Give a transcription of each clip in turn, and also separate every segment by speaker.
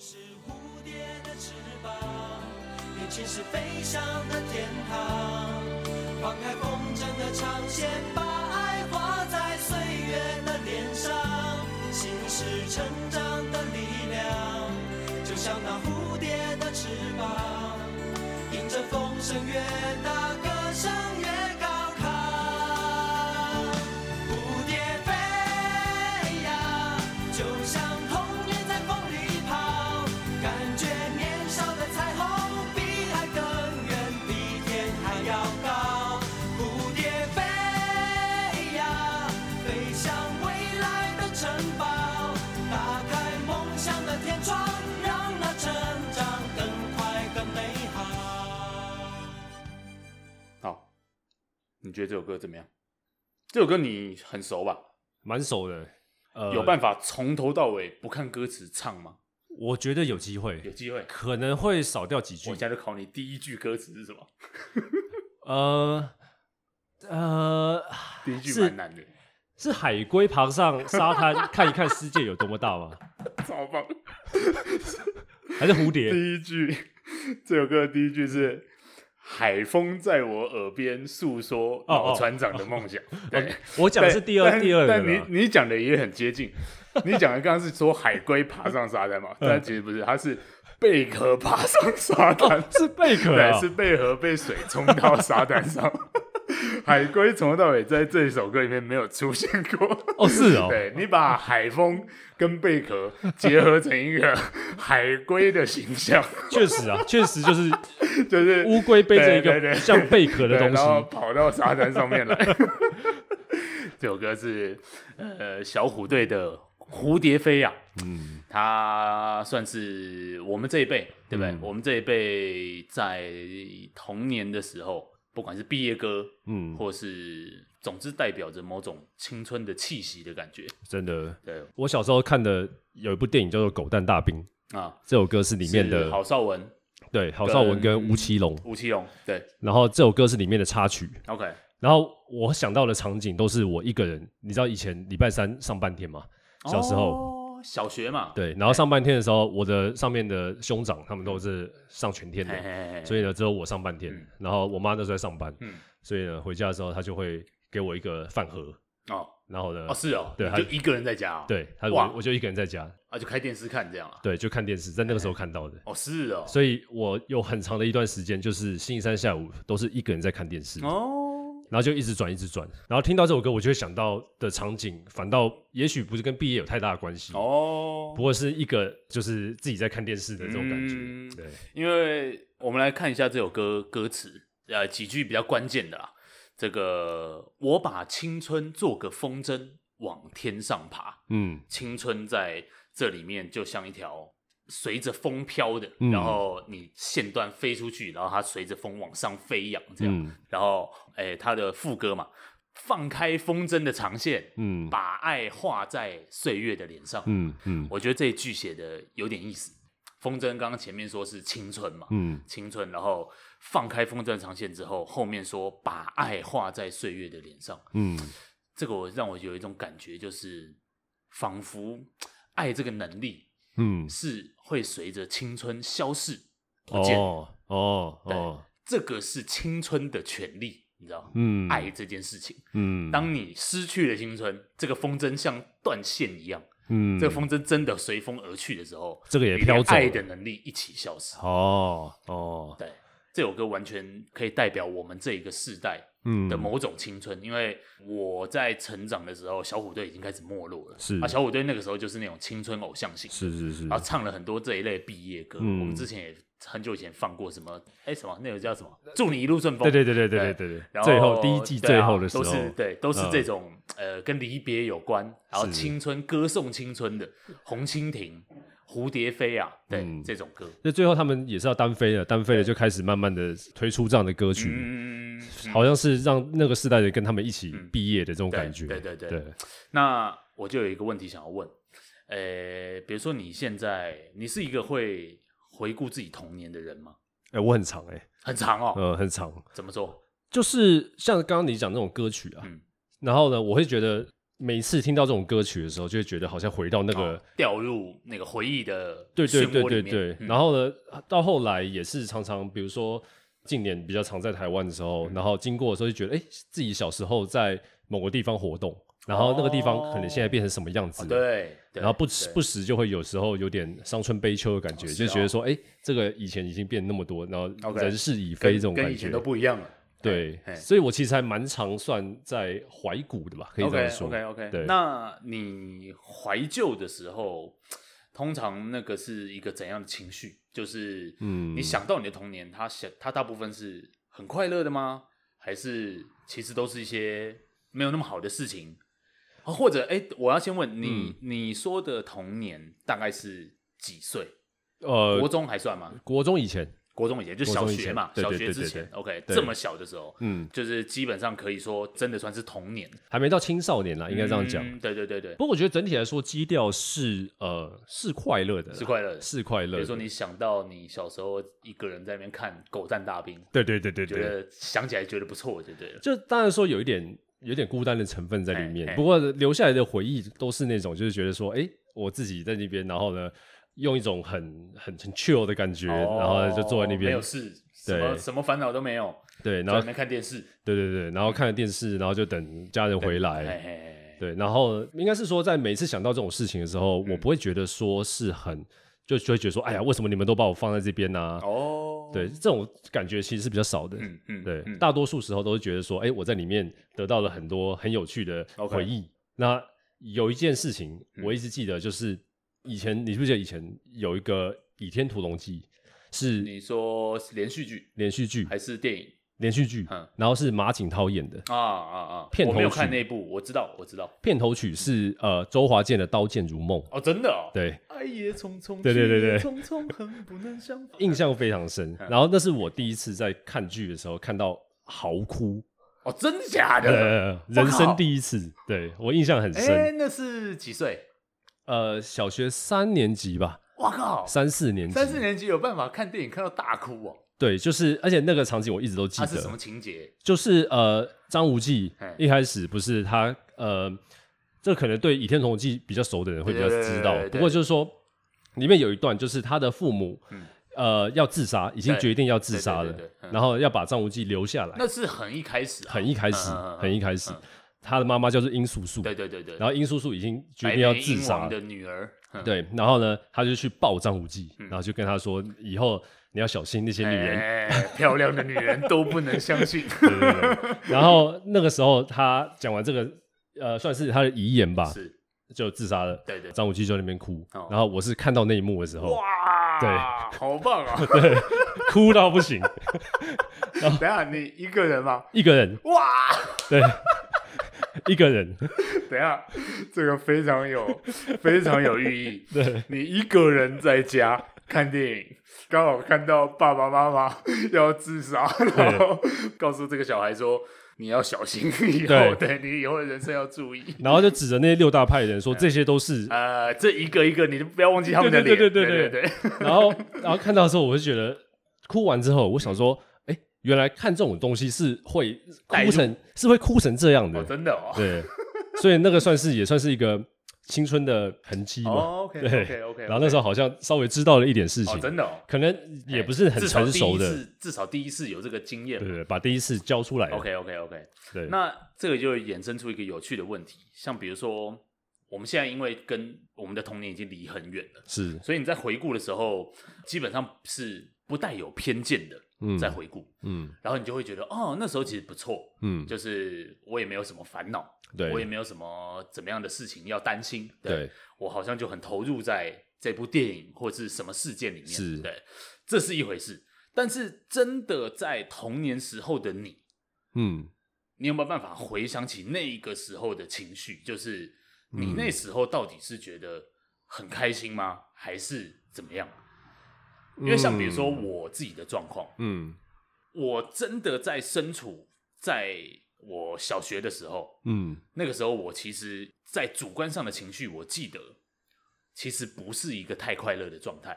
Speaker 1: 是蝴蝶的翅膀，年轻是飞翔的天堂。放开风筝的长线，把爱画在岁月的脸上。心是成长的力量，就像那蝴蝶的翅膀，迎着风声越大，歌声越高亢。蝴蝶飞呀，就像童年在风里跑，感觉年少的彩虹比海更远，比天还要高。蝴蝶飞呀，飞向未来的城堡，打开梦想的天窗，让那成长更快更美好。
Speaker 2: 好，你觉得这首歌怎么样？这首歌你很熟吧？
Speaker 3: 蛮熟的。呃，
Speaker 2: 有办法从头到尾不看歌词唱吗？
Speaker 3: 我觉得有机
Speaker 2: 有
Speaker 3: 会，
Speaker 2: 机会，
Speaker 3: 可能会少掉几
Speaker 2: 我
Speaker 3: 句
Speaker 2: 现。在就考你，第一句歌词是什么？
Speaker 3: 呃呃，
Speaker 2: 第一句
Speaker 3: 是
Speaker 2: 蛮难的，
Speaker 3: 是海龟爬上沙 滩看一看世界有多么大吗？
Speaker 2: 超棒。
Speaker 3: 还是蝴蝶？
Speaker 2: 第一句，这首歌的第一句是“海风在我耳边诉
Speaker 3: 哦
Speaker 2: 说老船长的梦想”对，
Speaker 3: 我哦讲的是第二
Speaker 2: 但
Speaker 3: 第二个
Speaker 2: 但你
Speaker 3: 啦。
Speaker 2: 你讲的也很接近。你讲的刚刚是说海龟爬上沙 滩嘛？
Speaker 3: 嗯
Speaker 2: 但其实不是，它是贝壳爬上沙滩。
Speaker 3: 是贝壳
Speaker 2: 对，
Speaker 3: 啊，
Speaker 2: 是被河被水冲到沙滩 上。海龟从头到尾在这首歌里面没有出现过。
Speaker 3: 哦是哦，
Speaker 2: 对你把海风跟贝壳结合成一个海龟的形象，
Speaker 3: 确实啊，确实就是
Speaker 2: 就是
Speaker 3: 乌龟背着一
Speaker 2: 对对
Speaker 3: 个
Speaker 2: 对
Speaker 3: 像贝壳
Speaker 2: 对
Speaker 3: 的东
Speaker 2: 然后
Speaker 3: 西，
Speaker 2: 跑到沙滩上面来。 这首歌是呃小虎队的《蝴蝶飞》啊，
Speaker 3: 嗯，
Speaker 2: 它算是我们这一辈，对不对？
Speaker 3: 嗯
Speaker 2: 我们这一辈在童年的时候，不管是毕业歌，
Speaker 3: 嗯
Speaker 2: 或是总之代表着某种青春的气息的感觉。
Speaker 3: 真的。
Speaker 2: 对
Speaker 3: 我小时候看的有一部电影叫做《狗蛋大兵》，
Speaker 2: 啊，
Speaker 3: 这首歌是里面
Speaker 2: 是
Speaker 3: 的
Speaker 2: 郝邵文、
Speaker 3: 对郝邵文跟吴奇隆，
Speaker 2: 吴奇隆，对
Speaker 3: 然后这首歌是里面的插曲。
Speaker 2: ，OK，
Speaker 3: 然后我想到的场景都是我一个人，你知道以前礼拜三上半天嘛，小时候、
Speaker 2: 哦小学嘛，
Speaker 3: 对，然后上半天的时候，我的上面的兄长他们都是上全天
Speaker 2: 嘿，嘿
Speaker 3: 的，
Speaker 2: 嘿嘿
Speaker 3: 所以呢只有我上半天，
Speaker 2: 嗯
Speaker 3: 然后我妈那时候在上班，
Speaker 2: 嗯
Speaker 3: 所以呢回家的时候她就会给我一个饭盒，
Speaker 2: 哦
Speaker 3: 然后呢，
Speaker 2: 哦是哦，
Speaker 3: 对
Speaker 2: 你
Speaker 3: 还
Speaker 2: 就一个人在家哦，
Speaker 3: 对，她
Speaker 2: 哇
Speaker 3: 我我就一个人在家，
Speaker 2: 啊，就开电视看这样啊，
Speaker 3: 对，就看电视，在那个时候看到的。
Speaker 2: 哦是哦，
Speaker 3: 所以我有很长的一段时间，就是星期三下午都是一个人在看电视，
Speaker 2: 哦，
Speaker 3: 然后就一直转一直转，然后听到这首歌，我就会想到的场景，反倒也许不是跟毕业有太大的关系，
Speaker 2: 哦
Speaker 3: 不，过是一个就是自己在看电视的这种感觉。
Speaker 2: 嗯
Speaker 3: 对，
Speaker 2: 因为我们来看一下这首歌歌词，呃，几句比较关键的啦。这个我把青春做个风筝，往天上爬。
Speaker 3: 嗯，
Speaker 2: 青春在这里面就像一条随着风飘的，
Speaker 3: 嗯
Speaker 2: 然后你线段飞出去，然后它随着风往上飞扬，这样。
Speaker 3: 嗯
Speaker 2: 然后，哎，它的副歌嘛，放开风筝的长线，
Speaker 3: 嗯
Speaker 2: 把爱画在岁月的脸上。
Speaker 3: 嗯嗯
Speaker 2: 我觉得这一句写的有点意思。风筝刚刚前面说是青春嘛，
Speaker 3: 嗯
Speaker 2: 青春，然后放开风筝的长线之后，后面说把爱画在岁月的脸上，
Speaker 3: 嗯
Speaker 2: 这个我让我有一种感觉，就是仿佛爱这个能力
Speaker 3: 嗯，
Speaker 2: 是会随着青春消逝不见，
Speaker 3: 哦哦哦，
Speaker 2: 这个是青春的权利，你知道吗？
Speaker 3: 嗯，
Speaker 2: 爱这件事情，
Speaker 3: 嗯，
Speaker 2: 当你失去了青春，这个风筝像断线一样，
Speaker 3: 嗯
Speaker 2: 这个风筝真的随风而去的时候，
Speaker 3: 这个也
Speaker 2: 你连
Speaker 3: 飘走了
Speaker 2: 爱的能力一起消失。
Speaker 3: 哦哦
Speaker 2: 对，这首歌完全可以代表我们这一个世代
Speaker 3: 嗯
Speaker 2: 的某种青春，因为我在成长的时候，小虎队已经开始没落了。
Speaker 3: 是
Speaker 2: 啊，小虎队那个时候就是那种青春偶像型，
Speaker 3: 是是是
Speaker 2: 然后唱了很多这一类毕业歌。
Speaker 3: 嗯
Speaker 2: 我们之前也很久以前放过什么，哎，什么那个叫什么？祝你一路顺风。
Speaker 3: 对对对对
Speaker 2: 对
Speaker 3: 对对对
Speaker 2: 然后
Speaker 3: 对，最后第一季
Speaker 2: 对
Speaker 3: 最
Speaker 2: 啊
Speaker 3: 后的时候
Speaker 2: 都是对，都是
Speaker 3: 嗯
Speaker 2: 这种、呃跟离别有关，然后
Speaker 3: 是
Speaker 2: 青春歌颂青春的《红蜻蜓》《蝴蝶飞》啊，对、
Speaker 3: 嗯
Speaker 2: 这种歌，
Speaker 3: 那最后他们也是要单飞了，单飞了就开始慢慢的推出这样的歌曲，
Speaker 2: 嗯，
Speaker 3: 好像是让那个世代的跟他们一起
Speaker 2: 嗯
Speaker 3: 毕业的这种
Speaker 2: 对
Speaker 3: 感觉。
Speaker 2: 对对对
Speaker 3: 对，
Speaker 2: 那我就有一个问题想要问，呃，比如说你现在你是一个会回顾自己童年的人吗？
Speaker 3: 哎，我很长哎，
Speaker 2: 很长哦，
Speaker 3: 呃，很长，
Speaker 2: 怎么说？
Speaker 3: 就是像刚刚你讲那种歌曲啊
Speaker 2: 嗯，
Speaker 3: 然后呢，我会觉得每次听到这种歌曲的时候，就会觉得好像回到那个、
Speaker 2: 掉入那个回忆的
Speaker 3: 对对对
Speaker 2: 漩涡
Speaker 3: 对
Speaker 2: 里
Speaker 3: 对
Speaker 2: 面，嗯
Speaker 3: 然后呢，到后来也是常常，比如说近年比较常在台湾的时
Speaker 2: 嗯
Speaker 3: 候，然后经过的时候就觉得，哎，自己小时候在某个地方活动，然后那个地方可能现在变成什么样
Speaker 2: 哦
Speaker 3: 子了。
Speaker 2: 对，对
Speaker 3: 然后不
Speaker 2: 对
Speaker 3: 时不时就会有时候有点伤春悲秋的感觉，
Speaker 2: 哦是
Speaker 3: 就觉
Speaker 2: 哦
Speaker 3: 得说，哎，这个以前已经变那么多，然后
Speaker 2: OK
Speaker 3: 人事已非
Speaker 2: 跟
Speaker 3: 这种
Speaker 2: 跟
Speaker 3: 感
Speaker 2: 以前
Speaker 3: 觉
Speaker 2: 都。不一样了。
Speaker 3: 对
Speaker 2: 哎嘿，
Speaker 3: 所以我其实还蛮常算在怀古的吧，可以这样
Speaker 2: OK
Speaker 3: 说。
Speaker 2: OK OK，
Speaker 3: 对
Speaker 2: 那你怀旧的时候，通常那个是一个怎样的情绪？就是
Speaker 3: 嗯
Speaker 2: 你想到你的童年，他想他大部分是很快乐的吗？还是其实都是一些没有那么好的事情？啊或者哎、我要先问你，
Speaker 3: 嗯
Speaker 2: 你说的童年大概是几岁？
Speaker 3: 呃
Speaker 2: 国，中还算吗？
Speaker 3: 国中以前，
Speaker 2: 国中以前就
Speaker 3: 国
Speaker 2: 小
Speaker 3: 中以
Speaker 2: 学
Speaker 3: 前
Speaker 2: 嘛，
Speaker 3: 对
Speaker 2: 小
Speaker 3: 对
Speaker 2: 学
Speaker 3: 对
Speaker 2: 之
Speaker 3: 对
Speaker 2: 前
Speaker 3: 对
Speaker 2: ，OK，
Speaker 3: 对
Speaker 2: 这么小的时候，
Speaker 3: 嗯，
Speaker 2: 就是基本上可以说真的算是童年，
Speaker 3: 还没到青少年啦，应该这样讲。
Speaker 2: 嗯对对对对，
Speaker 3: 不过我觉得整体来说，基调是呃是快乐的啦，
Speaker 2: 是快乐的
Speaker 3: 是快
Speaker 2: 比
Speaker 3: 乐的。
Speaker 2: 如说你想到你小时候一个人在那边看《狗战大兵》，
Speaker 3: 对对对对
Speaker 2: 觉
Speaker 3: 对，
Speaker 2: 得想起来觉得不错就对了。
Speaker 3: 就当然说有一点有点孤单的成分在里面
Speaker 2: 哎哎，
Speaker 3: 不过留下来的回忆都是那种就是觉得说，哎，我自己在那边，然后呢用一种很很很 chill 的感觉，然后呢就坐在那
Speaker 2: 哦没
Speaker 3: 边
Speaker 2: 有，事，什么
Speaker 3: 对
Speaker 2: 什么烦恼都没有，
Speaker 3: 对，
Speaker 2: 在
Speaker 3: 然
Speaker 2: 那
Speaker 3: 后
Speaker 2: 边看电视。
Speaker 3: 对对对，然后看着电视，然后就等家人回来，
Speaker 2: 哎哎，
Speaker 3: 对，然后应该是说，在每次想到这种事情的时候，
Speaker 2: 嗯
Speaker 3: 我不会觉得说是很，就就会觉得说，哎呀，为什么你们都把我放在这边呢、
Speaker 2: 哎哦，
Speaker 3: 对，这种感觉其实是比较少的。
Speaker 2: 嗯嗯，
Speaker 3: 对，
Speaker 2: 嗯
Speaker 3: 大多数时候都是觉得说，哎，我在里面得到了很多很有趣的
Speaker 2: OK
Speaker 3: 回忆。那有一件事情
Speaker 2: 嗯
Speaker 3: 我一直记得，就是以前你记不记得以前有一个《倚天屠龙记》是
Speaker 2: 你说连续剧
Speaker 3: 连续剧，
Speaker 2: 还是电影
Speaker 3: 连续剧
Speaker 2: 哎嗯，
Speaker 3: 然后是马景涛演的，
Speaker 2: 啊啊啊？
Speaker 3: 片
Speaker 2: 我没有
Speaker 3: 头
Speaker 2: 看
Speaker 3: 曲
Speaker 2: 那部，我知道我知道。
Speaker 3: 片头曲是
Speaker 2: 嗯
Speaker 3: 呃周华健的《刀剑如梦》。
Speaker 2: 哦，真的哦。
Speaker 3: 对，
Speaker 2: 爱也匆匆，
Speaker 3: 对对对对
Speaker 2: 去也匆匆恨不能相逢。
Speaker 3: 印象非常深。
Speaker 2: 嗯
Speaker 3: 然后那是我第一次在看剧的时候看到嚎哭，
Speaker 2: 哦，真的假的？
Speaker 3: 呃，人生第一次，对我印 象很
Speaker 2: 哎
Speaker 3: 深。，
Speaker 2: 那是几岁？
Speaker 3: 呃，小学三年级吧，
Speaker 2: 我靠，
Speaker 3: 三四年级，
Speaker 2: 三四年级有办法看电影看到大哭哦？
Speaker 3: 对，就是，而且那个场景我一直都记
Speaker 2: 它啊是什么哎
Speaker 3: 得，
Speaker 2: 情节？
Speaker 3: 就是呃，张无忌
Speaker 2: 嘿
Speaker 3: 一开始不是他呃，这可能对《倚天屠龙记》比较熟的人会比较
Speaker 2: 对对对
Speaker 3: 知道
Speaker 2: 对对，
Speaker 3: 不过就是说里面有一段就是他的父母。呃，要自杀，已经
Speaker 2: 嗯对
Speaker 3: 决定要自
Speaker 2: 对对
Speaker 3: 杀
Speaker 2: 对
Speaker 3: 了
Speaker 2: 对嗯，
Speaker 3: 然后要把张无忌留下来。
Speaker 2: 那是很一开始啊，
Speaker 3: 很一开始
Speaker 2: 嗯嗯嗯，
Speaker 3: 很一开始
Speaker 2: 嗯，
Speaker 3: 他的妈妈叫做殷素素，
Speaker 2: 对对对对，
Speaker 3: 然后殷素素已经决定要自
Speaker 2: 白眉鹰王
Speaker 3: 杀，
Speaker 2: 的女儿，嗯，
Speaker 3: 对，然后呢，他就去抱张无忌，然后就跟他说，以后你要小心那些女人。
Speaker 2: 哎漂亮的女人都不能相信，
Speaker 3: 对对对。然后那个时候他讲完这个，呃，算是他的遗言吧，
Speaker 2: 是
Speaker 3: 就自杀了。
Speaker 2: 对对，
Speaker 3: 张无忌就在那边哭
Speaker 2: 哦，
Speaker 3: 然后我是看到那一幕的时候，
Speaker 2: 哇，
Speaker 3: 对，
Speaker 2: 好棒啊！
Speaker 3: 哭到不行，
Speaker 2: 等一下你一个人吗？
Speaker 3: 一个人，
Speaker 2: 哇，
Speaker 3: 对，一个人，
Speaker 2: 等一下这个非常有非常有寓意，
Speaker 3: 对，
Speaker 2: 你一个人在家看电影，刚好看到爸爸妈妈 要自杀，然后告诉这个小孩说：“你要小心，以后
Speaker 3: 对
Speaker 2: 对你以后的人生要注意。
Speaker 3: 然后就指着那六大派的
Speaker 2: 嗯
Speaker 3: 人说，这些都是”
Speaker 2: 呃，这一个一个，你都不要忘记他们的脸。
Speaker 3: 对
Speaker 2: 对
Speaker 3: 对对对
Speaker 2: 对
Speaker 3: 然后然后看到的时候，我就觉得哭完之后，我想说，哎、原来看这种东西是会
Speaker 2: 带入
Speaker 3: 哭成，是会哭成这样的，
Speaker 2: 哦，真的哦。
Speaker 3: 对，所以那个算是也算是一个青春的痕迹嘛。
Speaker 2: 哦，OK
Speaker 3: 对
Speaker 2: OK OK，
Speaker 3: 然后那时候好像稍微知道了一点事情，
Speaker 2: 哦，真的哦，
Speaker 3: 可能也不是很
Speaker 2: 至少
Speaker 3: 成熟
Speaker 2: 第一
Speaker 3: 的，
Speaker 2: 次，至少第一次有这个经验
Speaker 3: 对
Speaker 2: 嘛。
Speaker 3: 对，对把第一次交出来了。
Speaker 2: OK OK OK，
Speaker 3: 对，
Speaker 2: 那这个就衍生出一个有趣的问题，像比如说，我们现在因为跟我们的童年已经离很远了。
Speaker 3: 是
Speaker 2: 所以你在回顾的时候，基本上是不带有偏见的
Speaker 3: 嗯
Speaker 2: 在回顾，
Speaker 3: 嗯
Speaker 2: 然后你就会觉得哦，那时候其实不错，
Speaker 3: 嗯，
Speaker 2: 就是我也没有什么烦恼，
Speaker 3: 对
Speaker 2: 我也没有什么怎么样的事情要担心，
Speaker 3: 对
Speaker 2: 我好像就很投入在这部电影或是什么事件里面，
Speaker 3: 是
Speaker 2: 对，这是一回事。但是真的在童年时候的你，
Speaker 3: 嗯
Speaker 2: 你有没有办法回想起那一个时候的情绪？就是
Speaker 3: 嗯
Speaker 2: 你那时候到底是觉得很开心吗，还是怎么样？因为像比如说我自己的状况，
Speaker 3: 嗯
Speaker 2: 我真的在身处在我小学的时候，
Speaker 3: 嗯
Speaker 2: 那个时候我其实，在主观上的情绪，我记得其实不是一个太快乐的状态，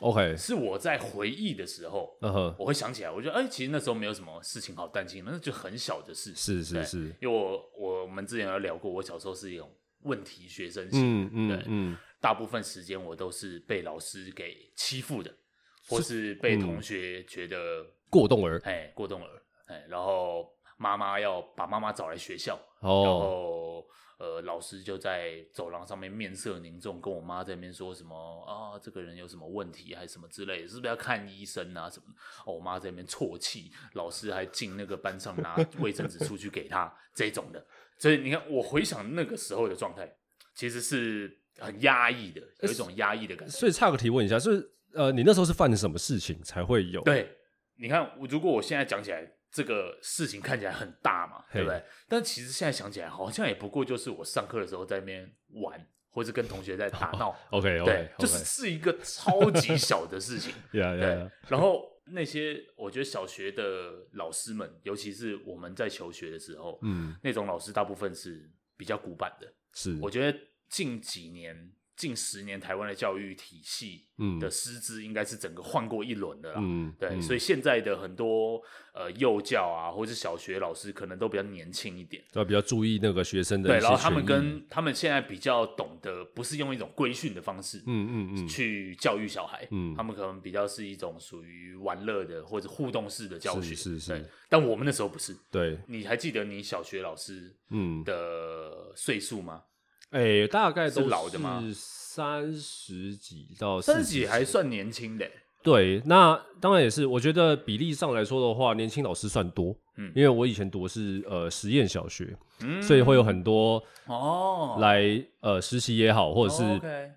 Speaker 3: ，OK，
Speaker 2: 是我在回忆的时候，
Speaker 3: 嗯哼，
Speaker 2: 我会想起来，我觉得哎、其实那时候没有什么事情好担心，那就很小的事，
Speaker 3: 是
Speaker 2: 对
Speaker 3: 是是，
Speaker 2: 因为我我我们之前有聊过，我小时候是一种问题学生型，
Speaker 3: 嗯嗯
Speaker 2: 对
Speaker 3: 嗯，
Speaker 2: 大部分时间我都是被老师给欺负的，或是被
Speaker 3: 嗯
Speaker 2: 同学觉得
Speaker 3: 过动儿
Speaker 2: 哎、过动儿，哎，然后妈妈要把妈妈找来学校，然
Speaker 3: 哦，
Speaker 2: 后呃，老师就在走廊上面面色凝重，跟我妈在那边说什么啊，这个人有什么问题还是什么之类的，是不是要看医生啊什么的？哦，我妈在那边啜泣，老师还进那个班上拿卫生纸出去给她这种的。所以你看，我回想那个时候的状态，其实是很压抑的，有一种压抑的感觉。
Speaker 3: 所以差个题问一下，就是呃，你那时候是犯了什么事情才会有？，
Speaker 2: 对，你看，我如果我现在讲起来，这个事情看起来很大嘛，对不
Speaker 3: 嘿，
Speaker 2: 对？但其实现在想起来，好像也不过就是我上课的时候在那边玩，或是跟同学在打闹
Speaker 3: OK
Speaker 2: 对
Speaker 3: OK，，
Speaker 2: 就是是一个超级小的事 情。
Speaker 3: 呀呀
Speaker 2: 对
Speaker 3: 呀，，
Speaker 2: 然后那些我觉得小学的老师们，尤其是我们在求学的时候，
Speaker 3: 嗯，
Speaker 2: 那种老师大部分是比较古板的，
Speaker 3: 是，
Speaker 2: 我觉得近几年、近十年台湾的教育体系
Speaker 3: 嗯
Speaker 2: 的师资应该是整个换过一轮的啦。
Speaker 3: 嗯
Speaker 2: 对，
Speaker 3: 嗯
Speaker 2: 所以现在的很多呃幼教啊，或者小学老师可能都比较年轻一点。
Speaker 3: 要比较注意那个学生的
Speaker 2: 对，
Speaker 3: 一些
Speaker 2: 然后他们
Speaker 3: 权益
Speaker 2: 跟他们现在比较懂得，不是用一种规训的方式，
Speaker 3: 嗯嗯嗯
Speaker 2: 去教育小孩，
Speaker 3: 嗯
Speaker 2: 他们可能比较是一种属于玩乐的或者互动式的教学，
Speaker 3: 是是是
Speaker 2: 对。但我们那时候不是，
Speaker 3: 对
Speaker 2: 你还记得你小学老师
Speaker 3: 嗯
Speaker 2: 的岁数吗？
Speaker 3: 哎、大概都
Speaker 2: 是老的吗
Speaker 3: 三十几到
Speaker 2: 三十
Speaker 3: 40
Speaker 2: 几还算年轻的欸、
Speaker 3: 对，那当然也是，我觉得比例上来说的话，年轻老师算多。
Speaker 2: 嗯
Speaker 3: 因为我以前读的是呃实验小学，
Speaker 2: 嗯
Speaker 3: 所以会有很多
Speaker 2: 哦，
Speaker 3: 来呃实习也好，或者是、
Speaker 2: 哦，OK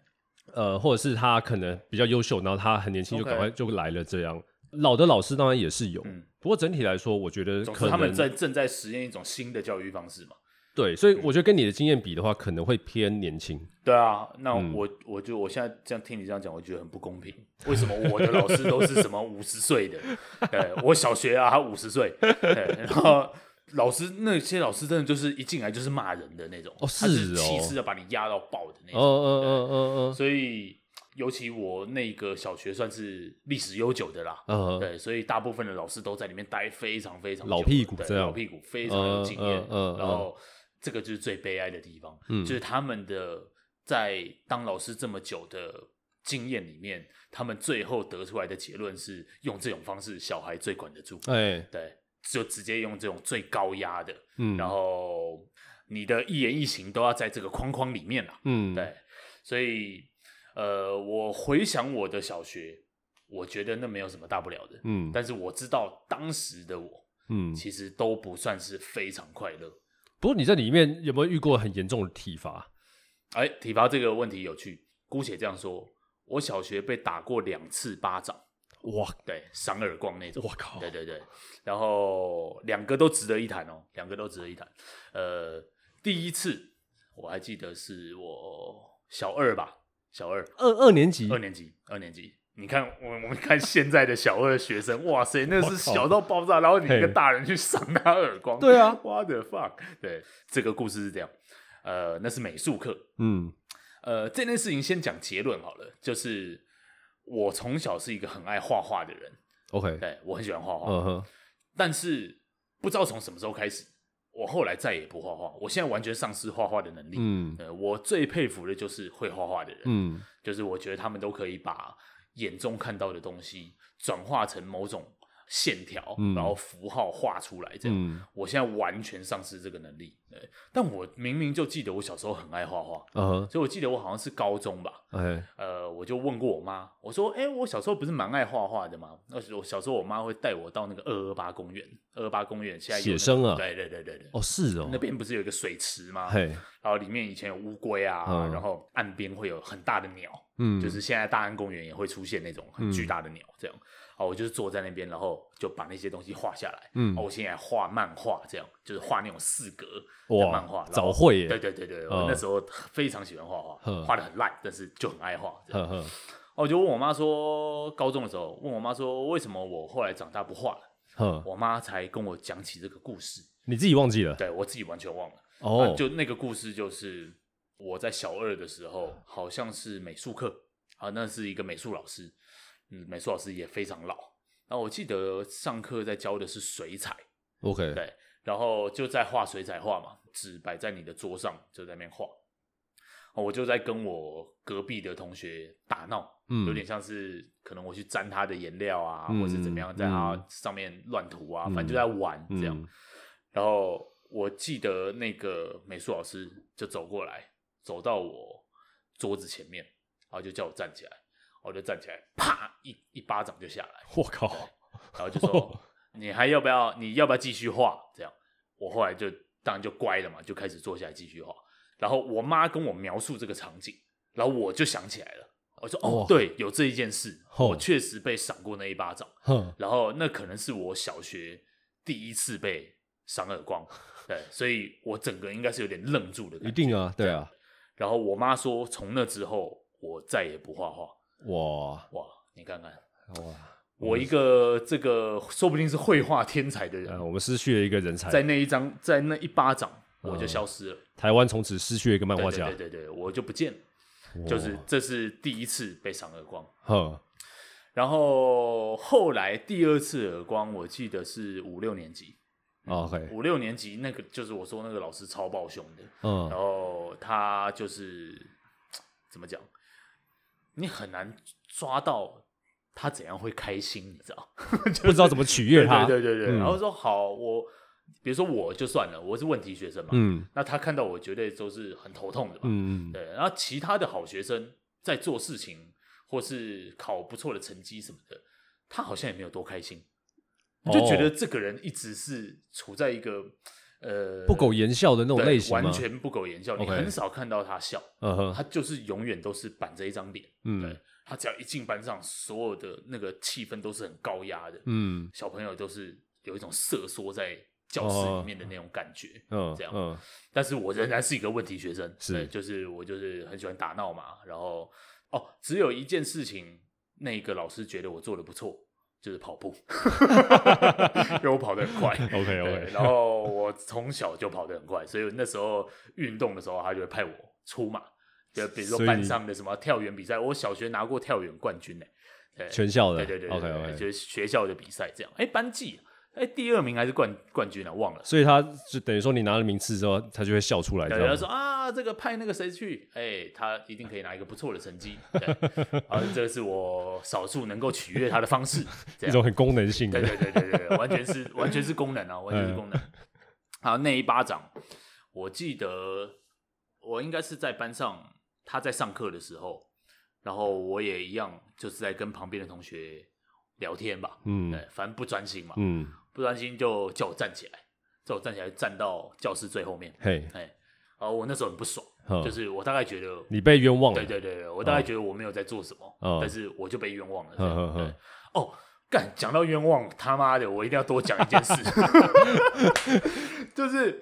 Speaker 3: 呃，或者是他可能比较优秀，然后他很年轻就
Speaker 2: OK
Speaker 3: 赶快就来了这样。老的老师当然也是有，
Speaker 2: 嗯
Speaker 3: 不过整体来说，我觉得
Speaker 2: 总
Speaker 3: 可
Speaker 2: 之
Speaker 3: 能
Speaker 2: 他们在嗯正在实验一种新的教育方式嘛。
Speaker 3: 对，所以我觉得跟你的经验比的话，可能会偏年轻。
Speaker 2: 对啊，那
Speaker 3: 嗯
Speaker 2: 我、我就我现在这样听你这样讲，我觉得很不公平。为什么我的老师都是什么五十岁 的？对，我小学啊，他五十岁，对，然后老师那些老师真的就是一进来就是骂人的那种，
Speaker 3: 哦
Speaker 2: 他
Speaker 3: 是
Speaker 2: 是
Speaker 3: 哦
Speaker 2: 气势要把你压到爆的那
Speaker 3: 嗯
Speaker 2: 种。
Speaker 3: 嗯嗯嗯
Speaker 2: 所以，尤其我那个小学算是历史悠久的啦，
Speaker 3: 嗯，嗯，
Speaker 2: 对，所以大部分的老师都在里面待非常非常久
Speaker 3: 老屁股
Speaker 2: 对
Speaker 3: 这样
Speaker 2: 老屁股非常有经验
Speaker 3: 嗯。嗯嗯
Speaker 2: 然后这个就是最悲哀的地方，
Speaker 3: 嗯
Speaker 2: 就是他们的在当老师这么久的经验里面，他们最后得出来的结论是用这种方式，小孩最管得住。
Speaker 3: 哎、
Speaker 2: 对，就直接用这种最高压的，
Speaker 3: 嗯，
Speaker 2: 然后你的一言一行都要在这个框框里面啦。啊
Speaker 3: 嗯，
Speaker 2: 对，所以呃，我回想我的小学，我觉得那没有什么大不了的。
Speaker 3: 嗯，
Speaker 2: 但是我知道当时的我
Speaker 3: 嗯，
Speaker 2: 其实都不算是非常快乐。
Speaker 3: 不过你在里面有没有遇过很严重的体罚？
Speaker 2: 哎，体罚这个问题有趣，姑且这样说，我小学被打过两次巴掌，
Speaker 3: 哇，
Speaker 2: 对，赏耳光那种。
Speaker 3: 我靠
Speaker 2: 对对对，然后两个都值得一谈哦，两个都值得一谈。呃，第一次我还记得是我小二吧，小二，
Speaker 3: 二二年级
Speaker 2: 二年级，二年级。你看，我我们看现在的小二学生，哇塞，那
Speaker 3: 我靠
Speaker 2: 是小到爆炸，然后你一个
Speaker 3: 嘿
Speaker 2: 大人去赏他耳光，
Speaker 3: 对啊
Speaker 2: ，what the fuck？对，这个故事是这样，呃，那是美术课，
Speaker 3: 嗯
Speaker 2: 呃，这件事情先讲结论好了，就是我从小是一个很爱画画的人，
Speaker 3: ，OK，
Speaker 2: 对我很喜欢画画，
Speaker 3: 嗯哼，
Speaker 2: 但是不知道从什么时候开始，我后来再也不画画，我现在完全丧失画画的能力。
Speaker 3: 嗯
Speaker 2: 呃，我最佩服的就是会画画的人，
Speaker 3: 嗯
Speaker 2: 就是我觉得他们都可以把眼中看到的东西转化成某种线条，
Speaker 3: 嗯
Speaker 2: 然后符号画出来这样。
Speaker 3: 嗯
Speaker 2: 我现在完全丧失这个能力，对，但我明明就记得我小时候很爱画画，
Speaker 3: 嗯哼，
Speaker 2: 所以我记得我好像是高中吧，
Speaker 3: 哎，
Speaker 2: 呃，我就问过我妈，我说，哎、我小时候不是蛮爱画画的吗？那时候我小时候我妈会带我到那个二二八公园，二二八公园现在有那个
Speaker 3: 写生啊
Speaker 2: 对对对对对，
Speaker 3: 哦是哦
Speaker 2: 那，边不是有一个水池吗？
Speaker 3: 嘿，
Speaker 2: 然后里面以前有乌龟啊，
Speaker 3: 嗯
Speaker 2: 然后岸边会有很大的鸟，
Speaker 3: 嗯，
Speaker 2: 就是现在大安公园也会出现那种很巨大的鸟，这样。哦，我就是坐在那边，然后就把那些东西画下来。
Speaker 3: 嗯
Speaker 2: 哦，我现在画漫画，这样就是画那种四格的漫画
Speaker 3: 哇，，
Speaker 2: 然
Speaker 3: 早
Speaker 2: 后
Speaker 3: 会耶，
Speaker 2: 对对对对，我
Speaker 3: 嗯
Speaker 2: 那时候非常喜欢画画，
Speaker 3: 呵
Speaker 2: 画的很烂，但是就很爱画。这样
Speaker 3: 呵呵，
Speaker 2: 哦，我就问我妈说，高中的时候问我妈说，为什么我后来长大不画了？
Speaker 3: 呵，
Speaker 2: 我妈才跟我讲起这个故事，
Speaker 3: 你自己忘记了
Speaker 2: 对我自己完全忘了。
Speaker 3: 哦
Speaker 2: 啊，就那个故事就是我在小二的时候，好像是美术课啊，那是一个美术老师，嗯，美术老师也非常老。然后我记得上课在教的是水彩，
Speaker 3: OK，
Speaker 2: 对，然后就在画水彩画嘛，纸摆在你的桌上，就在那边画。哦我就在跟我隔壁的同学打闹，
Speaker 3: 嗯
Speaker 2: 有点像是可能我去沾他的颜料啊，
Speaker 3: 嗯
Speaker 2: 或是怎么样，在他
Speaker 3: 嗯
Speaker 2: 上面乱涂啊，
Speaker 3: 嗯
Speaker 2: 反正就在玩这样。
Speaker 3: 嗯
Speaker 2: 然后我记得那个美术老师就走过来，走到我桌子前面，然后就叫我站起来，我就站起来，啪一一巴掌就下来，
Speaker 3: 我靠，
Speaker 2: 然后就说
Speaker 3: 哦
Speaker 2: 你还要不要，你要不要继续画？这样，我后来就当然就乖了嘛，就开始坐下来继续画。然后我妈跟我描述这个场景，然后我就想起来了，我说哦
Speaker 3: 哦，
Speaker 2: 对，有这一件事，
Speaker 3: 哦
Speaker 2: 我确实被赏过那一巴掌。
Speaker 3: 哼，
Speaker 2: 然后那可能是我小学第一次被赏耳光，对，所以我整个应该是有点愣住的感觉。
Speaker 3: 一定啊，对啊，
Speaker 2: 然后我妈说，从那之后我再也不画画。
Speaker 3: 哇
Speaker 2: 哇，你看看
Speaker 3: 哇，
Speaker 2: 我一个这个说不定是绘画天才的人
Speaker 3: 呃，，我们失去了一个人才，
Speaker 2: 在那一张在那一巴掌我
Speaker 3: 嗯
Speaker 2: 就消失了。
Speaker 3: 台湾从此失去了一个漫
Speaker 2: 对
Speaker 3: 画
Speaker 2: 对
Speaker 3: 家
Speaker 2: 对，对对，我就不见了，
Speaker 3: 哇
Speaker 2: 就是这是第一次被赏耳光。
Speaker 3: 哼，
Speaker 2: 然后后来第二次耳光，我记得是五六年级，
Speaker 3: 哦 OK，
Speaker 2: 五六年级那个就是我说那个老师超暴凶的，然
Speaker 3: 嗯，
Speaker 2: 后他就是怎么讲，你很难抓到他怎样会开心，你知道？
Speaker 3: 不知道怎么取悦他，
Speaker 2: 对对对对。
Speaker 3: 嗯
Speaker 2: 然后说好，我比如说我就算了，我是问题学生嘛，
Speaker 3: 嗯
Speaker 2: 那他看到我绝对都是很头痛的嘛，
Speaker 3: 嗯嗯
Speaker 2: 对。然后其他的好学生在做事情或是考不错的成绩什么的，他好像也没有多开心，你就觉得
Speaker 3: 哦
Speaker 2: 这个人一直是处在一个呃
Speaker 3: 不苟言笑的那种
Speaker 2: 对
Speaker 3: 类型吗
Speaker 2: 完，全不苟言笑，你
Speaker 3: OK
Speaker 2: 很少看到他笑，
Speaker 3: 嗯哼，
Speaker 2: 他就是永远都是板着一张脸。 对
Speaker 3: 嗯
Speaker 2: 他只要一进班上，所有的那个气氛都是很高压的，
Speaker 3: 嗯
Speaker 2: 小朋友都是有一种瑟缩在教室里面
Speaker 3: 哦
Speaker 2: 的那种感觉。
Speaker 3: 嗯
Speaker 2: 这样
Speaker 3: 嗯
Speaker 2: 但是我仍然是一个问题学生，
Speaker 3: 是
Speaker 2: 对就是我就是很喜欢打闹嘛，然后哦，只有一件事情，那个老师觉得我做的不错，就是跑步， 因为我跑得很快。
Speaker 3: ，OK
Speaker 2: 对，
Speaker 3: OK，
Speaker 2: 然后我从小就跑得很快，所以那时候运动的时候，他就会派我出马，就比如
Speaker 3: 所
Speaker 2: 说
Speaker 3: 以
Speaker 2: 班
Speaker 3: 你
Speaker 2: 上的什么跳远比赛，我小学拿过跳远冠军呢、对，
Speaker 3: 全校的，
Speaker 2: 对对对对
Speaker 3: OK
Speaker 2: 对
Speaker 3: OK，
Speaker 2: 就是学校的比赛这样。哎，班级，哎，第二名还是冠冠军啊，忘了。
Speaker 3: 所以他就等于说你拿了名次之后，他就会笑出来，
Speaker 2: 对，
Speaker 3: 这
Speaker 2: 他
Speaker 3: 样
Speaker 2: 说啊，这个派那个谁去，哎，他一定可以拿一个不错的成绩。对， 啊，这是我少数能够取悦他的方式，这样
Speaker 3: 一种很功能性
Speaker 2: 对
Speaker 3: 的，
Speaker 2: 对对对对，完全是完全是功能啊，完全是功能。
Speaker 3: 嗯
Speaker 2: 好，那一巴掌，我记得我应该是在班上，他在上课的时候，然后我也一样，就是在跟旁边的同学聊天吧，
Speaker 3: 嗯
Speaker 2: 对，反正不专心嘛，
Speaker 3: 嗯，
Speaker 2: 不专心就叫我站起来，叫我站起来站到教室最后面，
Speaker 3: 嘿，
Speaker 2: 哎，然后我那时候很不爽，
Speaker 3: 嗯
Speaker 2: 就是我大概觉得
Speaker 3: 你被冤枉了
Speaker 2: 对，对对，对我大概觉得我没有在做什么，
Speaker 3: 哦
Speaker 2: 但是我就被冤枉了。
Speaker 3: 呵呵呵
Speaker 2: 对对哦，干，讲到冤枉，他妈的，我一定要多讲一件事， 就是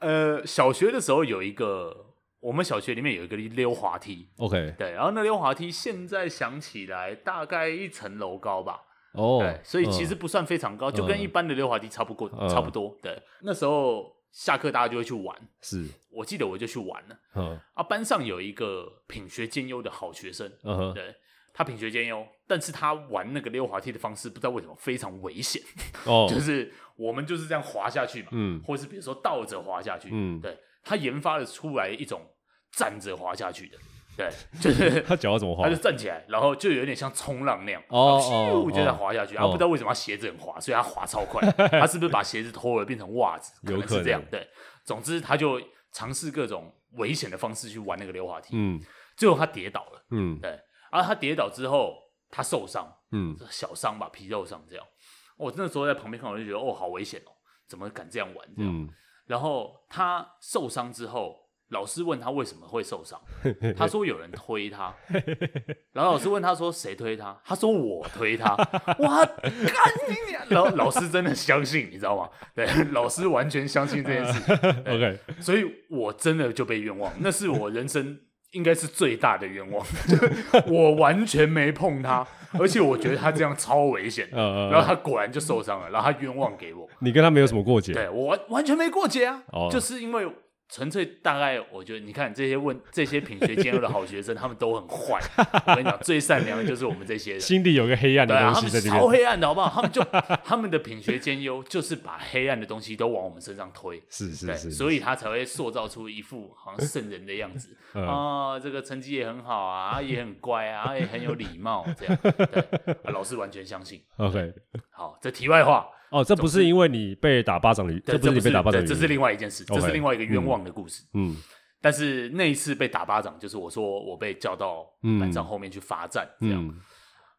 Speaker 2: 呃，小学的时候有一个，我们小学里面有一个溜滑梯，
Speaker 3: OK，
Speaker 2: 对，然后那溜滑梯现在想起来大概一层楼高吧，
Speaker 3: 哦
Speaker 2: 对，，哎所以其实不算非常高，就跟
Speaker 3: 嗯
Speaker 2: 一般的溜滑梯差不过，
Speaker 3: 嗯
Speaker 2: 差不多。对，那时候下课大家就会去玩，
Speaker 3: 嗯是，
Speaker 2: 我记得我就去玩了。
Speaker 3: 嗯
Speaker 2: 啊，班上有一个品学兼优的好学生，
Speaker 3: 嗯哼，
Speaker 2: 对他品学兼优，但是他玩那个溜滑梯的方式，不知道为什么非常危险，
Speaker 3: 哦，
Speaker 2: 就是我们就是这样滑下去嘛，
Speaker 3: 嗯
Speaker 2: 或是比如说倒着滑下去，
Speaker 3: 嗯
Speaker 2: 对他研发了出来一种站着滑下去的， 对，就是
Speaker 3: 他脚要怎么
Speaker 2: 他
Speaker 3: 画
Speaker 2: 就？站起来，然后就有点像冲浪那样，
Speaker 3: 哦
Speaker 2: 然后
Speaker 3: 哦
Speaker 2: 咻就这样
Speaker 3: 哦
Speaker 2: 滑下去，然
Speaker 3: 哦
Speaker 2: 后不知道为什么他鞋子很滑，所以他滑超 快，他是不是把鞋子脱了变成袜子？
Speaker 3: 有
Speaker 2: 能是这样
Speaker 3: 可，
Speaker 2: 对，总之他就尝试各种危险的方式去玩那个溜滑梯，
Speaker 3: 嗯
Speaker 2: 最后他跌倒了，
Speaker 3: 嗯
Speaker 2: 对，然后他跌倒之后他受伤，
Speaker 3: 嗯，
Speaker 2: 小伤吧，皮肉伤这样，我那时候在旁边看我就觉得哦好危险哦，怎么敢这样玩这样？
Speaker 3: 嗯，
Speaker 2: 然后他受伤之后，老师问他为什么会受伤，他说有人推他，然后老师问他说谁推他，他说我推他，哇，干你娘！然后老师真的相信，你知道吗？对，老师完全相信这件事情，
Speaker 3: OK，
Speaker 2: 所以我真的就被冤枉，那是我人生。应该是最大的冤枉，我完全没碰他，而且我觉得他这样超危险，
Speaker 3: 呃
Speaker 2: 然后他果然就受伤了，然后他冤枉给我，
Speaker 3: 你跟他没有什么过节，
Speaker 2: 对我完完全没过节啊，
Speaker 3: 哦
Speaker 2: 就是因为纯粹大概，我觉得你看这些问 这些品学兼优的好学生，他们都很 坏。我跟你讲，最善良的就是我们这些人。
Speaker 3: 心里有个黑暗
Speaker 2: 对
Speaker 3: 的
Speaker 2: 啊，
Speaker 3: 东
Speaker 2: 他
Speaker 3: 西
Speaker 2: 们
Speaker 3: 在
Speaker 2: 是
Speaker 3: 里
Speaker 2: 超
Speaker 3: 面，
Speaker 2: 黑暗的，好不好？他们就 他们的品学兼优，就是把黑暗的东西都往我们身上推。
Speaker 3: 是是
Speaker 2: 对，
Speaker 3: 是，
Speaker 2: 所以他才会塑造出一副好像圣人的样子。
Speaker 3: 嗯
Speaker 2: 哦，这个成绩也很好 啊，也很乖啊，也很有礼貌，这样。对，啊老师完全相信。
Speaker 3: OK，
Speaker 2: 好，这题外话，
Speaker 3: 哦，这不是因为你被打巴掌的，
Speaker 2: 对
Speaker 3: 这不是你被打巴掌
Speaker 2: 对
Speaker 3: 的，
Speaker 2: 这是另外一件事，这是
Speaker 3: OK，
Speaker 2: 另外一个冤枉的故事。
Speaker 3: 嗯
Speaker 2: 但是那一次被打巴掌，就是我说我被叫到班上后面去罚站，这样。
Speaker 3: 嗯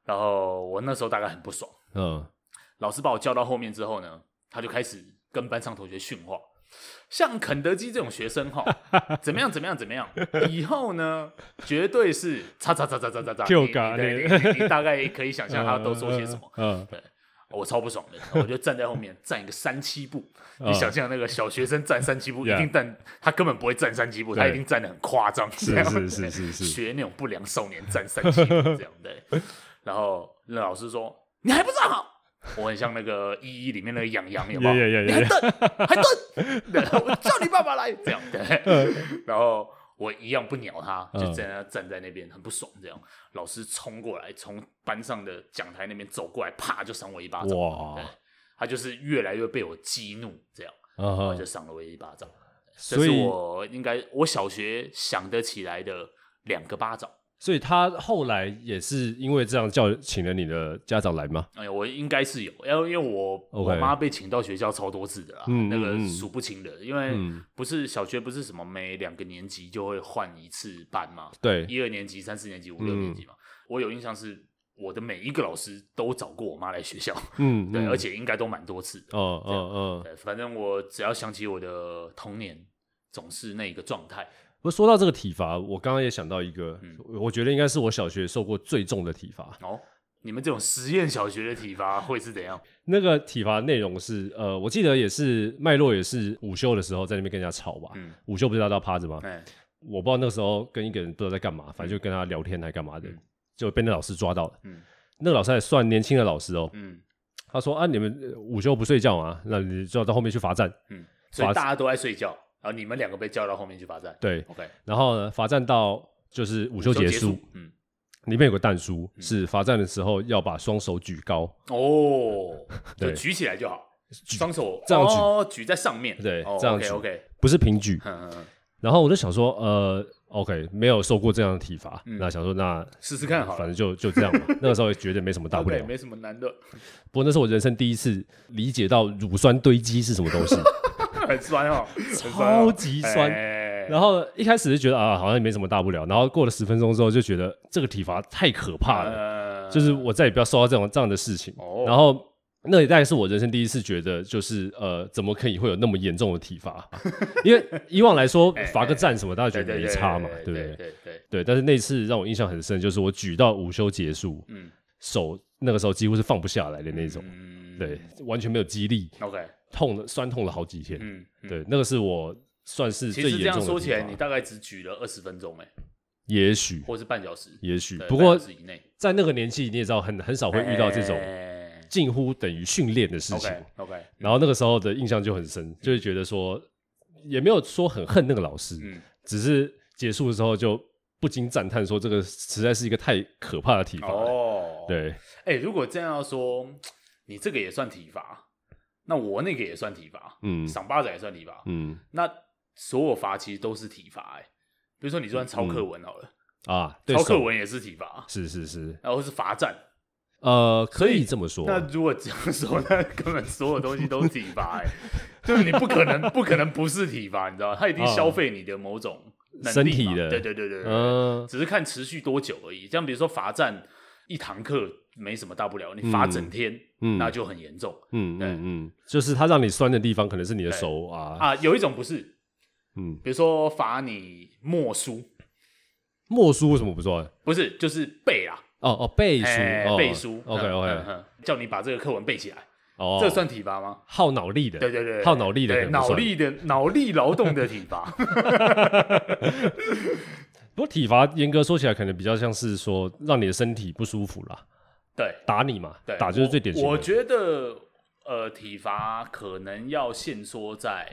Speaker 2: 然后我那时候大概很不爽，
Speaker 3: 嗯，
Speaker 2: 老师把我叫到后面之后呢，他就开始跟班上同学训话，像肯德基这种学 生哈，怎么样怎么样怎么样，以后呢绝对是叉叉叉叉叉叉叉，
Speaker 3: 就
Speaker 2: 你
Speaker 3: 嘎
Speaker 2: 你
Speaker 3: 那
Speaker 2: 你你你大概可以想象他都说些什么。
Speaker 3: 嗯，
Speaker 2: 对，我超不爽的，我就站在后面站一个三七步。
Speaker 3: 啊
Speaker 2: 你想象那个小学生站三七步，一
Speaker 3: Yeah
Speaker 2: 定站，他根本不会站三七步，他
Speaker 3: 对
Speaker 2: 一定站得很夸张，
Speaker 3: 是
Speaker 2: 这样
Speaker 3: 是是是是
Speaker 2: 学那种不良少年站三七步这样对。然后那老师说：“你还不站好。”我很像那个一一里面那个痒痒，有没有？
Speaker 3: Yeah, yeah, yeah,
Speaker 2: 你还瞪，还瞪，对我叫你爸爸来，这样对。然后我一样不鸟他，就
Speaker 3: 嗯
Speaker 2: 在那站在那边很不爽，这样。老师冲过来，从班上的讲台那边走过来，啪就赏我一巴掌。
Speaker 3: 嗯哇
Speaker 2: 对，他就是越来越被我激怒，这样
Speaker 3: 啊
Speaker 2: 我就，赏了我一巴掌。这
Speaker 3: 所
Speaker 2: 是
Speaker 3: 以
Speaker 2: 我应该我小学想得起来的两个巴掌。
Speaker 3: 所以他后来也是因为这样叫请了你的家长来吗？
Speaker 2: 哎呀，我应该是有，因为因为我
Speaker 3: OK
Speaker 2: 我妈被请到学校超多次的啦，
Speaker 3: 嗯
Speaker 2: 那
Speaker 3: 嗯
Speaker 2: 个
Speaker 3: 嗯
Speaker 2: 数不清的，因为
Speaker 3: 嗯
Speaker 2: 不是小学不是什么每两个年级就会换一次班嘛，
Speaker 3: 对，嗯
Speaker 2: 一二年级、三四年级、五六年级嘛，我有印象是我的每一个老师都找过我妈来学校，
Speaker 3: 嗯，
Speaker 2: 对，
Speaker 3: 嗯
Speaker 2: 而，且应该都蛮多次的，
Speaker 3: 嗯嗯嗯，
Speaker 2: 对，反正我只要想起我的童年，总是那个状态。
Speaker 3: 不过说到这个体罚，我刚刚也想到一个
Speaker 2: 嗯，
Speaker 3: 我觉得应该是我小学受过最重的体罚。
Speaker 2: 哦，你们这种实验小学的体 罚会是怎样？
Speaker 3: 那个体罚内容是，呃，我记得也是脉络也是午休的时候在那边跟人家吵吧。
Speaker 2: 嗯，
Speaker 3: 午休不是大家都趴着吗？
Speaker 2: 哎，
Speaker 3: 我不知道那时候跟一个人不知道在干嘛，反正就跟他聊天还干嘛的，就被那老师抓到了。
Speaker 2: 嗯
Speaker 3: 那个老师还算年轻的老师哦，
Speaker 2: 嗯
Speaker 3: 他说啊，你们呃午休不睡觉啊，那你就要到后面去罚站。
Speaker 2: 嗯，所
Speaker 3: 罚
Speaker 2: 以大家都在睡觉，然后你们两个被叫到后面去罚站。
Speaker 3: 对，
Speaker 2: ，OK，
Speaker 3: 然后呢，罚站到就是午休
Speaker 2: 就
Speaker 3: 结束，。
Speaker 2: 嗯，
Speaker 3: 里面有个弹书，是罚站的时候要把双手举高，
Speaker 2: 哦，就
Speaker 3: 对
Speaker 2: 举起来就好，双手
Speaker 3: 这样举
Speaker 2: 哦，举在上面。哦
Speaker 3: 对这样举
Speaker 2: OK OK，
Speaker 3: 不是平举。
Speaker 2: 嗯嗯嗯，
Speaker 3: 然后我就想说，呃，OK，没有受过这样的体罚，
Speaker 2: 嗯
Speaker 3: 那想说那
Speaker 2: 试试看好
Speaker 3: 反
Speaker 2: 了
Speaker 3: 正。就就这样 嘛。那个时候也觉得没什么大不了
Speaker 2: OK，。没什么难的，
Speaker 3: 不过那是我人生第一次理解到乳酸堆积是什么东 西。
Speaker 2: 很酸 哦，很酸哦
Speaker 3: 超级酸
Speaker 2: 哎
Speaker 3: 然后一开始就觉得啊，好像也没什么大不了。然后过了十分钟之后，就觉得这个体罚太可怕了，
Speaker 2: 呃
Speaker 3: 就是我再也不要受到这种这样的事情。
Speaker 2: 哦
Speaker 3: 然后那也大概是我人生第一次觉得，就是呃，怎么可以会有那么严重的 体罚？因为以往来说
Speaker 2: 哎
Speaker 3: 罚个站什么，大家觉
Speaker 2: 对
Speaker 3: 得
Speaker 2: 对
Speaker 3: 没
Speaker 2: 对
Speaker 3: 差嘛，
Speaker 2: 对
Speaker 3: 对不
Speaker 2: 对
Speaker 3: 对？
Speaker 2: 对对，
Speaker 3: 对，但是那次让我印象很深，就是我举到午休结束，
Speaker 2: 嗯，
Speaker 3: 手那个时候几乎是放不下来的那种，
Speaker 2: 嗯
Speaker 3: 对，完全没有肌力，
Speaker 2: ，OK，
Speaker 3: 痛了酸痛了好几天。
Speaker 2: 嗯，嗯。
Speaker 3: 对，那个是我算是
Speaker 2: 其
Speaker 3: 最
Speaker 2: 实
Speaker 3: 严
Speaker 2: 这
Speaker 3: 重
Speaker 2: 样
Speaker 3: 的
Speaker 2: 说
Speaker 3: 体
Speaker 2: 起来，
Speaker 3: 罚
Speaker 2: 你大概只举了二十分钟，哎，
Speaker 3: 也许
Speaker 2: 或是半小时。
Speaker 3: 也许，
Speaker 2: 对
Speaker 3: 嗯不过
Speaker 2: 半小时以内
Speaker 3: 在那个年纪，你也知道很很少会遇到这
Speaker 2: 哎
Speaker 3: 种近乎等于训练的事情。
Speaker 2: OK 嗯 OK，
Speaker 3: 然后那个时候的印象就很深，就会觉得说也没有说很恨那个老师，
Speaker 2: 嗯
Speaker 3: 只是结束的时候就不禁赞叹说这个实在是一个太可怕的体罚了。
Speaker 2: 哦，，
Speaker 3: 对，
Speaker 2: 哎，如果这样要说，你这个也算体罚，那我那个也算体罚，
Speaker 3: 嗯
Speaker 2: 赏巴掌也算体罚，
Speaker 3: 嗯
Speaker 2: 那所有罚其实都是体罚，哎，比如说你就算抄课文好了，
Speaker 3: 啊，嗯对
Speaker 2: 抄课
Speaker 3: 手
Speaker 2: 文也是体罚，
Speaker 3: 是是是，
Speaker 2: 然后是罚站。
Speaker 3: 呃，可以这么说。
Speaker 2: 那如果这样说，那根本所有东西都是体罚，哎， 就是你不可能不可能不是体罚，你知道吗？他一定
Speaker 3: 哦
Speaker 2: 消费你的某种能力嘛
Speaker 3: 身体的
Speaker 2: 对对对对对，
Speaker 3: 嗯
Speaker 2: 只是看持续多久而已。像比如说罚站一堂课没什么大不了，你罚整天，
Speaker 3: 嗯
Speaker 2: 那就很严重、
Speaker 3: 嗯嗯
Speaker 2: 对
Speaker 3: 嗯，就是他让你酸的地方，可能是你的
Speaker 2: 对
Speaker 3: 手啊，
Speaker 2: 啊。有一种不是，
Speaker 3: 嗯，
Speaker 2: 比如说罚你默书，
Speaker 3: 默书为什么不做？
Speaker 2: 不是就是背啦，
Speaker 3: 哦哦，背书
Speaker 2: 哎，
Speaker 3: 哦
Speaker 2: 背书。
Speaker 3: OK
Speaker 2: 嗯
Speaker 3: OK，
Speaker 2: 嗯嗯叫你把这个课文背起来，
Speaker 3: 哦，
Speaker 2: 这算体罚吗？
Speaker 3: 耗脑力的，
Speaker 2: 对对对，
Speaker 3: 耗脑力的可
Speaker 2: 对
Speaker 3: 能不
Speaker 2: 脑
Speaker 3: 算
Speaker 2: 力的脑力劳动的体 罚。
Speaker 3: 不过体罚严格说起来，可能比较像是说让你的身体不舒服啦，
Speaker 2: 对
Speaker 3: 打你嘛，
Speaker 2: 对，
Speaker 3: 打就是最典型的。
Speaker 2: 我。我觉得呃，体罚可能要限缩在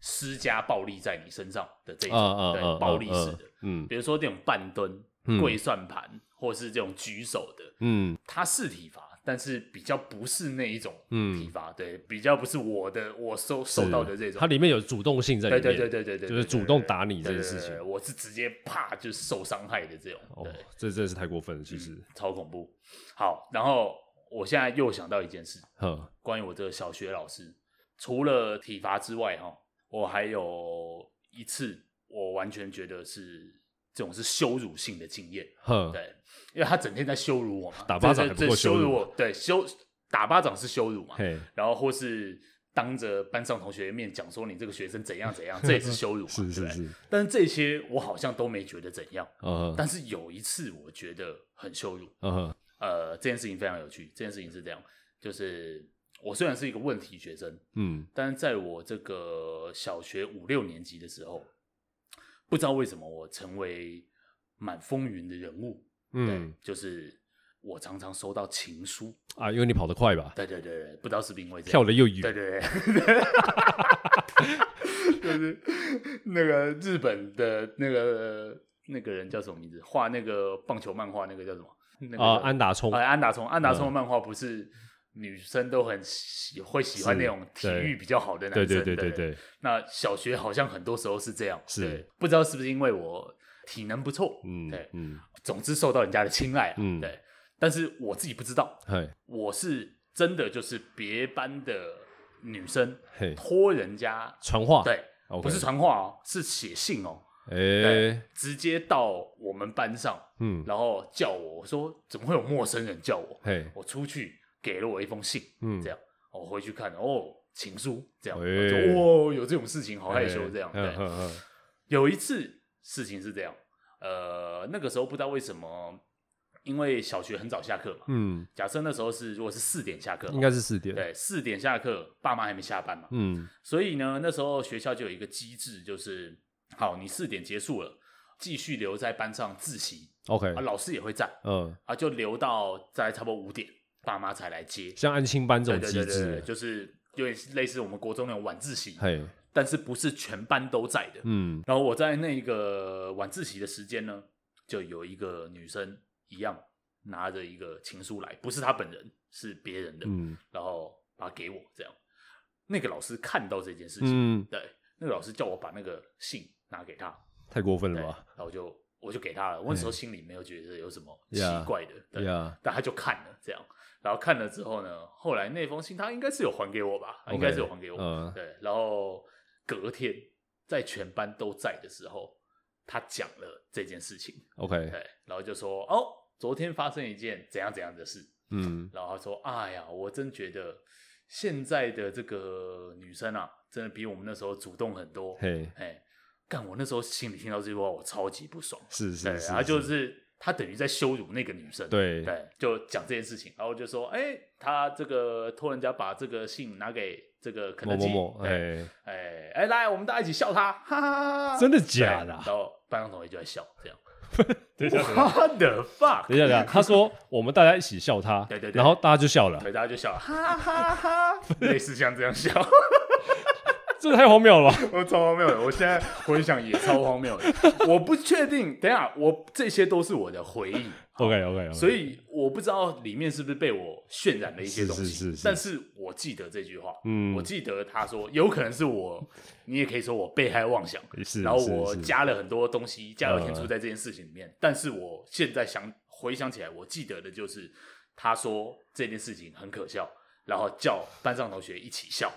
Speaker 2: 施加暴力在你身上的这一
Speaker 3: 啊
Speaker 2: 种，
Speaker 3: 啊
Speaker 2: 对
Speaker 3: 啊，
Speaker 2: 暴力式
Speaker 3: 啊
Speaker 2: 的，，
Speaker 3: 嗯
Speaker 2: 比如说这种半蹲、
Speaker 3: 嗯
Speaker 2: 跪算盘，或是这种举手的，
Speaker 3: 嗯
Speaker 2: 它是体罚，但是比较不是那一种
Speaker 3: 嗯
Speaker 2: 体罚，对，比较不是我的我受受
Speaker 3: 是
Speaker 2: 到的这种，
Speaker 3: 它里面有主动性在里
Speaker 2: 对
Speaker 3: 面，
Speaker 2: 对对对对对，
Speaker 3: 就是
Speaker 2: 对
Speaker 3: 主
Speaker 2: 对
Speaker 3: 动
Speaker 2: 对
Speaker 3: 打你这
Speaker 2: 对
Speaker 3: 件
Speaker 2: 对
Speaker 3: 事
Speaker 2: 对
Speaker 3: 情
Speaker 2: 对。我是直接啪就受伤害的这种，
Speaker 3: 哦
Speaker 2: 对，，
Speaker 3: 这真的是太过分了，其实，
Speaker 2: 超恐怖。好，然后我现在又想到一件事，
Speaker 3: 哼，
Speaker 2: 关于我这个小学老师，除了体罚之外，哈，我还有一次，我完全觉得是这种是羞辱性的经验，
Speaker 3: 哼，
Speaker 2: 对，因为他整天在羞辱我嘛，
Speaker 3: 嗯打巴掌
Speaker 2: 这
Speaker 3: 还不
Speaker 2: 这
Speaker 3: 够
Speaker 2: 这
Speaker 3: 羞
Speaker 2: 羞
Speaker 3: 辱
Speaker 2: 辱我，对，羞打巴掌是羞辱嘛，
Speaker 3: 嘿，
Speaker 2: 然后或是当着班上同学的面讲说你这个学生怎样怎 样，这也是羞辱嘛，
Speaker 3: 是
Speaker 2: 对
Speaker 3: 是
Speaker 2: 不对
Speaker 3: 是，
Speaker 2: 但是这些我好像都没觉得怎样，
Speaker 3: 呃，
Speaker 2: 但是有一次我觉得很羞辱，
Speaker 3: 呃，
Speaker 2: 呃，这件事情非常有趣。这件事情是这样，就是我虽然是一个问题学生，
Speaker 3: 嗯，
Speaker 2: 但是在我这个小学五六年级的时候，不知道为什么我成为满风云的人物。对
Speaker 3: 嗯，，
Speaker 2: 就是我常常收到情书。
Speaker 3: 啊，因为你跑得快吧，
Speaker 2: 对对对对，不知道是不是因为这样
Speaker 3: 跳得又远
Speaker 2: 对，对 对，就是那个日本的那个那个人叫什么名字？画那个棒球漫画那个叫什么？那个
Speaker 3: 啊，
Speaker 2: 叫
Speaker 3: 安达充，
Speaker 2: 哎，安达充，安达充的
Speaker 3: 嗯
Speaker 2: 漫画不是女生都很喜会喜欢
Speaker 3: 是
Speaker 2: 那种体
Speaker 3: 对
Speaker 2: 育比较好的男
Speaker 3: 对
Speaker 2: 生，
Speaker 3: 对对
Speaker 2: 对
Speaker 3: 对。对，
Speaker 2: 那小学好像很多时候是这样，
Speaker 3: 是
Speaker 2: 对不知道是不是因为我体能不错，
Speaker 3: 嗯
Speaker 2: 对，
Speaker 3: 嗯，
Speaker 2: 总之受到人家的青睐啊，
Speaker 3: 嗯
Speaker 2: 对。但是我自己不知道，
Speaker 3: 嘿
Speaker 2: 我是真的就是别班的女生
Speaker 3: 嘿，
Speaker 2: 托人家，
Speaker 3: 传话，
Speaker 2: 对
Speaker 3: 啊 OK
Speaker 2: 不是传话哦，是写信哦，
Speaker 3: 哎，
Speaker 2: 直接到我们班上，
Speaker 3: 嗯，
Speaker 2: 然后叫我，我说怎么会有陌生人叫我？
Speaker 3: 嘿，
Speaker 2: 我出去给了我一封信，
Speaker 3: 嗯
Speaker 2: 这样我回去看，哦，情书这样，
Speaker 3: 哎
Speaker 2: 我就哦，有这种事情，好害羞
Speaker 3: 哎
Speaker 2: 这样。
Speaker 3: 嗯
Speaker 2: 对，
Speaker 3: 嗯
Speaker 2: 有一次事情是这样，呃，那个时候不知道为什么，因为小学很早下课嘛，
Speaker 3: 嗯，
Speaker 2: 假设那时候是如果是四点下课嘛，
Speaker 3: 应该是四点，
Speaker 2: 对四点下课，爸妈还没下班嘛，
Speaker 3: 嗯
Speaker 2: 所以呢，那时候学校就有一个机制，就是好，你四点结束了，继续留在班上自习，
Speaker 3: ，OK，
Speaker 2: 啊，老师也会在，
Speaker 3: 嗯，
Speaker 2: 啊，就留到在差不多五点，爸妈才来接。
Speaker 3: 像安亲班这
Speaker 2: 对对
Speaker 3: 种
Speaker 2: 对
Speaker 3: 机
Speaker 2: 对对，
Speaker 3: 制，啊
Speaker 2: 就是有点类似我们国中那种晚自习，
Speaker 3: 嘿，
Speaker 2: 但是不是全班都在的。
Speaker 3: 嗯
Speaker 2: 然后我在那个晚自习的时间呢，就有一个女生一样拿着一个情书来，不是她本人，是别人的，
Speaker 3: 嗯
Speaker 2: 然后把它给我这样。那个老师看到这件事情，
Speaker 3: 嗯，
Speaker 2: 对，那个老师叫我把那个信拿给他，
Speaker 3: 太过分
Speaker 2: 对，
Speaker 3: 了吧？
Speaker 2: 然后我就我就给他了。我那
Speaker 3: 哎
Speaker 2: 时候心里没有觉得有什么奇
Speaker 3: Yeah，
Speaker 2: 怪的，对
Speaker 3: yeah
Speaker 2: 但他就看了这样，然后看了之后呢，后来那封信他应该是有还给我吧，他应该是有还给我，
Speaker 3: 嗯
Speaker 2: 对。然后隔天在全班都在的时候，他讲了这件事情，
Speaker 3: ，OK，
Speaker 2: 对，然后就说哦，昨天发生一件怎样怎样的事，
Speaker 3: 嗯
Speaker 2: 然后他说：“哎呀，我真觉得现在的这个女生啊，真的比我们那时候主动很多。”
Speaker 3: 嘿
Speaker 2: 哎，干！我那时候心里听到这句话，我超级不爽。
Speaker 3: 是
Speaker 2: 对，
Speaker 3: 是是，
Speaker 2: 然后就是他等于在羞辱那个女生。
Speaker 3: 对
Speaker 2: 对，就讲这件事情，然后就说：“哎，他这个托人家把这个信拿给这个肯
Speaker 3: 某
Speaker 2: 德
Speaker 3: 某
Speaker 2: 基。
Speaker 3: 某，
Speaker 2: 对
Speaker 3: 哎，
Speaker 2: 哎哎，来，我们大家一起笑他，哈哈哈哈！
Speaker 3: 真的假的
Speaker 2: 对
Speaker 3: 啊
Speaker 2: 然后班上同学就在笑，这样。
Speaker 3: 等一下，等一下
Speaker 2: What the fuck！
Speaker 3: 等一下，他说我们大家一起笑他，
Speaker 2: 对对对
Speaker 3: 然后大家就笑了，
Speaker 2: 对，大家就笑，哈哈哈哈， 类似像这样笑。
Speaker 3: 这太荒谬了吧？
Speaker 2: 我超荒谬的，我现在回想也超荒谬的。我不确定，等一下我这些都是我的回忆，
Speaker 3: OK OK OK，
Speaker 2: 所以我不知道里面是不是被我渲染了一些东西。
Speaker 3: 是是是是
Speaker 2: 但是我记得这句话，
Speaker 3: 嗯
Speaker 2: 我记得他说，有可能是我，你也可以说我被害妄想，
Speaker 3: 是
Speaker 2: 然后
Speaker 3: 是
Speaker 2: 我
Speaker 3: 是呃
Speaker 2: 加了很多东西，加油添醋在这件事情里面。但是我现在想回想起来，我记得的就是他说这件事情很可笑，然后叫班上同学一起笑，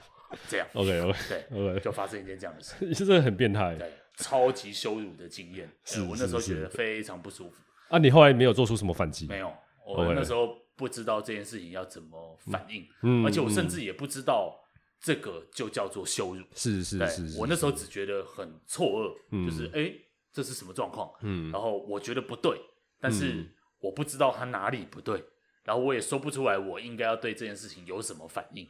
Speaker 2: 这样
Speaker 3: OK OK
Speaker 2: 对。
Speaker 3: OK，
Speaker 2: 就发生一件这样的事，
Speaker 3: 这真的很变态
Speaker 2: 对，超级羞辱的经验，
Speaker 3: 是
Speaker 2: 呃我那时候
Speaker 3: 是
Speaker 2: 觉得
Speaker 3: 是
Speaker 2: 非常不舒服。
Speaker 3: 啊！你后来没有做出什么反击？
Speaker 2: 没有，我
Speaker 3: OK
Speaker 2: 那时候不知道这件事情要怎么反应，
Speaker 3: 嗯
Speaker 2: 而且我甚至也不知道这个就叫做羞辱。
Speaker 3: 是是
Speaker 2: 对
Speaker 3: 是，是
Speaker 2: 我那时候只觉得很错愕，
Speaker 3: 嗯
Speaker 2: 就是哎、诶这是什么状况？
Speaker 3: 嗯
Speaker 2: 然后我觉得不对，但是我不知道他哪里不对，然后我也说不出来我应该要对这件事情有什么反应。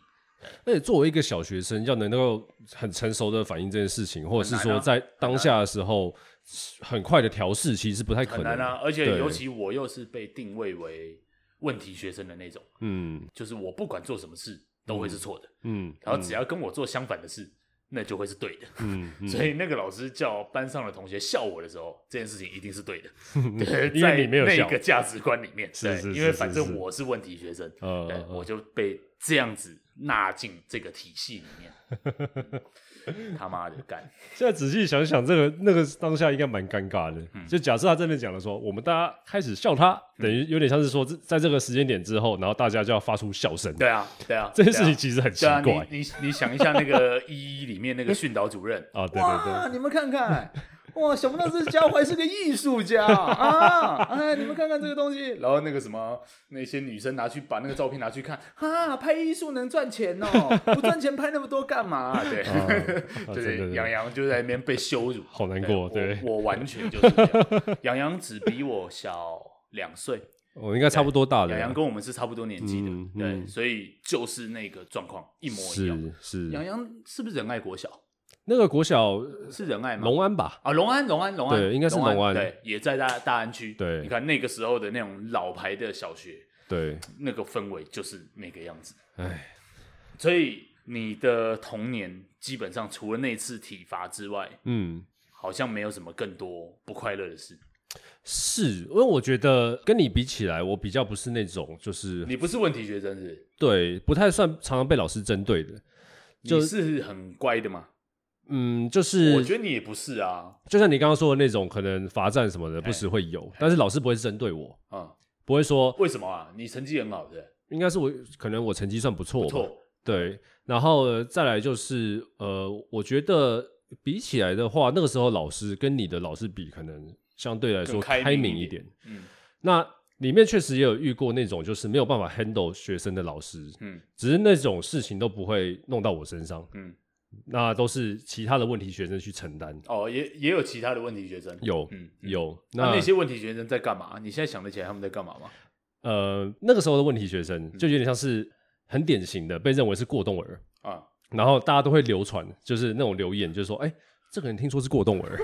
Speaker 3: 而且作为一个小学生，要能够很成熟的反应这件事情，或者是
Speaker 2: 很难
Speaker 3: 说
Speaker 2: 啊
Speaker 3: 在当下的时候很快的调试，其实是不太可
Speaker 2: 很
Speaker 3: 能
Speaker 2: 难啊，而且
Speaker 3: 对
Speaker 2: 尤其我又是被定位为问题学生的那种，
Speaker 3: 嗯
Speaker 2: 就是我不管做什么事都会是错的，
Speaker 3: 嗯，
Speaker 2: 然后只要跟我做相反的事，那就会是对的。
Speaker 3: 嗯， 嗯
Speaker 2: 所以那个老师叫班上的同学笑我的时候，这件事情一定是对的，
Speaker 3: 因 为
Speaker 2: 对，
Speaker 3: 你没有
Speaker 2: 在
Speaker 3: 笑
Speaker 2: 那个价值观里面，
Speaker 3: 是
Speaker 2: 对
Speaker 3: 是是
Speaker 2: 因为
Speaker 3: 是
Speaker 2: 反
Speaker 3: 是
Speaker 2: 正我是问题学生，
Speaker 3: 呃
Speaker 2: 对
Speaker 3: 呃，
Speaker 2: 我就被这样子纳进这个体系里面， 嗯他妈的干，
Speaker 3: 现在仔细想想，这个那个当下应该蛮尴尬的。
Speaker 2: 嗯
Speaker 3: 就假设他这边讲了说，我们大家开始笑他，等于有点像是说，这在这个时间点之后，然后大家就要发出笑声。
Speaker 2: 对啊，对啊，
Speaker 3: 这件
Speaker 2: 对
Speaker 3: 事
Speaker 2: 啊
Speaker 3: 情其实很奇
Speaker 2: 对啊，
Speaker 3: 怪
Speaker 2: 你你你想一下那个一一里面那个训导主任，
Speaker 3: 啊，对对对
Speaker 2: 哇，。你们看看， 哇，想不到这家伙还是个艺术家啊！哎，你们看看这个东西。 然后那个什么，那些女生拿去把那个照片拿去看，啊，拍艺术能赚钱 哦，不赚钱拍那么多干嘛？对，
Speaker 3: 啊啊
Speaker 2: 对
Speaker 3: 真的
Speaker 2: 对，杨洋就在那边被羞辱，
Speaker 3: 好难过对
Speaker 2: 我我完全就是这 样，杨洋只比我小两岁，
Speaker 3: 我应该差不多大了
Speaker 2: 杨
Speaker 3: 啦
Speaker 2: 洋，跟我们是差不多年纪的
Speaker 3: 嗯，
Speaker 2: 对，
Speaker 3: 嗯
Speaker 2: 所以就是那个状况一模一样。
Speaker 3: 是
Speaker 2: 杨
Speaker 3: 是
Speaker 2: 洋是不是仁爱国小？
Speaker 3: 那个国小
Speaker 2: 是仁爱吗？
Speaker 3: 龙安吧，
Speaker 2: 啊，隆安，隆安，隆安，
Speaker 3: 对应该是
Speaker 2: 隆
Speaker 3: 隆安
Speaker 2: 对，也在大大安区。
Speaker 3: 对
Speaker 2: 你看那个时候的那种老牌的小学，
Speaker 3: 对，
Speaker 2: 那个氛围就是那个样子。
Speaker 3: 哎，
Speaker 2: 所以你的童年基本上除了那次体罚之外，
Speaker 3: 嗯，
Speaker 2: 好像没有什么更多不快乐的事。
Speaker 3: 是因为我觉得跟你比起来，我比较不是那种就是
Speaker 2: 你不是问题学生是不是？
Speaker 3: 对不太算常常被老师针对的，就
Speaker 2: 你是很乖的吗？
Speaker 3: 嗯，就
Speaker 2: 我
Speaker 3: 是
Speaker 2: 觉得你也不是啊。
Speaker 3: 就像你刚刚说的那种，可能罚站什么的不
Speaker 2: 哎
Speaker 3: 时会有，但是老师不会针对我，
Speaker 2: 啊、
Speaker 3: 不会说
Speaker 2: 为什么啊？你成绩很好的，
Speaker 3: 应该是我可能我成绩算不错
Speaker 2: 不
Speaker 3: 吧，
Speaker 2: 错。
Speaker 3: 对，然后呃再来就是呃，我觉得比起来的话，那个时候老师跟你的老师比，可能相对来说
Speaker 2: 更开
Speaker 3: 开
Speaker 2: 明
Speaker 3: 明
Speaker 2: 一
Speaker 3: 一
Speaker 2: 点
Speaker 3: 点。
Speaker 2: 嗯
Speaker 3: 那里面确实也有遇过那种就是没有办法 handle 学生的老师，
Speaker 2: 嗯
Speaker 3: 只是那种事情都不会弄到我身上，
Speaker 2: 嗯，
Speaker 3: 那都是其他的问题学生去承担。
Speaker 2: 哦，也也有其他的问题学生。
Speaker 3: 有、
Speaker 2: 嗯嗯
Speaker 3: 有，
Speaker 2: 那、那些问题学生在干嘛？你现在想得起来他们在干嘛吗？
Speaker 3: 呃那个时候的问题学
Speaker 2: 嗯
Speaker 3: 生就有点像是很典型的被认为是过动儿，
Speaker 2: 啊，
Speaker 3: 然后大家都会流传，就是那种留言，就是说，哎、这个人听说是过动儿。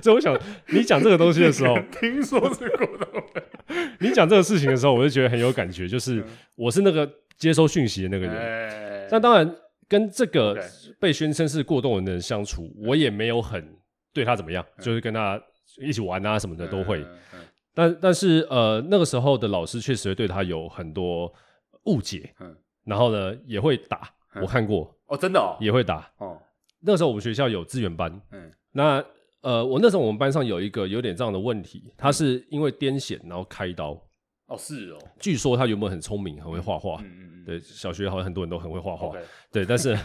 Speaker 3: 所以我想，你讲这个东西的时候，
Speaker 2: 听说是过动的，
Speaker 3: 你讲这个事情的时候，我就觉得很有感觉，就是
Speaker 2: 嗯
Speaker 3: 我是那个接收讯息的那个人。
Speaker 2: 哎
Speaker 3: 那当然，跟这个
Speaker 2: OK 嗯
Speaker 3: 被宣称是过动人的人相处，我也没有很对他怎么样，就是跟他一起玩啊什么的都会。
Speaker 2: 嗯嗯
Speaker 3: 但但是呃，那个时候的老师确实会对他有很多误解，
Speaker 2: 嗯
Speaker 3: 然后呢也会打，我看过
Speaker 2: 哦，真的哦，
Speaker 3: 也会打。
Speaker 2: 哦，
Speaker 3: 那时候我们学校有资源班，
Speaker 2: 嗯
Speaker 3: 那呃，我那时候我们班上有一个有点这样的问题，他
Speaker 2: 嗯
Speaker 3: 是因为癫痫然后开刀，
Speaker 2: 哦是哦，
Speaker 3: 据说他原本很聪明，很会画画，
Speaker 2: 嗯嗯嗯，
Speaker 3: 对，小学好像很多人都很会画画
Speaker 2: OK，
Speaker 3: 对，但是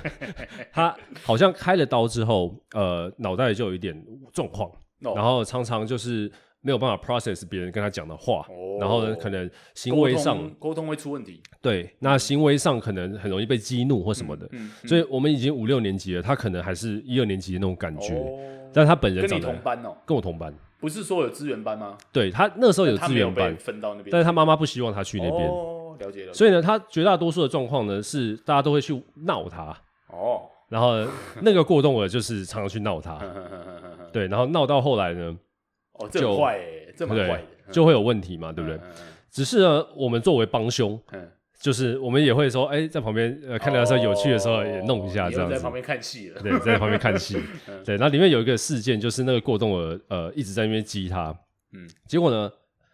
Speaker 3: 他好像开了刀之后，呃，脑袋就有一点状况，
Speaker 2: 然
Speaker 3: 然后常常就是没有办法 process 别人跟他讲的话，
Speaker 2: 哦
Speaker 3: 然后呢，可能行
Speaker 2: 沟
Speaker 3: 为
Speaker 2: 通
Speaker 3: 上
Speaker 2: 沟通会出问题，
Speaker 3: 对，那行为上可能很容易被激怒或什么的，
Speaker 2: 嗯，嗯
Speaker 3: 所以我们已经五六年级了，他可能还是一二年级的那种感觉，
Speaker 2: 哦
Speaker 3: 但他本人
Speaker 2: 跟
Speaker 3: 长
Speaker 2: 你
Speaker 3: 得
Speaker 2: 同班哦，
Speaker 3: 跟我同班，
Speaker 2: 不是说有资源班吗？
Speaker 3: 对他那时候有
Speaker 2: 他
Speaker 3: 资
Speaker 2: 没有
Speaker 3: 源
Speaker 2: 被
Speaker 3: 班，
Speaker 2: 分到那边，
Speaker 3: 但是他妈妈不希望他去那边，
Speaker 2: 哦，了解了解，
Speaker 3: 所以呢，他绝大多数的状况呢是大家都会去闹他，
Speaker 2: 哦，
Speaker 3: 然后呢那个过动儿就是常常去 闹他，
Speaker 2: 哼哼哼哼哼哼，
Speaker 3: 啊对，然后闹到后来呢，
Speaker 2: 哦，这
Speaker 3: 就
Speaker 2: 很坏哎，这
Speaker 3: 对
Speaker 2: 蛮
Speaker 3: 不
Speaker 2: 坏
Speaker 3: 对
Speaker 2: 的，，嗯
Speaker 3: 就会有问题嘛，对不对？
Speaker 2: 嗯嗯
Speaker 3: 只是呢，我们作为帮凶，
Speaker 2: 嗯嗯，
Speaker 3: 就是我们也会说，哎，在旁边呃看到时候有趣的时候
Speaker 2: 哦
Speaker 3: 也弄一下
Speaker 2: 你又
Speaker 3: 这样
Speaker 2: 在旁
Speaker 3: 子。
Speaker 2: 边嗯看戏了，
Speaker 3: 对，在旁边 看戏。对，那里面有一个事件，就是那个过动儿，呃，一直在那边激他。嗯
Speaker 2: 嗯，
Speaker 3: 结果呢，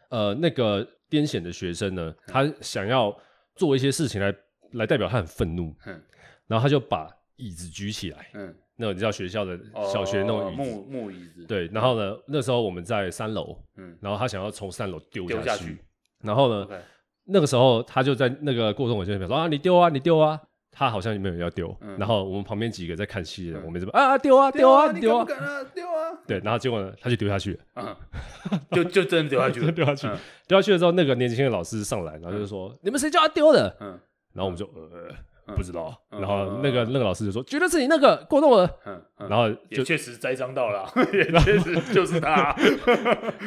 Speaker 3: 呃，那个癫痫的学生
Speaker 2: 嗯
Speaker 3: 呢，他想要做一些事情来来代表他很愤怒，
Speaker 2: 嗯
Speaker 3: 然后他就把椅子举起来，
Speaker 2: 嗯，
Speaker 3: 那种你知道学校的
Speaker 2: 哦
Speaker 3: 小学那种椅子，
Speaker 2: 木木椅子，，
Speaker 3: 对。然后呢，那时候我们在三楼，
Speaker 2: 嗯，
Speaker 3: 然后他想要从三楼丢
Speaker 2: 丢
Speaker 3: 下
Speaker 2: 下
Speaker 3: 去
Speaker 2: 去，
Speaker 3: 然后呢
Speaker 2: OK
Speaker 3: 那个时候他就在那个过程我就边说啊，你丢啊，你丢啊。他好像没有要丢，
Speaker 2: 嗯
Speaker 3: 然后我们旁边几个在看戏的人，
Speaker 2: 嗯
Speaker 3: 我们就说啊丢啊丢啊丢啊，
Speaker 2: 敢啊，丢啊！
Speaker 3: 对，然后结果呢他就丢下去了，
Speaker 2: 嗯， 就就真的丢 下去了，
Speaker 3: 丢下去
Speaker 2: 嗯，
Speaker 3: 丢下去了之后，那个年轻的老师上来，然后就说你们谁叫他丢的？
Speaker 2: 嗯
Speaker 3: 然后我们就呃
Speaker 2: 嗯
Speaker 3: 不知道，
Speaker 2: 嗯
Speaker 3: 然后
Speaker 2: 嗯
Speaker 3: 那个那个老师就说绝对是你那个过动了，
Speaker 2: 嗯嗯，
Speaker 3: 然后就
Speaker 2: 也确实栽赃到了 啊，也确实就是他。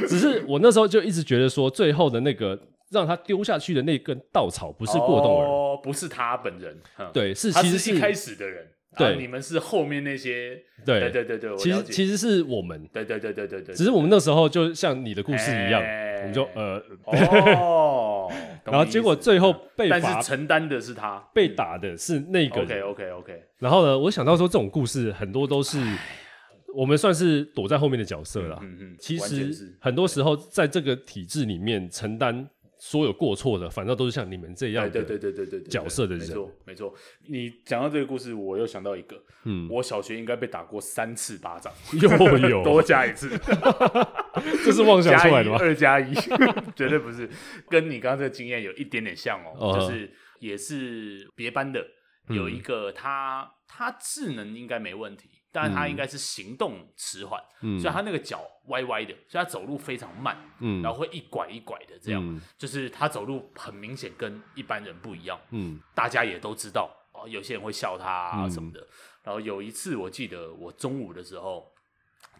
Speaker 3: 只是我那时候就一直觉得说，最后的那个让他丢下去的那根稻草不是过动儿，
Speaker 2: 哦，不是他本人，嗯，
Speaker 3: 对，是
Speaker 2: 他
Speaker 3: 其实
Speaker 2: 一开
Speaker 3: 是
Speaker 2: 始的人，啊
Speaker 3: 对
Speaker 2: 然后你们是后面那些，对
Speaker 3: 对，
Speaker 2: 对对对，我
Speaker 3: 其
Speaker 2: 了
Speaker 3: 实
Speaker 2: 解，
Speaker 3: 其实是我们，
Speaker 2: 对对对对对对，
Speaker 3: 只是我们那时候就像你的故事一样，呃
Speaker 2: 哎
Speaker 3: 我们就呃
Speaker 2: 哦，懂懂
Speaker 3: 然后结果
Speaker 2: 你意思嗯
Speaker 3: 最后被
Speaker 2: 但
Speaker 3: 罚
Speaker 2: 是承担的是他。
Speaker 3: 被打的是那个人
Speaker 2: OK OK OK，
Speaker 3: 然后呢，我想到说这种故事很多都是我们算是躲在后面的角色啦。
Speaker 2: 哎嗯嗯，
Speaker 3: 啊其
Speaker 2: 完全
Speaker 3: 实
Speaker 2: 是
Speaker 3: 很多时候在这个体制里面承担所有过错的，反倒都是像你们这样
Speaker 2: 对
Speaker 3: 的。
Speaker 2: 哎对对对对对对
Speaker 3: 角色的
Speaker 2: 没
Speaker 3: 人
Speaker 2: 错没错。你讲到这个故事，我又想到一个，
Speaker 3: 嗯，
Speaker 2: 我小学应该被打过三次巴掌，
Speaker 3: 又
Speaker 2: 多
Speaker 3: 有，
Speaker 2: 加 一次，
Speaker 3: 这是妄想
Speaker 2: 加
Speaker 3: 出
Speaker 2: 一
Speaker 3: 来的吗？
Speaker 2: 二 加一，绝对不是，跟你刚刚这个经验有一点点像哦，
Speaker 3: 哦嗯
Speaker 2: 就是也是别班的，有一个他、他智能应该没问题，但是他应该是行动迟缓，
Speaker 3: 嗯
Speaker 2: 所以他那个脚歪歪的，所以他走路非常慢，
Speaker 3: 嗯
Speaker 2: 然后会一拐一拐的这样，
Speaker 3: 嗯
Speaker 2: 就是他走路很明显跟一般人不一样，
Speaker 3: 嗯
Speaker 2: 大家也都知道哦，有些人会笑他啊
Speaker 3: 嗯
Speaker 2: 什么的。然后有一次，我记得我中午的时候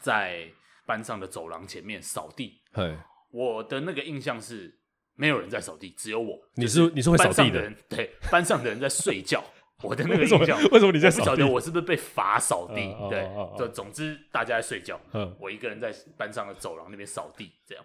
Speaker 2: 在班上的走廊前面扫地，
Speaker 3: 嘿，
Speaker 2: 我的那个印象是没有人在扫地，只有我。
Speaker 3: 你是你是会扫
Speaker 2: 班上
Speaker 3: 地
Speaker 2: 的
Speaker 3: 的？
Speaker 2: 人对班上的人在睡觉，我的那个
Speaker 3: 为什么
Speaker 2: 印象。
Speaker 3: 为什么你在
Speaker 2: 我不
Speaker 3: 扫
Speaker 2: 晓
Speaker 3: 地
Speaker 2: 得？我是不是被罚扫地
Speaker 3: 嗯哦，
Speaker 2: 对
Speaker 3: 哦哦，
Speaker 2: 就总之大家在睡觉
Speaker 3: 嗯，
Speaker 2: 我一个人在班上的走廊那边扫地，这样，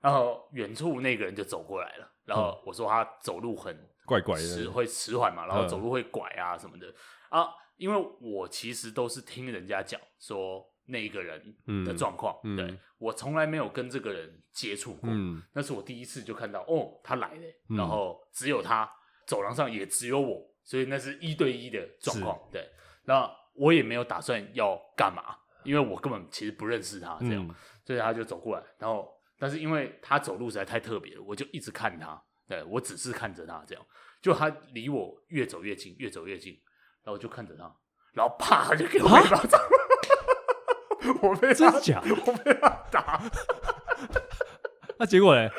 Speaker 2: 然后远处那个人就走过来了，然后我说他走路很
Speaker 3: 怪怪
Speaker 2: 迟
Speaker 3: 的，
Speaker 2: 会迟缓嘛，然后
Speaker 3: 嗯
Speaker 2: 走路会拐啊什么的、啊。因为我其实都是听人家讲说那个人的状况，
Speaker 3: 嗯嗯
Speaker 2: 对我从来没有跟这个人接触过，
Speaker 3: 嗯
Speaker 2: 那是我第一次就看到哦，他来了，
Speaker 3: 嗯
Speaker 2: 然后只有他，走廊上也只有我，所以那是一对一的状况，对。那我也没有打算要干嘛，因为我根本其实不认识他，这样。
Speaker 3: 嗯
Speaker 2: 所以他就走过来，然后但是因为他走路实在太特别了，我就一直看他，对我只是看着他这样，就他离我越走越近，越走越近，然后我就看着他，然后啪他就给我一巴掌，我被
Speaker 3: 真
Speaker 2: 他
Speaker 3: 假？
Speaker 2: 我被他打，
Speaker 3: 那 结果嘞？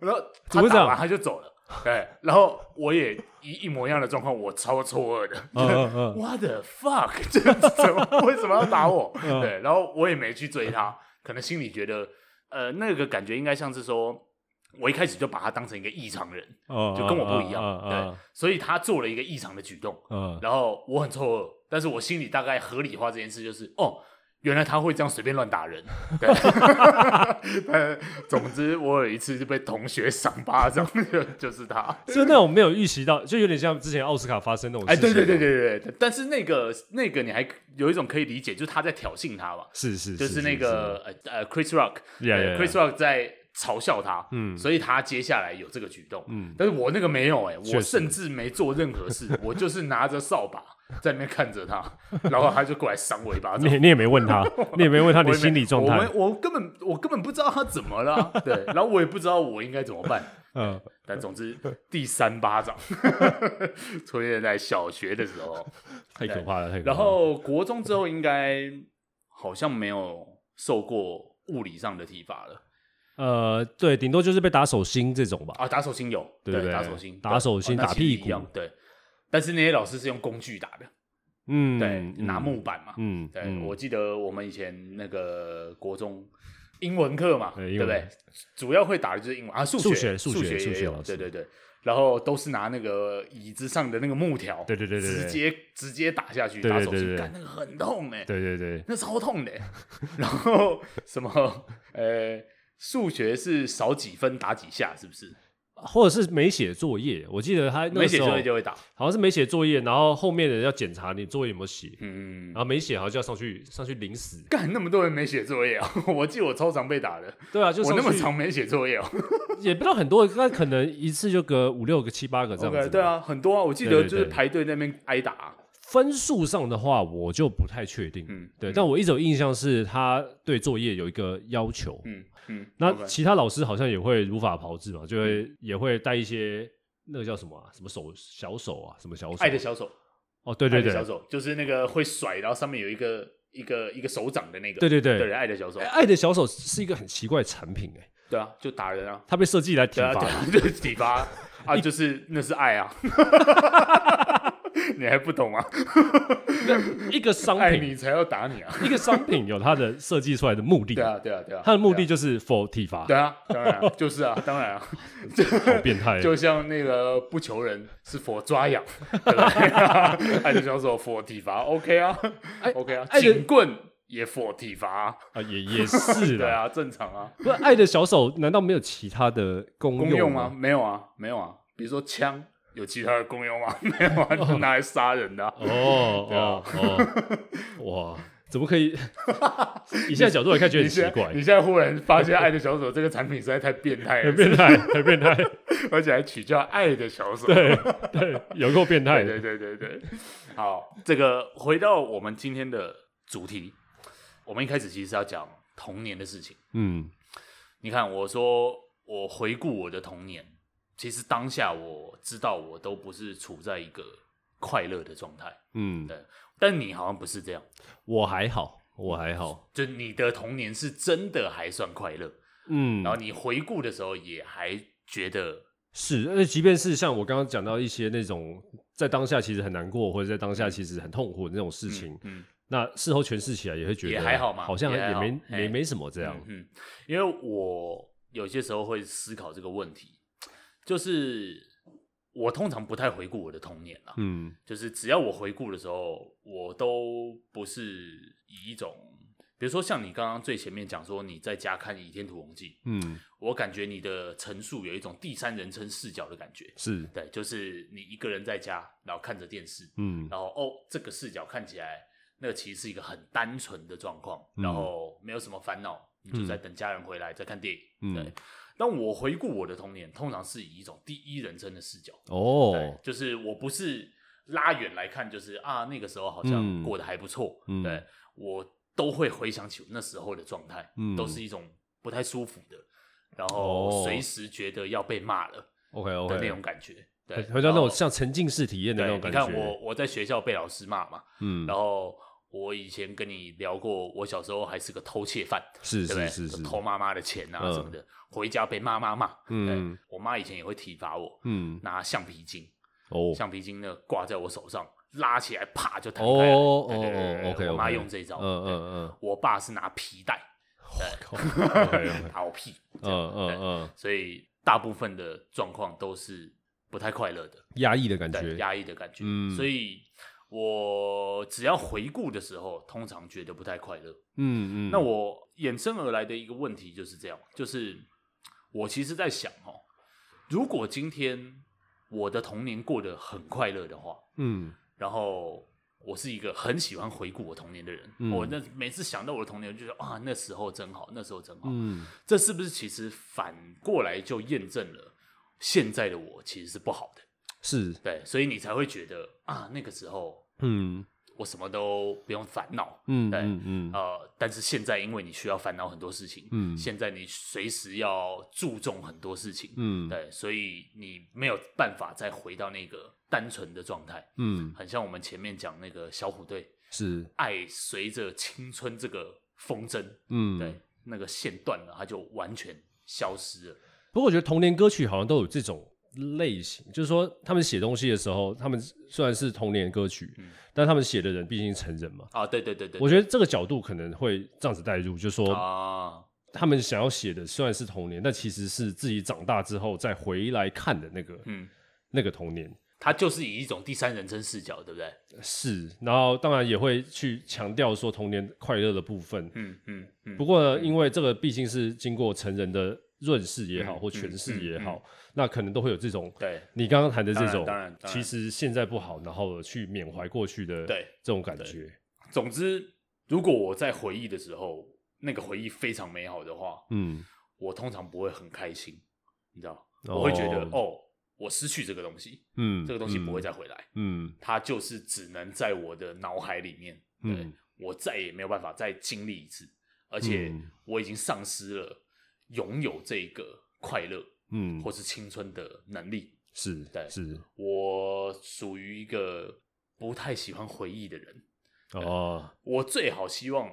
Speaker 2: 然后他
Speaker 3: 怎么会这
Speaker 2: 打
Speaker 3: 样
Speaker 2: 完他就走了，对，然后我也一一模一样的状况，我超错愕的，
Speaker 3: 嗯嗯嗯，
Speaker 2: What the fuck？这 样子怎么为什么要打我？
Speaker 3: 嗯
Speaker 2: 对，然后我也没去追他，可能心里觉得，呃，那个感觉应该像是说，我一开始就把他当成一个异常人，
Speaker 3: 哦
Speaker 2: 就跟我不一样，
Speaker 3: 嗯
Speaker 2: 对，所以他做了一个异常的举动，
Speaker 3: 嗯嗯
Speaker 2: 然后我很错愕，但是我心里大概合理化这件事就是，哦。原来他会这样随便乱打人，对。 呃，总之我有一次就被同学赏巴掌，就就是他。
Speaker 3: 就那种没有预习到，就有点像之前奥斯卡发生那种
Speaker 2: 哎，
Speaker 3: 事情。
Speaker 2: 对对对，对对，但是那个那个你还有一种可以理解，就是他在挑衅他嘛，
Speaker 3: 是是，
Speaker 2: 就是那个呃呃 Chris Rock，
Speaker 3: Yeah,
Speaker 2: 呃
Speaker 3: yeah,
Speaker 2: Chris Rock 在嘲笑他，
Speaker 3: 嗯
Speaker 2: 所以他接下来有这个举动，
Speaker 3: 嗯
Speaker 2: 但是我那个没有哎、
Speaker 3: 确
Speaker 2: 我
Speaker 3: 实
Speaker 2: 甚至没做任何事，我就是拿着扫把在那边看着他，然后他就过来扇我一巴掌
Speaker 3: 你。也你也没问 他，你也没问他你
Speaker 2: 我也没
Speaker 3: 心理状
Speaker 2: 我
Speaker 3: 态
Speaker 2: 们，我根本我根本不知道他怎么了啊，对，然后我也不知道我应该怎么办，
Speaker 3: 嗯，
Speaker 2: 但总之第三巴掌 出现在小学的时 候，
Speaker 3: 太可怕了，太可怕了。
Speaker 2: 然后国中之后应该好像没有受过物理上的体罚了
Speaker 3: 呃，对，顶多就是被打手心这种吧。
Speaker 2: 啊，打手心有，
Speaker 3: 对对
Speaker 2: 打手心，
Speaker 3: 打
Speaker 2: 对
Speaker 3: 手心
Speaker 2: 哦那
Speaker 3: 打
Speaker 2: 其实
Speaker 3: 屁股
Speaker 2: 一样，对。但是那些老师是用工具打的，
Speaker 3: 嗯，
Speaker 2: 对，
Speaker 3: 嗯
Speaker 2: 拿，木板嘛。
Speaker 3: 嗯，
Speaker 2: 对，
Speaker 3: 嗯
Speaker 2: 我记得我们以前那个国中英文课嘛，
Speaker 3: 对
Speaker 2: 对
Speaker 3: 英
Speaker 2: 不
Speaker 3: 文
Speaker 2: 对？主要会打的就是英文啊，数
Speaker 3: 数
Speaker 2: 学
Speaker 3: 学
Speaker 2: 数
Speaker 3: 数学数
Speaker 2: 也
Speaker 3: 学
Speaker 2: 有，
Speaker 3: 老
Speaker 2: 对
Speaker 3: 师
Speaker 2: 对对。然后都是拿那个椅子上的那个木条，
Speaker 3: 对对对对对
Speaker 2: 直接直接打下去，
Speaker 3: 对
Speaker 2: 打
Speaker 3: 对
Speaker 2: 手
Speaker 3: 对
Speaker 2: 心，
Speaker 3: 对
Speaker 2: 干那个很痛哎，
Speaker 3: 对对对，
Speaker 2: 那超痛的欸。然后什么呃，数学是少几分打几下，是不是？
Speaker 3: 或者是没写作业，我记得他那
Speaker 2: 没
Speaker 3: 个
Speaker 2: 写
Speaker 3: 时候
Speaker 2: 作业就会打。
Speaker 3: 好像是没写作业，然后后面的人要检查你作业有没有写，
Speaker 2: 嗯
Speaker 3: 然，后没写好像就要上去上去领死。
Speaker 2: 干那么多人没写作业啊！ 我记得我超常被打的，
Speaker 3: 对啊，就
Speaker 2: 我
Speaker 3: 上
Speaker 2: 那么
Speaker 3: 去
Speaker 2: 常没写作业哦。
Speaker 3: 也不知道很多，但可能一次就个五六个、七八个这样子
Speaker 2: OK，
Speaker 3: 吧。
Speaker 2: 对啊，很多啊，我记得
Speaker 3: 对对
Speaker 2: 就是
Speaker 3: 对
Speaker 2: 排队那边挨打啊。
Speaker 3: 分数上的话，我就不太确定。
Speaker 2: 嗯
Speaker 3: 对，
Speaker 2: 嗯
Speaker 3: 但我一直有印象是他对作业有一个要求，
Speaker 2: 嗯嗯，
Speaker 3: 那
Speaker 2: OK 嗯
Speaker 3: 其他老师好像也会如法炮制嘛，就会也会带一些那个叫什么啊，什么手小手啊，什么小手，
Speaker 2: 爱的小手，
Speaker 3: 哦，对对
Speaker 2: 爱的
Speaker 3: 对，
Speaker 2: 小手就是那个会甩，然后上面有一个一个一个手掌的那个。
Speaker 3: 对对对
Speaker 2: 对，爱的小手
Speaker 3: 哎。爱的小手是一个很奇怪的产品哎、
Speaker 2: 对啊，就打人啊。
Speaker 3: 它被设计来体
Speaker 2: 对啊，
Speaker 3: 罚
Speaker 2: 对
Speaker 3: 的，
Speaker 2: 啊， 就是体罚啊，就是那是爱啊， 你还不懂吗？啊
Speaker 3: 一个 商
Speaker 2: 爱
Speaker 3: 品，
Speaker 2: 你才要打你啊！
Speaker 3: 一个商品有它的设计出来的目的，
Speaker 2: 对啊，对啊，对啊，
Speaker 3: 它的目的就是 for 体罚，
Speaker 2: 对啊，对啊当然啊就是啊，当然啊，
Speaker 3: 好变态，
Speaker 2: 就像那个不求人是佛抓 痒，对不对？爱的小手佛体罚，OK 啊
Speaker 3: 哎
Speaker 2: ，OK 啊，
Speaker 3: 爱的
Speaker 2: 警棍也否体罚，
Speaker 3: 啊，也也 是
Speaker 2: 对
Speaker 3: 啦。
Speaker 2: 啊，正常啊。
Speaker 3: 不是爱的小手，难道没有其他的功
Speaker 2: 公用吗？
Speaker 3: 吗？
Speaker 2: 没有啊，没有啊。比如说枪有其他的功用吗？ 没有 啊，就拿来杀人的啊、
Speaker 3: 哦
Speaker 2: 对啊
Speaker 3: 哦哦，哇， 怎么可以？以现在角度来看，觉得
Speaker 2: 你
Speaker 3: 很奇
Speaker 2: 现在
Speaker 3: 怪
Speaker 2: 你，现在忽然发现爱的小手这个产品实在太变态了，
Speaker 3: 很 变态，很变态，
Speaker 2: 而且还取叫爱的小手。
Speaker 3: 对对，有够变态
Speaker 2: 对
Speaker 3: 的。
Speaker 2: 对对对对，好，这个回到我们今天的主题，我们一开始其实是要讲童年的事情。
Speaker 3: 嗯
Speaker 2: 你看，我说我回顾我的童年，其实当下我知道我都不是处在一个快乐的状态，
Speaker 3: 嗯，
Speaker 2: 对。但你好像不是这样，
Speaker 3: 我还好，我还好。
Speaker 2: 就你的童年是真的还算快乐，
Speaker 3: 嗯，
Speaker 2: 然后你回顾的时候也还觉得
Speaker 3: 是，而且即便是像我刚刚讲到一些那种在当下其实很难过，或者在当下其实很痛苦的那种事情，
Speaker 2: 嗯，
Speaker 3: 那事后诠释起来也会觉得
Speaker 2: 也还好嘛
Speaker 3: 好像
Speaker 2: 也还
Speaker 3: 也
Speaker 2: 好哎
Speaker 3: 没
Speaker 2: 嘿
Speaker 3: 没没什么这样。
Speaker 2: 嗯，嗯因为我有些时候会思考这个问题，就是我通常不太回顾我的童年啊啦，
Speaker 3: 嗯
Speaker 2: 就是只要我回顾的时候，我都不是以一种，比如说像你刚刚最前面讲说你在家看《倚天屠龙记》，
Speaker 3: 嗯，
Speaker 2: 我感觉你的陈述有一种第三人称视角的感觉，
Speaker 3: 是，
Speaker 2: 对，就是你一个人在家，然后看着电视，
Speaker 3: 嗯
Speaker 2: 然后哦，这个视角看起来，那个其实是一个很单纯的状况，
Speaker 3: 嗯
Speaker 2: 然后没有什么烦恼，你就在等家人回来再看电影。
Speaker 3: 嗯
Speaker 2: 对。但我回顾我的童年，通常是以一种第一人称的视角，对
Speaker 3: 哦，，
Speaker 2: 就是我不是拉远来看，就是啊，那个时候好像
Speaker 3: 嗯
Speaker 2: 过得还不错，
Speaker 3: 嗯
Speaker 2: 对我都会回想起那时候的状态，
Speaker 3: 嗯
Speaker 2: 都是一种不太舒服的，然
Speaker 3: 哦
Speaker 2: 后随时觉得要被骂了
Speaker 3: OK
Speaker 2: 的那
Speaker 3: OK，
Speaker 2: 种感觉，对
Speaker 3: 回，回到
Speaker 2: 然
Speaker 3: 那
Speaker 2: 后
Speaker 3: 种像沉浸式体验的那
Speaker 2: 对，
Speaker 3: 种
Speaker 2: 你
Speaker 3: 感
Speaker 2: 看我
Speaker 3: 觉。
Speaker 2: 我在学校被老师骂嘛，
Speaker 3: 嗯
Speaker 2: 然，后我以前跟你聊过，我小时候还是个偷窃犯，
Speaker 3: 是
Speaker 2: 对不对？
Speaker 3: 是是是，
Speaker 2: 偷妈妈的钱啊
Speaker 3: 嗯
Speaker 2: 什么的，回家被妈妈骂。
Speaker 3: 嗯
Speaker 2: 对，我妈以前也会体罚我，
Speaker 3: 嗯
Speaker 2: 拿橡皮筋，
Speaker 3: 哦，
Speaker 2: 橡皮筋呢挂在我手上，拉起来啪就弹
Speaker 3: 哦
Speaker 2: 开来了。
Speaker 3: 哦
Speaker 2: 对对对
Speaker 3: 哦
Speaker 2: 对
Speaker 3: ，OK，
Speaker 2: 我妈用这招。
Speaker 3: 嗯嗯
Speaker 2: 对
Speaker 3: 嗯，
Speaker 2: 我爸是拿皮带
Speaker 3: 我 靠，OK，OK，
Speaker 2: 打我屁股，
Speaker 3: 嗯嗯嗯，
Speaker 2: 所以大部分的状况都是不太快乐的。
Speaker 3: 压抑的感
Speaker 2: 对
Speaker 3: 觉，
Speaker 2: 压抑的感觉。
Speaker 3: 嗯
Speaker 2: 所以我只要回顾的时候，通常觉得不太快乐。
Speaker 3: 嗯嗯，
Speaker 2: 那我衍生而来的一个问题就是这样，就是我其实在想哦，如果今天我的童年过得很快乐的话，
Speaker 3: 嗯
Speaker 2: 然后。我是一个很喜欢回顾我童年的人，
Speaker 3: 嗯
Speaker 2: 我那每次想到我的童年，就觉得啊，那时候真好，那时候真好。
Speaker 3: 嗯
Speaker 2: 这是不是其实反过来就验证了现在的我其实是不好的？
Speaker 3: 是，
Speaker 2: 对，所以你才会觉得啊，那个时候
Speaker 3: 嗯
Speaker 2: 我什么都不用烦恼，
Speaker 3: 嗯
Speaker 2: 对
Speaker 3: 嗯嗯
Speaker 2: 呃，但是现在因为你需要烦恼很多事情，
Speaker 3: 嗯
Speaker 2: 现在你随时要注重很多事情，
Speaker 3: 嗯
Speaker 2: 对，所以你没有办法再回到那个单纯的状态，
Speaker 3: 嗯
Speaker 2: 很像我们前面讲那个小虎队，
Speaker 3: 是，
Speaker 2: 爱随着青春这个风筝，
Speaker 3: 嗯
Speaker 2: 对，。那个线断了，它就完全消失了。
Speaker 3: 不过我觉得童年歌曲好像都有这种类型，就是说他们写东西的时候，他们虽然是童年歌曲，但他们写的人毕竟是成人嘛。
Speaker 2: 啊，对对对嗯对，
Speaker 3: 我觉得这个角度可能会这样子带入，就是说
Speaker 2: 啊，
Speaker 3: 他们想要写的虽然是童年，但其实是自己长大之后再回来看的那个
Speaker 2: 嗯，
Speaker 3: 那个童年。
Speaker 2: 它就是以一种第三人称视角，对不对？
Speaker 3: 是，然后当然也会去强调说童年快乐的部分，
Speaker 2: 嗯嗯嗯
Speaker 3: 不过呢，因为这个毕竟是经过成人的润饰也好，
Speaker 2: 嗯
Speaker 3: 或诠释也好，
Speaker 2: 嗯
Speaker 3: 那可能都会有这种
Speaker 2: 对
Speaker 3: 你刚刚谈的这
Speaker 2: 当然
Speaker 3: 种
Speaker 2: 当然，当然
Speaker 3: 其实现在不好，然后去缅怀过去的
Speaker 2: 对
Speaker 3: 这种感觉。
Speaker 2: 总之，如果我在回忆的时候，那个回忆非常美好的话，
Speaker 3: 嗯，
Speaker 2: 我通常不会很开心，你知道，我会觉得哦，我失去这个东西，
Speaker 3: 嗯
Speaker 2: 这个东西不会，再回来，
Speaker 3: 嗯
Speaker 2: 它就是只能在我的脑海里面，对、
Speaker 3: 嗯
Speaker 2: 我再也没有办法再经历一次，而且
Speaker 3: 嗯
Speaker 2: 我已经丧失了拥有这个快乐
Speaker 3: 嗯，
Speaker 2: 或是青春的能力。
Speaker 3: 是
Speaker 2: 对
Speaker 3: 是
Speaker 2: 我属于一个不太喜欢回忆的人，
Speaker 3: 哦，
Speaker 2: 我最好希望，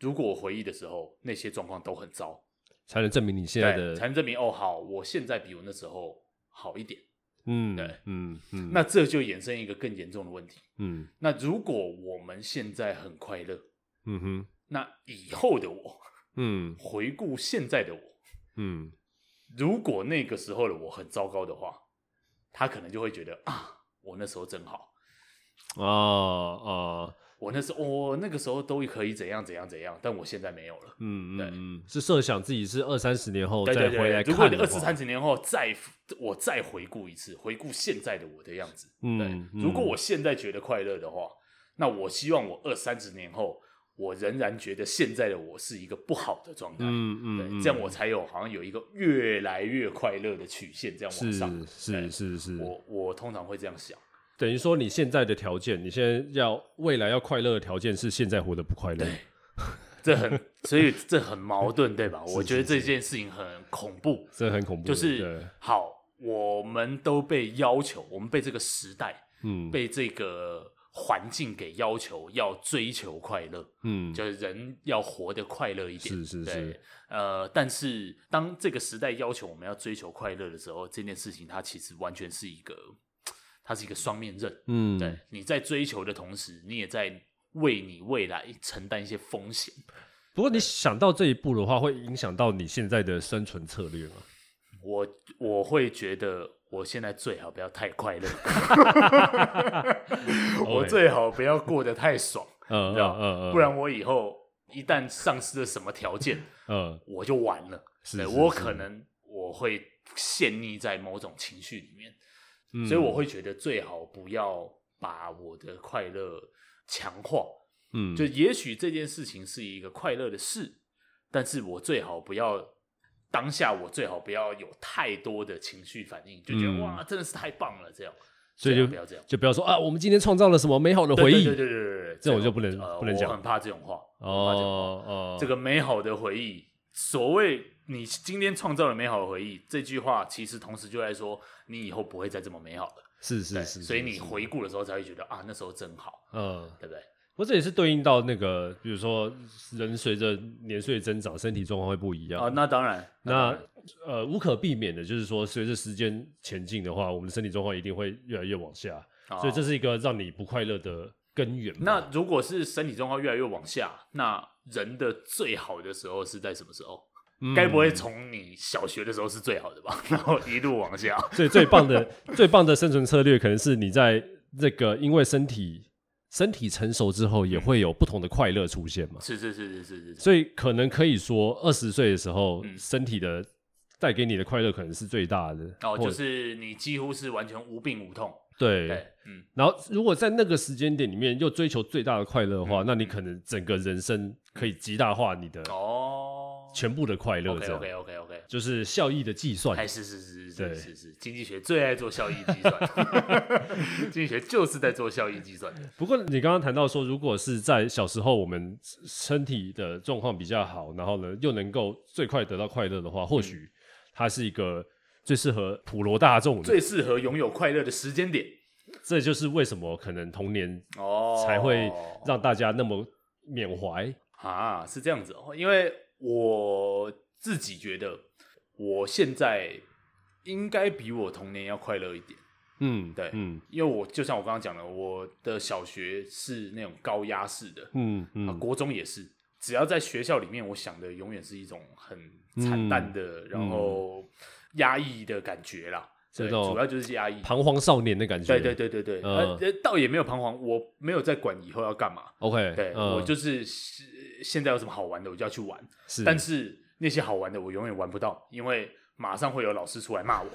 Speaker 2: 如果我回忆的时候，那些状况都很糟，
Speaker 3: 才能证明你现在的
Speaker 2: 才能证明哦，好，我现在比我那时候好一点。
Speaker 3: 嗯
Speaker 2: 对
Speaker 3: 嗯嗯
Speaker 2: 那这就衍生一个更严重的问题。
Speaker 3: 嗯
Speaker 2: 那如果我们现在很快乐，
Speaker 3: 嗯哼
Speaker 2: 那以后的我
Speaker 3: 嗯
Speaker 2: 回顾现在的我，
Speaker 3: 嗯
Speaker 2: 如果那个时候的我很糟糕的话，
Speaker 3: 哦
Speaker 2: 他可能就会觉得啊，我那时候真好。
Speaker 3: 啊啊，
Speaker 2: 我那时候我、那个时候都可以怎样怎样怎样，但我现在没有了。
Speaker 3: 嗯
Speaker 2: 对
Speaker 3: 嗯嗯，是设想自己是二三十年后
Speaker 2: 对
Speaker 3: 哦再
Speaker 2: 对
Speaker 3: 回
Speaker 2: 对，
Speaker 3: 来
Speaker 2: 如果
Speaker 3: 看
Speaker 2: 你
Speaker 3: 的
Speaker 2: 二十
Speaker 3: 话
Speaker 2: 三，十年后再我再回顾一次，回顾现在的我的样子，对，
Speaker 3: 嗯，嗯
Speaker 2: 如果我现在觉得快乐的话，那我希望我二三十年后，我仍然觉得现在的我是一个不好的状态。
Speaker 3: 嗯
Speaker 2: 对，
Speaker 3: 嗯，
Speaker 2: 这样我才有好像有一个越来越快乐的曲线，这样往
Speaker 3: 是
Speaker 2: 上。
Speaker 3: 是
Speaker 2: 对
Speaker 3: 是是，
Speaker 2: 我我通常会这样想，
Speaker 3: 等于说你现在的条件，你现在要未来要快乐的条件是现在活得不快乐，
Speaker 2: 这很所以这很矛盾，对 吧？我觉得这件事情很恐怖，
Speaker 3: 这很恐怖，
Speaker 2: 就是
Speaker 3: 对
Speaker 2: 好，我们都被要求，我们被这个时代、
Speaker 3: 嗯
Speaker 2: 被这个环境给要求要追求快乐，
Speaker 3: 嗯
Speaker 2: 就是人要活得快乐一点，
Speaker 3: 是是
Speaker 2: 对
Speaker 3: 是，
Speaker 2: 呃，但是当这个时代要求我们要追求快乐的时候，这件事情它其实完全是一个，它是一个双面刃。
Speaker 3: 嗯
Speaker 2: 对，你在追求的同时，你也在为你未来承担一些风险。
Speaker 3: 不过你想到这一步的话，会影响到你现在的生存策略吗？
Speaker 2: 我我会觉得，我现在最好不要太快 乐，我
Speaker 3: OK
Speaker 2: 最好不要过得太爽，
Speaker 3: 嗯
Speaker 2: 你知道吗
Speaker 3: 嗯 嗯，嗯
Speaker 2: 啊不然我以后一旦丧失了什么条件，
Speaker 3: 嗯
Speaker 2: 我就完了。
Speaker 3: 是
Speaker 2: 对
Speaker 3: 是
Speaker 2: 我
Speaker 3: 是
Speaker 2: 可能我会陷溺在某种情绪里面，
Speaker 3: 嗯
Speaker 2: 所以我会觉得最好不要把我的快乐强化。
Speaker 3: 嗯
Speaker 2: 就也许这件事情是一个快乐的事，但是我最好不要当下，我最好不要有太多的情绪反应，就觉得、
Speaker 3: 嗯
Speaker 2: 哇，真的是太棒了，这样，
Speaker 3: 所以
Speaker 2: 最
Speaker 3: 就
Speaker 2: 好不要这样。
Speaker 3: 就不要说啊，我们今天创造了什么美好的回忆
Speaker 2: 对对对对对对对，
Speaker 3: 这种
Speaker 2: 好
Speaker 3: 就不能
Speaker 2: 呃
Speaker 3: 不能讲
Speaker 2: 我很怕这种话。
Speaker 3: 哦哦，
Speaker 2: 这个美好的回忆，所谓你今天创造了美好的回忆，这句话其实同时就在说，你以后不会再这么美好了。
Speaker 3: 是
Speaker 2: 对
Speaker 3: 是是，
Speaker 2: 所以你
Speaker 3: 是
Speaker 2: 回顾的时候才会觉得啊，那时候真好，
Speaker 3: 嗯，
Speaker 2: 对不对？
Speaker 3: 不过这也是对应到那个，比如说人随着年岁增长，身体状况会不一样。
Speaker 2: 啊，那当然，当
Speaker 3: 那
Speaker 2: 然
Speaker 3: 呃无可避免的，就是说随着时间前进的话，我们的身体状况一定会越来越往下，
Speaker 2: 哦
Speaker 3: 所以这是一个让你不快乐的根源吧。
Speaker 2: 那如果是身体状况越来越往下，那人的最好的时候是在什么时候？
Speaker 3: 嗯
Speaker 2: 该不会从你小学的时候是最好的吧？ 然后一路往下，
Speaker 3: 所以最棒的最棒的生存策略，可能是你在这个因为身体身体成熟之后，也会有不同的快乐出现嘛。
Speaker 2: 是是是是是是，
Speaker 3: 所以可能可以说，二十岁的时候，
Speaker 2: 嗯
Speaker 3: 身体的带给你的快乐可能是最大的。
Speaker 2: 哦，
Speaker 3: 或
Speaker 2: 就
Speaker 3: 者
Speaker 2: 是你几乎是完全无病无痛，
Speaker 3: 对
Speaker 2: 对。，嗯，
Speaker 3: 然后，如果在那个时间点里面又追求最大的快乐的话，那你可能整个人生可以极大化你的
Speaker 2: 嗯哦
Speaker 3: 全部的快乐，
Speaker 2: ，OK
Speaker 3: 这样
Speaker 2: OK OK OK，
Speaker 3: 就是效益的计算
Speaker 2: 哎，。是是是
Speaker 3: 对
Speaker 2: 是是是，经济学最爱做效益计算，经济学就是在做效益计算的。
Speaker 3: 不过你刚刚谈到说，如果是在小时候我们身体的状况比较好，然后呢又能够最快得到快乐的
Speaker 2: 嗯
Speaker 3: 话，或许它是一个最适合普罗大众的。
Speaker 2: 最适合拥有快乐的时间点
Speaker 3: 这就是为什么可能童年
Speaker 2: 哦
Speaker 3: 才会让大家那么缅怀。
Speaker 2: 啊，是这样子哦，因为我自己觉得我现在应该比我童年要快乐一点，
Speaker 3: 嗯，
Speaker 2: 对
Speaker 3: 嗯
Speaker 2: 因为我就像我刚刚讲的，我的小学是那种高压式的，
Speaker 3: 嗯
Speaker 2: 啊，
Speaker 3: 嗯，
Speaker 2: 国中也是，只要在学校里面，我想的永远是一种很惨淡的，
Speaker 3: 嗯
Speaker 2: 然后压抑的感觉啦。
Speaker 3: 是
Speaker 2: 对，
Speaker 3: 那种
Speaker 2: 主要就是压抑。
Speaker 3: 彷徨少年的感觉。
Speaker 2: 对对对对对，
Speaker 3: 嗯
Speaker 2: 呃，呃倒也没有彷徨，我没有在管以后要干嘛。
Speaker 3: ，OK，
Speaker 2: 对、
Speaker 3: 嗯
Speaker 2: 我就是是现在有什么好玩的，我就要去玩。
Speaker 3: 是，
Speaker 2: 但是那些好玩的，我永远玩不到，因为马上会有老师出来骂我。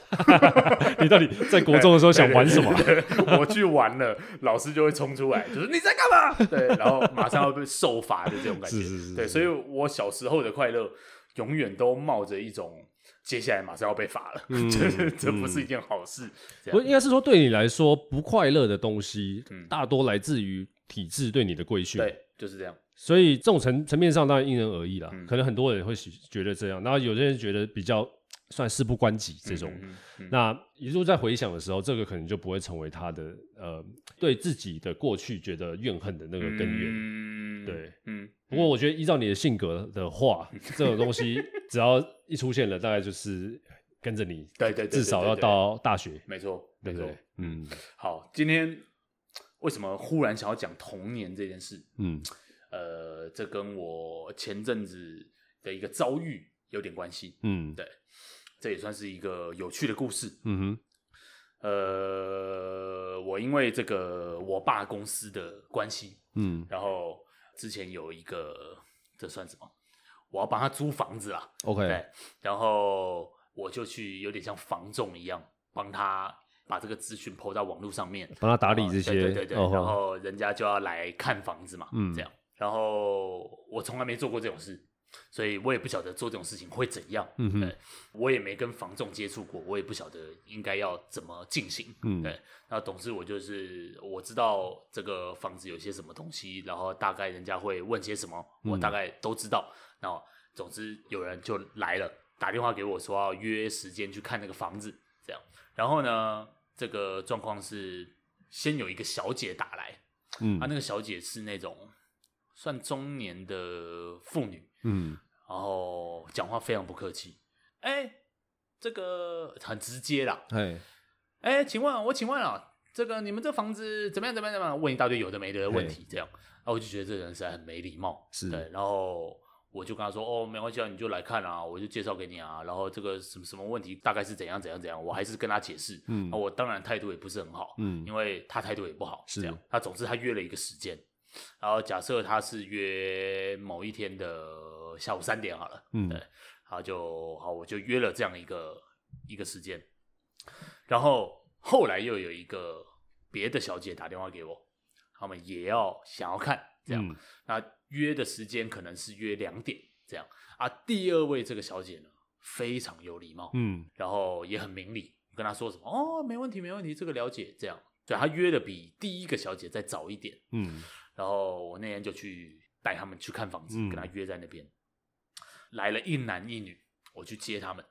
Speaker 3: 你到底在 国中的时候想玩什么？
Speaker 2: 对对对我去玩了， 老师就会冲出来，就是你在干嘛？对，然后马上要被受罚的这种感觉。
Speaker 3: 是是是
Speaker 2: 对，所以我小时候的快乐，永远都冒着一种接下来马上要被罚了， 就是这不是一件好事。这
Speaker 3: 嗯不，应
Speaker 2: 样
Speaker 3: 该是说对你来说不快乐的东西，
Speaker 2: 嗯
Speaker 3: 大多来自于体制对你的规训。，
Speaker 2: 对，就是这样。
Speaker 3: 所以这种层层面上当然因人而异啦。
Speaker 2: 嗯
Speaker 3: 可能很多人会喜觉得这样，然后有些人觉得比较算事不关己这种。
Speaker 2: 嗯嗯嗯
Speaker 3: 那一路在回想的时候，这个可能就不会成为他的呃对自己的过去觉得怨恨的那个根源。
Speaker 2: 嗯
Speaker 3: 对，
Speaker 2: 嗯，
Speaker 3: 不过我觉得依照你的性格 的话，这种东西只要一出现了，大概就是跟着你，
Speaker 2: 对对对对
Speaker 3: 至少要
Speaker 2: 对对
Speaker 3: 到大学，
Speaker 2: 没错，
Speaker 3: 对
Speaker 2: 没
Speaker 3: 不
Speaker 2: 错
Speaker 3: 对。？嗯
Speaker 2: 好，今天为什么忽然想要讲童年这件事？
Speaker 3: 嗯，
Speaker 2: 呃，这跟我前阵子的一个遭遇有点关系。
Speaker 3: 嗯
Speaker 2: 对，这也算是一个有趣的故事。
Speaker 3: 嗯哼，
Speaker 2: 呃，我因为这个我爸公司的关系，
Speaker 3: 嗯，
Speaker 2: 然后之前有一个这算什么？我要帮他租房子啦，
Speaker 3: ，OK，
Speaker 2: 对，然后我就去有点像房仲一样，帮他把这个资讯抛到网络上面，
Speaker 3: 帮他打理
Speaker 2: 啊
Speaker 3: 这些，
Speaker 2: 对对对对
Speaker 3: 哦
Speaker 2: 然后人家就要来看房子嘛，
Speaker 3: 嗯
Speaker 2: 这样。然后我从来没做过这种事，所以我也不晓得做这种事情会怎样。
Speaker 3: 嗯哼
Speaker 2: 对，我也没跟房仲接触过，我也不晓得应该要怎么进行。
Speaker 3: 嗯
Speaker 2: 对。那总之我就是我知道这个房子有些什么东西，然后大概人家会问些什么，我大概都知道。然后总之有人就来了，打电话给我说要约时间去看那个房子，这样。然后呢，这个状况是先有一个小姐打来，
Speaker 3: 嗯
Speaker 2: 啊，那个小姐是那种算中年的妇女，
Speaker 3: 嗯
Speaker 2: 然后讲话非常不客气，哎、这个很直接啦，
Speaker 3: 哎，
Speaker 2: 哎、请问我请问啊，这个你们这房子怎么样怎么样怎么样？问一大堆有的没的问题，这样，然后我就觉得这人实在很没礼貌，
Speaker 3: 是
Speaker 2: 对，然后我就跟他说，哦，没关系啊，你就来看啊，我就介绍给你啊，然后这个什么什么问题大概是怎样怎样怎样，我还是跟他解释，
Speaker 3: 嗯
Speaker 2: 啊我当然态度也不是很好，
Speaker 3: 嗯
Speaker 2: 因为他态度也不好，
Speaker 3: 是
Speaker 2: 这样，他总之他约了一个时间，然后假设他是约某一天的下午三点好了，
Speaker 3: 嗯
Speaker 2: 对，然后就好，我就约了这样一个一个时间，然后后来又有一个别的小姐打电话给我，他们也要想要看这样，
Speaker 3: 嗯
Speaker 2: 那约的时间可能是约两点这样啊。第二位这个小姐呢，非常有礼貌，
Speaker 3: 嗯
Speaker 2: 然后也很明理，跟她说什么哦，没问题，没问题，这个了解这样，所以她约的比第一个小姐再早一点，
Speaker 3: 嗯
Speaker 2: 然后我那天就去带他们去看房子，
Speaker 3: 嗯
Speaker 2: 跟他约在那边。来了一男一女，我去接他们。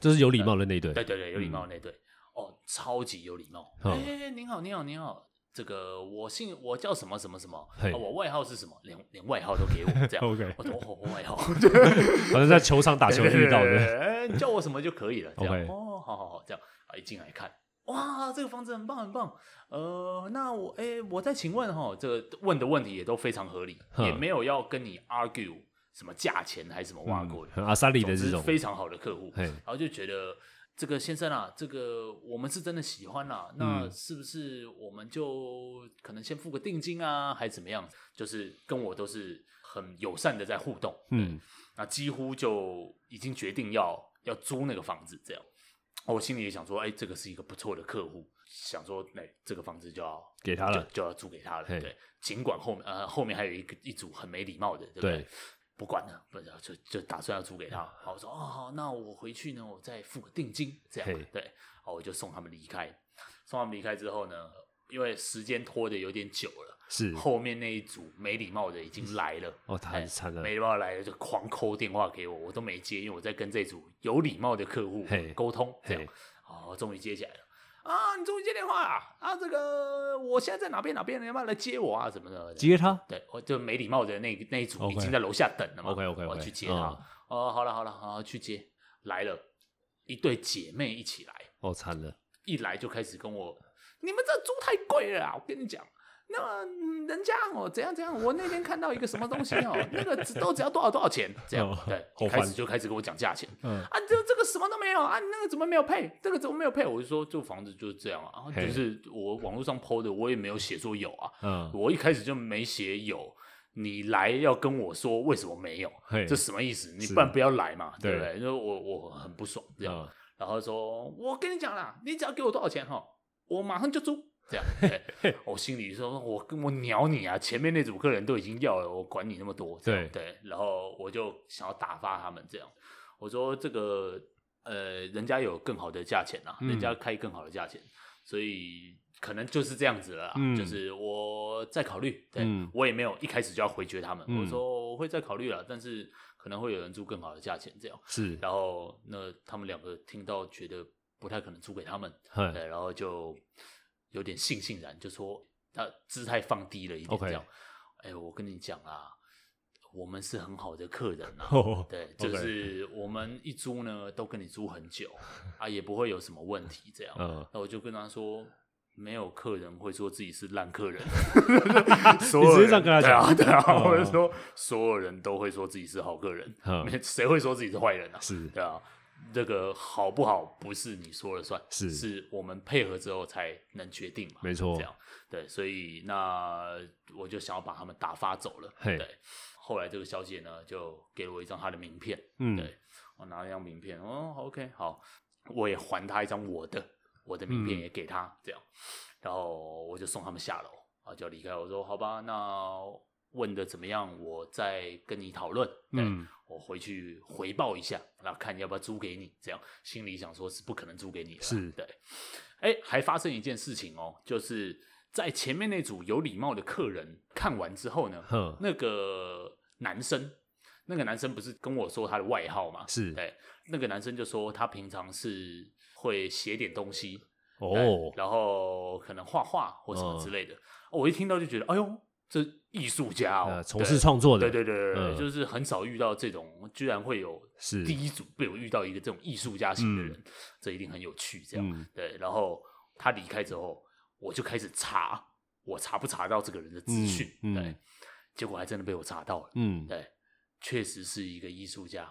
Speaker 3: 这是有礼貌的那一对，
Speaker 2: 对对对，有礼貌的那对，哦，超级有礼貌。哎、
Speaker 3: 嗯
Speaker 2: 您好，您好，您好，这个我姓我叫什么什么什么，
Speaker 3: 嘿
Speaker 2: 啊我外号是什么，连连外号都给我，这样
Speaker 3: OK
Speaker 2: 我说哦，外号，
Speaker 3: 好像在球场打球遇到
Speaker 2: 对对
Speaker 3: 的，
Speaker 2: 对哎你叫我什么就可以了。这样
Speaker 3: OK
Speaker 2: 哦，好好好，这样啊，一进来看，哇，这个房子很棒很棒。呃，那我哎，我再请问哈，这个问的问题也都非常合理，
Speaker 3: 哼
Speaker 2: 也没有要跟你 argue 什么价钱还是什么挖过的，
Speaker 3: 很嗯阿萨里的
Speaker 2: 总
Speaker 3: 这
Speaker 2: 之
Speaker 3: 种，
Speaker 2: 非常好的客户，
Speaker 3: 嘿
Speaker 2: 然后就觉得。这个先生啊，这个我们是真的喜欢啦、
Speaker 3: 嗯
Speaker 2: 那是不是我们就可能先付个定金啊，还是怎么样？就是跟我都是很友善的在互动，
Speaker 3: 嗯
Speaker 2: 那几乎就已经决定要要租那个房子，这样。我心里也想说，哎、这个是一个不错的客户，想说，哎、这个房子就要
Speaker 3: 给他了
Speaker 2: 就，就要租给他了。
Speaker 3: 嘿
Speaker 2: 对，尽管后面呃后面还有一个一组很没礼貌的，对不对？
Speaker 3: 对
Speaker 2: 不管了，不然就就打算要租给他。好，我说哦好，那我回去呢，我再付个定金，这样
Speaker 3: 嘿
Speaker 2: 对。好，我就送他们离开。送他们离开之后呢，因为时间拖的有点久了，
Speaker 3: 是
Speaker 2: 后面那一组没礼貌的已经来了。
Speaker 3: 哦，他
Speaker 2: 哎
Speaker 3: 很惨了，
Speaker 2: 没礼貌来了就狂扣电话给我，我都没接，因为我在跟这组有礼貌的客户
Speaker 3: 嘿
Speaker 2: 沟通。这
Speaker 3: 嘿
Speaker 2: 样，哦，终于接起来了。啊，你终于接电话啊！啊，这个我现在在哪边哪边，你要不要来接我啊？什么的？
Speaker 3: 接他，
Speaker 2: 对，我就没礼貌的那那一组
Speaker 3: OK
Speaker 2: 已经在楼下等了嘛。
Speaker 3: OK，OK，OK，
Speaker 2: 我要去接他。
Speaker 3: 嗯
Speaker 2: 哦，好了好了，好去接。来了，一对姐妹一起来，
Speaker 3: 哦，惨了，
Speaker 2: 一来就开始跟我，你们这猪太贵了啊！我跟你讲，那么嗯人家哦怎样怎样，我那天看到一个什么东西哦，那个只都只要多少多少钱，这样、
Speaker 3: 哦好
Speaker 2: 对，
Speaker 3: 烦
Speaker 2: 开始就开始跟我讲价钱。
Speaker 3: 嗯
Speaker 2: 啊，这这个什么都没有啊，你那个怎么没有配？这个怎么没有配？我就说这个房子就是这样啊，
Speaker 3: 嘿
Speaker 2: 就是我网络上 PO 的，我也没有写说有啊，
Speaker 3: 嗯，
Speaker 2: 我一开始就没写有，你来要跟我说为什么没有
Speaker 3: 嘿，
Speaker 2: 这什么意思？你
Speaker 3: 是
Speaker 2: 不然不要来嘛，对不
Speaker 3: 对
Speaker 2: 对？因为我我很不爽这样。
Speaker 3: 嗯
Speaker 2: 然后说：“我跟你讲啦，你只要给我多少钱哈，我马上就租。”这样，对我心里说：“我跟我鸟你啊！前面那组客人都已经要了，我管你那么多。这样”对，然后我就想要打发他们这样。我说：“这个呃，人家有更好的价钱啊，
Speaker 3: 嗯
Speaker 2: 人家开更好的价钱，所以可能就是这样子了啦。
Speaker 3: 嗯
Speaker 2: 就是我再考虑，对、
Speaker 3: 嗯
Speaker 2: 我也没有一开始就要回绝他们。
Speaker 3: 嗯
Speaker 2: 我说我会再考虑了，但是可能会有人租更好的价钱这样。”
Speaker 3: 是，
Speaker 2: 然后那他们两个听到觉得不太可能租给他们，
Speaker 3: 嘿
Speaker 2: 对，然后就有点悻悻然，就说他姿态放低了一点，
Speaker 3: OK
Speaker 2: 这样。哎，我跟你讲啊，我们是很好的客人啊，
Speaker 3: 哦
Speaker 2: 对，
Speaker 3: OK
Speaker 2: 就是我们一租呢都跟你租很久啊，也不会有什么问题这样。
Speaker 3: 嗯，
Speaker 2: 那我就跟他说。没有客人会说自己是烂客人，
Speaker 3: 你直接这样
Speaker 2: 人
Speaker 3: 跟他讲，
Speaker 2: 对啊，对啊，
Speaker 3: 哦
Speaker 2: 我就说所有人都会说自己是好客人，
Speaker 3: 嗯
Speaker 2: 没谁会说自己是坏人啊？
Speaker 3: 是
Speaker 2: 对啊，这个好不好不是你说了算，
Speaker 3: 是
Speaker 2: 是我们配合之后才能决定嘛，
Speaker 3: 没错
Speaker 2: 这样对，所以那我就想要把他们打发走了，
Speaker 3: 嘿
Speaker 2: 对。后来这个小姐呢，就给了我一张她的名片，
Speaker 3: 嗯
Speaker 2: 对我拿了一张名片，哦，OK，好，我也还她一张我的，我的名片
Speaker 3: 嗯
Speaker 2: 也给她，这样，然后我就送他们下楼，啊，就离开。我说好吧，那问的怎么样？我再跟你讨论。对
Speaker 3: 嗯，
Speaker 2: 我回去回报一下，那看要不要租给你。这样心里想说是不可能租给你的啦，
Speaker 3: 是
Speaker 2: 对。哎，还发生一件事情哦，就是在前面那组有礼貌的客人看完之后呢，
Speaker 3: 哼，
Speaker 2: 那个男生，那个男生不是跟我说他的外号嘛？
Speaker 3: 是
Speaker 2: 对，那个男生就说他平常是会写点东西，
Speaker 3: 哦嗯
Speaker 2: 对，然后可能画画或什么之类的。哦我一听到就觉得，哎呦，这艺术家哦
Speaker 3: 呃，，从事创作
Speaker 2: 对
Speaker 3: 的，
Speaker 2: 对对对对，
Speaker 3: 嗯
Speaker 2: 就是很少遇到这种，居然会有
Speaker 3: 是
Speaker 2: 第一组被我遇到一个这种艺术家型的人，
Speaker 3: 嗯
Speaker 2: 这一定很有趣。这样、
Speaker 3: 嗯
Speaker 2: 对，然后他离开之后，我就开始查，我查不查到这个人的资讯？
Speaker 3: 嗯嗯
Speaker 2: 对，结果还真的被我查到了。
Speaker 3: 嗯，
Speaker 2: 对，确实是一个艺术家，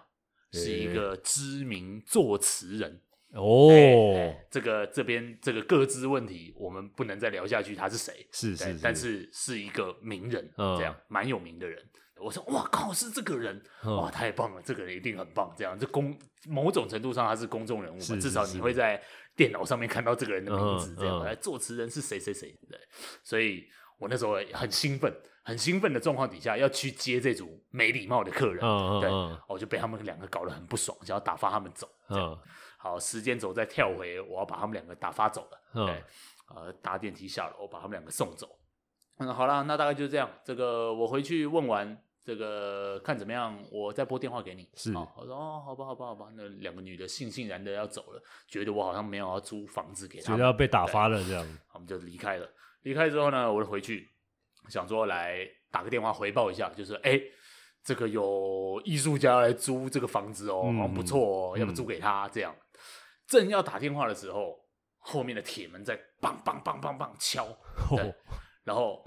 Speaker 3: 诶
Speaker 2: 是一个知名作词人。哎
Speaker 3: 哦
Speaker 2: 哎，这个这边这个各自问题，我们不能再聊下去，他是谁？
Speaker 3: 是
Speaker 2: 对
Speaker 3: 是，
Speaker 2: 但是是一个名人，
Speaker 3: 嗯
Speaker 2: 这样蛮有名的人。我说哇靠，是这个人，
Speaker 3: 嗯
Speaker 2: 哇太棒了，这个人一定很棒。这样，这公某种程度上他是公众人物嘛，
Speaker 3: 是
Speaker 2: 至
Speaker 3: 是
Speaker 2: 少
Speaker 3: 是
Speaker 2: 你会在电脑上面看到这个人的名字
Speaker 3: 嗯，
Speaker 2: 这样。
Speaker 3: 嗯
Speaker 2: 来作词人是谁谁谁，对。所以我那时候很兴奋，很兴奋的状况底下要去接这组没礼貌的客人，
Speaker 3: 嗯嗯
Speaker 2: 对哦
Speaker 3: 嗯，
Speaker 2: 我就被他们两个搞得很不爽，想要打发他们走。
Speaker 3: 嗯
Speaker 2: 好，时间轴再跳回，我要把他们两个打发走了。
Speaker 3: 嗯
Speaker 2: 对，呃，搭电梯下楼，把他们两个送走。嗯，好啦，那大概就这样。这个我回去问完，这个看怎么样，我再拨电话给你。
Speaker 3: 是
Speaker 2: 哦我说哦，好吧，好吧，好吧。那两个女的悻悻然的要走了，觉得我好像没有要租房子给他
Speaker 3: 觉
Speaker 2: 们，
Speaker 3: 得要被打发了这样，
Speaker 2: 我们就离开了。离开之后呢，我就回去想说来打个电话回报一下，就是哎、这个有艺术家来租这个房子哦，
Speaker 3: 嗯
Speaker 2: 好像不错哦，
Speaker 3: 嗯
Speaker 2: 要不租给他这样。正要打电话的时候，后面的铁门在梆梆梆梆梆敲，对
Speaker 3: 哦，
Speaker 2: 然后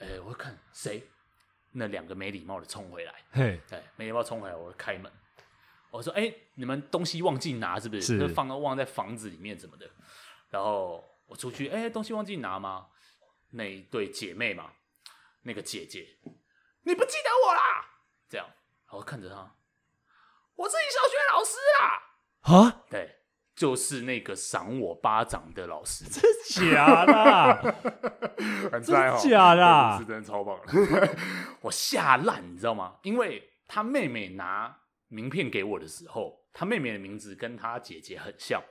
Speaker 2: 哎、我看谁，那两个没礼貌的冲回来，
Speaker 3: 嘿，
Speaker 2: 对，没礼貌冲回来，我就开门。我说：“哎、你们东西忘记拿是不是？
Speaker 3: 是
Speaker 2: 就放到忘在房子里面怎么的？”然后我出去，哎、东西忘记拿吗？那一对姐妹嘛，那个姐姐，你不记得我啦？这样，然后看着她，我是你小学老师啦。
Speaker 3: 啊，
Speaker 2: 对，就是那个赏我巴掌的老师，
Speaker 3: 真假的？
Speaker 2: 很
Speaker 3: 真
Speaker 2: 赞哦，
Speaker 3: 假的啊
Speaker 2: 对是真的超棒的， 我吓烂，你知道吗？因为他妹妹拿名片给我的时候，他妹妹的名字跟他姐姐很像，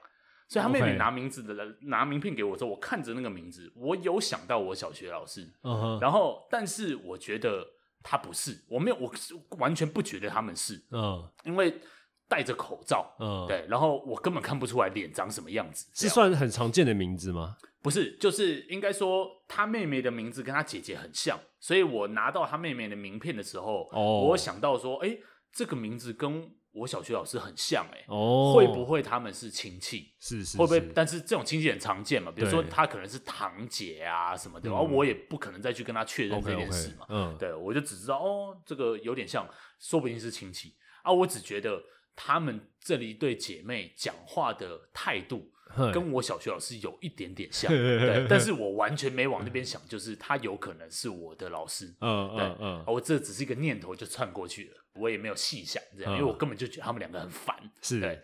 Speaker 2: 所以他妹妹
Speaker 3: OK
Speaker 2: 拿名字的拿名片给我之后，我看着那个名字，我有想到我小学老师，
Speaker 3: 嗯哼，
Speaker 2: 然后但是我觉得他不是，我没有，我是完全不觉得他们是
Speaker 3: 嗯
Speaker 2: 因为戴着口罩，
Speaker 3: 嗯，，
Speaker 2: 对，然后我根本看不出来脸长什么样子，这
Speaker 3: 是
Speaker 2: 样
Speaker 3: 算很常见的名字吗？
Speaker 2: 不是，就是应该说他妹妹的名字跟他姐姐很像，所以我拿到他妹妹的名片的时候，
Speaker 3: 哦
Speaker 2: 我想到说，哎、这个名字跟我小学老师很像、诶哎、
Speaker 3: 哦，
Speaker 2: 会不会他们是亲戚？
Speaker 3: 是是
Speaker 2: 会不会
Speaker 3: 是？
Speaker 2: 但是这种亲戚很常见嘛，比如
Speaker 3: 对
Speaker 2: 说他可能是堂姐啊什么的，
Speaker 3: 嗯
Speaker 2: 然后我也不可能再去跟他确认
Speaker 3: OK
Speaker 2: 这件
Speaker 3: OK，
Speaker 2: 事嘛。
Speaker 3: 嗯，
Speaker 2: 对，我就只知道哦，这个有点像，说不定是亲戚啊。我只觉得他们这一对姐妹讲话的态度
Speaker 3: 嘿
Speaker 2: 跟我小学老师有一点点 像，对，但是我完全没往那边想，就是他有可能是我的老师，
Speaker 3: 嗯
Speaker 2: 对
Speaker 3: 嗯，嗯，
Speaker 2: 我这只是一个念头就窜过去了，我也没有细想这样，
Speaker 3: 嗯
Speaker 2: 因为我根本就觉得他们两个很烦，
Speaker 3: 是
Speaker 2: 对，